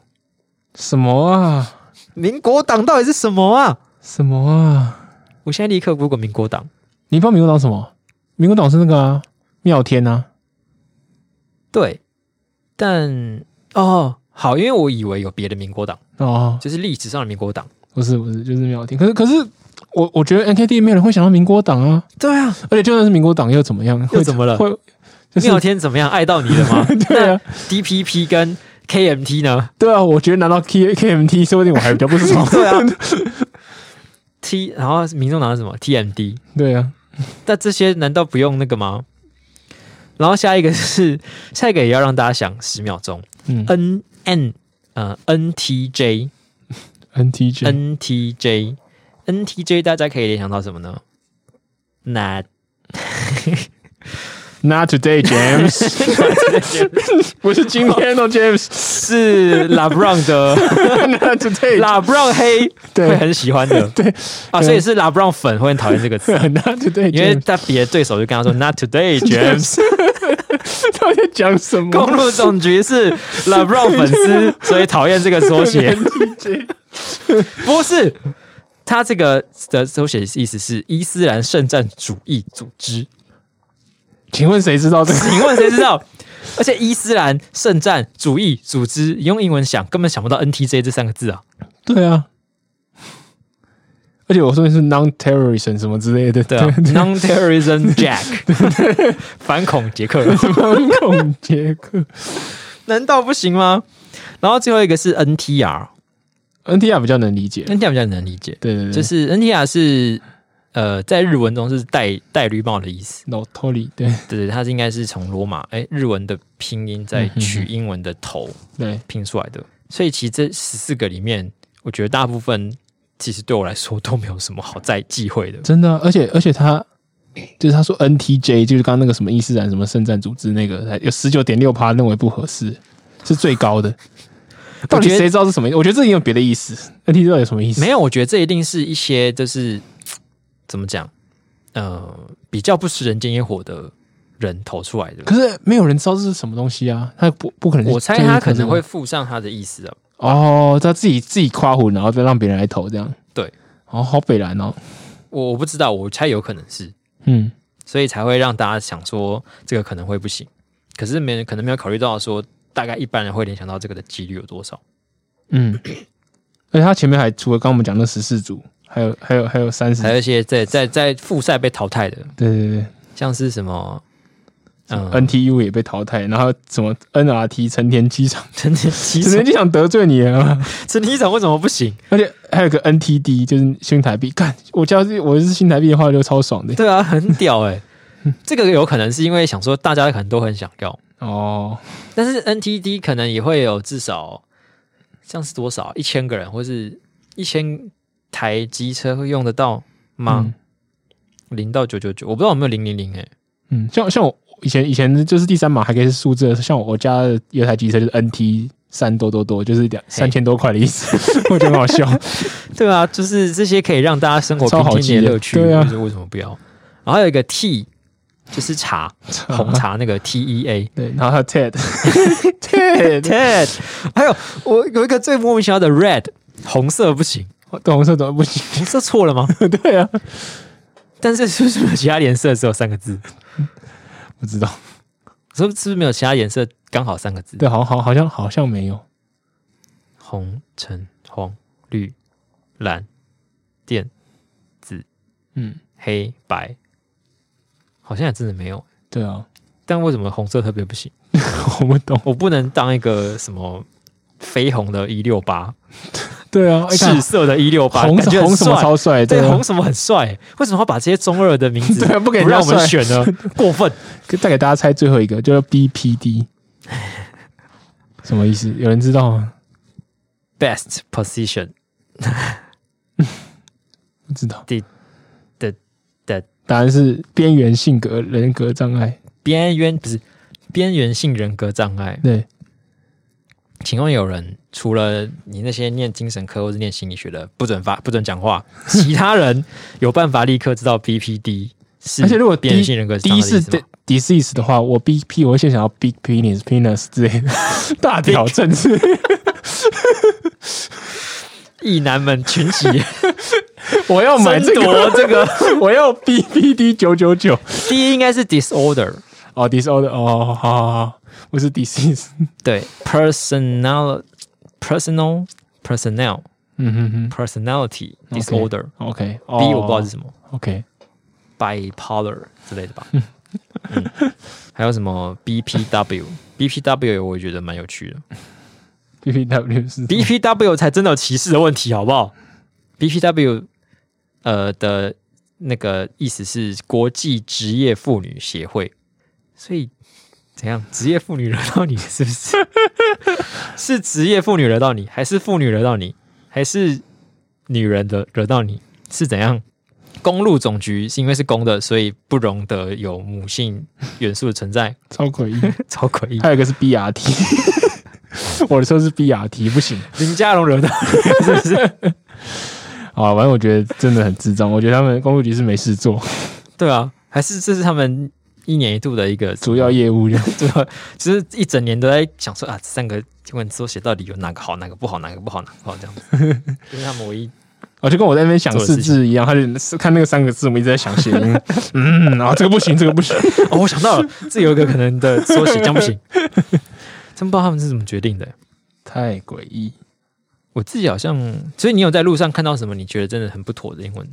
Speaker 2: 什么啊？
Speaker 1: 民国党到底是什么啊？
Speaker 2: 什么啊？
Speaker 1: 我现在立刻 Google 民国党。
Speaker 2: 你不知道民国党什么？民国党是那个啊，妙天啊。
Speaker 1: 对，但哦，好，因为我以为有别的民国党，
Speaker 2: 哦，
Speaker 1: 就是历史上的民国党。
Speaker 2: 不是不是，就是妙天。可是可是，我我觉得 NKT 没有人会想到民国党啊，
Speaker 1: 对啊，
Speaker 2: 而且就算是民国党又怎么样？会
Speaker 1: 又怎么了
Speaker 2: 会就是
Speaker 1: 妙天怎么样？爱到你了 吗
Speaker 2: 对啊
Speaker 1: ？D P P 跟 K M T 呢？
Speaker 2: 对啊，我觉得拿到 K KMT 说不定我还比较不 爽。
Speaker 1: 对啊，T，然后民众党是什么？T M D。
Speaker 2: 对啊，
Speaker 1: 那这些难道不用那个吗？然后下一个是 下一个也要让大家想十秒钟
Speaker 2: 嗯
Speaker 1: ，N N 呃 N T J
Speaker 2: ，NTJ
Speaker 1: N T J N T J，大家可以联想到什么呢？那
Speaker 2: Not today, James，不 是今天哦，James。
Speaker 1: 是 LeBron 的
Speaker 2: Not today，
Speaker 1: LeBron 黑
Speaker 2: 对
Speaker 1: 会很喜欢的，对啊，所以是 LeBron 粉会很讨厌这个词，
Speaker 2: Not today，
Speaker 1: 因为
Speaker 2: James
Speaker 1: 他别的对手就跟他 说 Not today, James。
Speaker 2: 到底在讲什 么？
Speaker 1: 公路总局是 LeBron 粉丝，所以讨厌这个缩写。 不是，他这个的缩写意思是伊斯兰圣战主义组织。
Speaker 2: 请问谁知道这个？
Speaker 1: 请问谁知 道？而且伊斯兰圣战主义组织，你用英文想根本想不到 NTJ 这三个字啊！
Speaker 2: 对啊， 而且我说的是 non-terrorism 什么之类的，
Speaker 1: 对 啊 ，Non-terrorism Jack，反恐杰 克。
Speaker 2: 反恐杰 克
Speaker 1: 难道不行吗？然后最后一个是 NTR，NTR
Speaker 2: ，NTR 比较能理解。
Speaker 1: 比较能理解，
Speaker 2: 对对对，
Speaker 1: 就是 NTR 是呃，在日文中是戴戴绿帽的意思，
Speaker 2: no totally 对
Speaker 1: 对对，它是应该是从罗马哎日文的拼音
Speaker 2: 嗯
Speaker 1: 再取英文的头
Speaker 2: 对，
Speaker 1: 拼出来的，所以其实这十四个里面，我觉得大部分其实对我来说都没有什么好在忌讳的，
Speaker 2: 真的啊、而且而且他就是他说 NTJ 就是刚刚那个什么伊斯兰什么圣战组织那个，有十九点六趴认为不合适，是最高的。到底
Speaker 1: 我觉得
Speaker 2: 谁知道是什么意思？我觉得这也有别的意思。NTJ 到底有什么意思？
Speaker 1: 没有，我觉得这一定是一些就是怎么讲，呃，比较不食人间烟火的人投出来的。
Speaker 2: 可是没有人知道这是什么东西啊，他不不可能是。
Speaker 1: 我猜他可能会附上他的意思啊，
Speaker 2: 哦，他自己自己夸胡，然后再让别人来投这样。
Speaker 1: 对，
Speaker 2: 哦，好北蓝哦，
Speaker 1: 我我不知道，我猜有可能是，
Speaker 2: 嗯，
Speaker 1: 所以才会让大家想说这个可能会不行。可是没人可能没有考虑到说，大概一般人会联想到这个的几率有多少。
Speaker 2: 嗯，而且他前面还除了刚刚我们讲那十四组，还有还有还有三十，
Speaker 1: 还有一些在在在复赛被淘汰的，
Speaker 2: 对对对、
Speaker 1: 像是什么， 嗯、
Speaker 2: NTU 也被淘汰，然后什么 NRT 成田机场，
Speaker 1: 陈田机场
Speaker 2: 成田，机场得罪你了吗，
Speaker 1: 陈田机场为什么不行？
Speaker 2: 而且还有个 NTD 就是新台币，干，我家是我是新台币的话就超爽的
Speaker 1: 对啊，很屌哎、 这个有可能是因为想说大家可能都很想要，
Speaker 2: 哦，
Speaker 1: 但是 NTD 可能也会有至少像是多少啊一千个人或是一千台机车会用得到吗？零、到九九九，我不知道有没有零零零哎，
Speaker 2: 嗯，像像我以前以前就是第三码还可以是数字的，像我家的有台机车就是 NT 三多多多，就是两三千多块的意 思，我觉得很好笑。
Speaker 1: 对啊，就是这些可以让大家生活
Speaker 2: 超好
Speaker 1: 平
Speaker 2: 记
Speaker 1: 添
Speaker 2: 的
Speaker 1: 的乐趣，
Speaker 2: 对啊
Speaker 1: 就是为什么不要？然后还有一个 T 就是 茶，红茶那个 T E A。
Speaker 2: 对，然后 他 TED TED
Speaker 1: Ted，还有我有一个最莫名其妙的 Red，红色不行，
Speaker 2: 懂红色怎么不行？
Speaker 1: 红色错了吗？
Speaker 2: 对啊，
Speaker 1: 但是是不是没有其他颜色只有三个字？
Speaker 2: 不知道，
Speaker 1: 是不是没有其他颜色刚好三个字？
Speaker 2: 对，好好好像好像没有，
Speaker 1: 红、橙、黄、绿、蓝、靛、紫、
Speaker 2: 嗯，
Speaker 1: 黑、白，好像也真的没有。
Speaker 2: 对啊，
Speaker 1: 但为什么红色特别不行？
Speaker 2: 我不懂，
Speaker 1: 我不能当一个什么绯红的一六八，
Speaker 2: 对啊，哎看
Speaker 1: 赤色的一六八，
Speaker 2: 红
Speaker 1: 感觉很
Speaker 2: 红什么
Speaker 1: 帅
Speaker 2: 超帅，
Speaker 1: 对，
Speaker 2: 啊
Speaker 1: 红什么很帅、为什么要把这些中二的名字
Speaker 2: 对啊不给人家
Speaker 1: 让我们选 呢？过分。
Speaker 2: 再给大家猜最后一个，就是 BPD，什么意思？有人知道吗？
Speaker 1: Best position
Speaker 2: 不知道。
Speaker 1: 第的的
Speaker 2: 答案是边缘性格人格障碍。
Speaker 1: 边缘不是边缘性人格障碍。
Speaker 2: 对，
Speaker 1: 请问有人除了你那些念精神科或是念心理学的不准发不准讲 话，其他人有办法立刻知道 BPD 是？
Speaker 2: 而且如果
Speaker 1: 边缘性人格障
Speaker 2: 第
Speaker 1: 碍
Speaker 2: 一
Speaker 1: 的意
Speaker 2: 是
Speaker 1: 思吗
Speaker 2: disease 的话，我 BP 我会先想要 big penis penis 之 类的 大屌政治，
Speaker 1: 异男们群 起
Speaker 2: 我要买
Speaker 1: 争
Speaker 2: 这个，
Speaker 1: 夺这个，
Speaker 2: 我要 BPD 九九九。
Speaker 1: 第一应该是 disorder，
Speaker 2: 哦，disorder，哦，好好好，我是 disease。
Speaker 1: 对 personal personal personnel
Speaker 2: 嗯哼哼
Speaker 1: personality
Speaker 2: OK
Speaker 1: disorder。
Speaker 2: ，OK，B
Speaker 1: B 我不知
Speaker 2: 哦
Speaker 1: 道是什么、
Speaker 2: OK，
Speaker 1: bipolar 之类的吧。嗯、还有什么 BPW？BPW 我也觉得蛮有趣的。
Speaker 2: BPW 是
Speaker 1: BPW 才真的有歧视的问题，好不好？BPW 呃的那个意思是国际职业妇女协会，所以怎样？职业妇女惹到你是不 是？是职业妇女惹到你，还是妇女惹到你，还是女人的惹到你？是怎样？公路总局是因为是公的，所以不容得有母性元素的存在，
Speaker 2: 超诡异。
Speaker 1: 超诡异。
Speaker 2: 还有一个是 BRT，我的车是 BRT，不行。
Speaker 1: 林家龙惹到，是不是？
Speaker 2: 啊，反正我觉得真的很智障。我觉得他们公路局是没事做，
Speaker 1: 对啊，还是这是他们一年一度的一个
Speaker 2: 主要业务这样。
Speaker 1: 主要，其实一整年都在想说啊，这三个文字都写到底有哪个好，哪个不好，哪个不好，哪个不好这样子， 因为他们唯一
Speaker 2: 啊，就跟我在那边想
Speaker 1: 做的
Speaker 2: 四
Speaker 1: 事情
Speaker 2: 字一样，他就看那个三个字，我们一直在想谐音。嗯，啊，这个不行，这个不行。
Speaker 1: 哦，我想到了，这有一个可能的缩写，这样不行。真不知道他们是怎么决定的。
Speaker 2: 太诡异。
Speaker 1: 我自己好像，所以你有在路上看到什么你觉得真的很不妥的英文？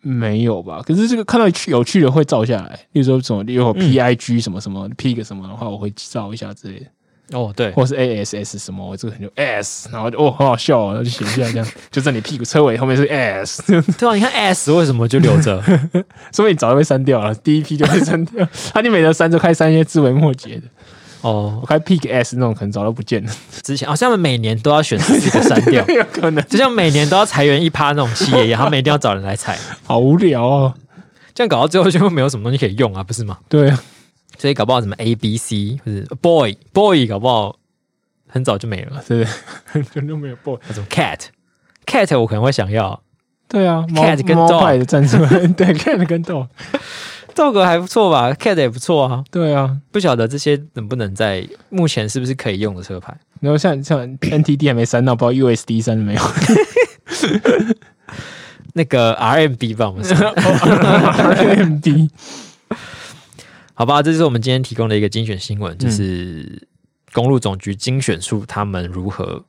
Speaker 2: 没有吧？可是这个看到有趣的会照下来，例如说什么，例如说
Speaker 1: 嗯
Speaker 2: PIG 什么什么、P 个什么的话，我会照一下之类的，
Speaker 1: 哦，对，
Speaker 2: 或是 ASS 什么，我这个很就 S，然后就哦很好笑、哦，然后就写一下这样， 就在你屁股车尾后面是 S，
Speaker 1: 对啊，你看 S 为什么就留 着？
Speaker 2: 所以你早就被删掉了，第一批就被删掉。 他就每得删就开删一些枝微末节的，
Speaker 1: 哦
Speaker 2: 我，开 P 个 S 那种可能早都不见了，，
Speaker 1: 之前好哦像、他们每年都要选四个删掉
Speaker 2: 有可能，
Speaker 1: 就像每年都要裁员一趴那种企业一样，他们一定要找人来裁，
Speaker 2: 好无聊哦。
Speaker 1: 这样搞到最后就没有什么东西可以用啊，不是吗？
Speaker 2: 对啊，
Speaker 1: 所以搞不好什么 A B C 或者 boy boy 搞不好很早就没了，
Speaker 2: 对，很久都没有 boy。
Speaker 1: 那种 cat cat 我可能会想要
Speaker 2: 对啊，猫
Speaker 1: Cat 跟
Speaker 2: 猫
Speaker 1: dog
Speaker 2: 派的站出来， 对，cat 跟 dog，
Speaker 1: ，dog 还不错吧，cat 也不错啊，
Speaker 2: 对啊，
Speaker 1: 不晓得这些能不能在目前是不是可以用的车牌？
Speaker 2: 然后像像 NTD 还没删到，不知道 USD 删了没有？
Speaker 1: 那个 RMB 吧，我 们说
Speaker 2: RMB
Speaker 1: 好吧，这是我们今天提供的一个精选新闻，就是公路总局精选出他们如何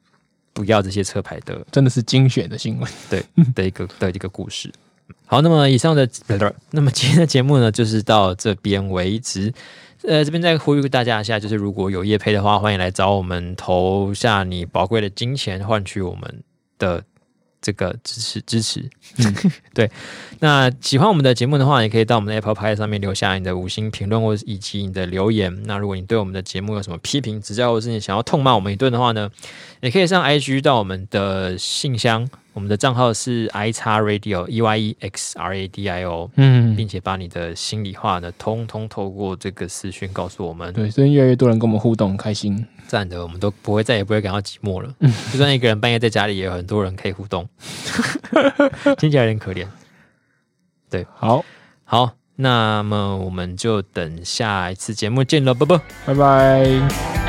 Speaker 1: 不要这些车牌的
Speaker 2: 真的是精选的新闻，
Speaker 1: 对的一个的一个故事。好，那么以上的不是那么今天的节目呢，就是到这边为止。呃，这边再呼吁大家一下，就是如果有业配的话，欢迎来找我们投下你宝贵的金钱，换取我们的这个支持支持。
Speaker 2: 嗯
Speaker 1: 对，那喜欢我们的节目的话，也可以到我们的 Apple Pie 上面留下你的五星评论或以及你的留言。那如果你对我们的节目有什么批评指教，或是你想要痛骂我们一顿的话呢，也可以上 IG 到我们的信箱，我们的账号是 i x radio e y e x r a d i o，
Speaker 2: 嗯，
Speaker 1: 并且把你的心里话呢，通通透过这个私讯告诉我们。
Speaker 2: 对，所以越来越多人跟我们互动，很开心，
Speaker 1: 赞的，我们都不会再也不会感到寂寞了。
Speaker 2: 嗯
Speaker 1: 就算一个人半夜在家里，也有很多人可以互 动，听起来有点可怜。
Speaker 2: 好，
Speaker 1: 好，那么我们就等下一次节目见了，啵啵。
Speaker 2: 拜拜。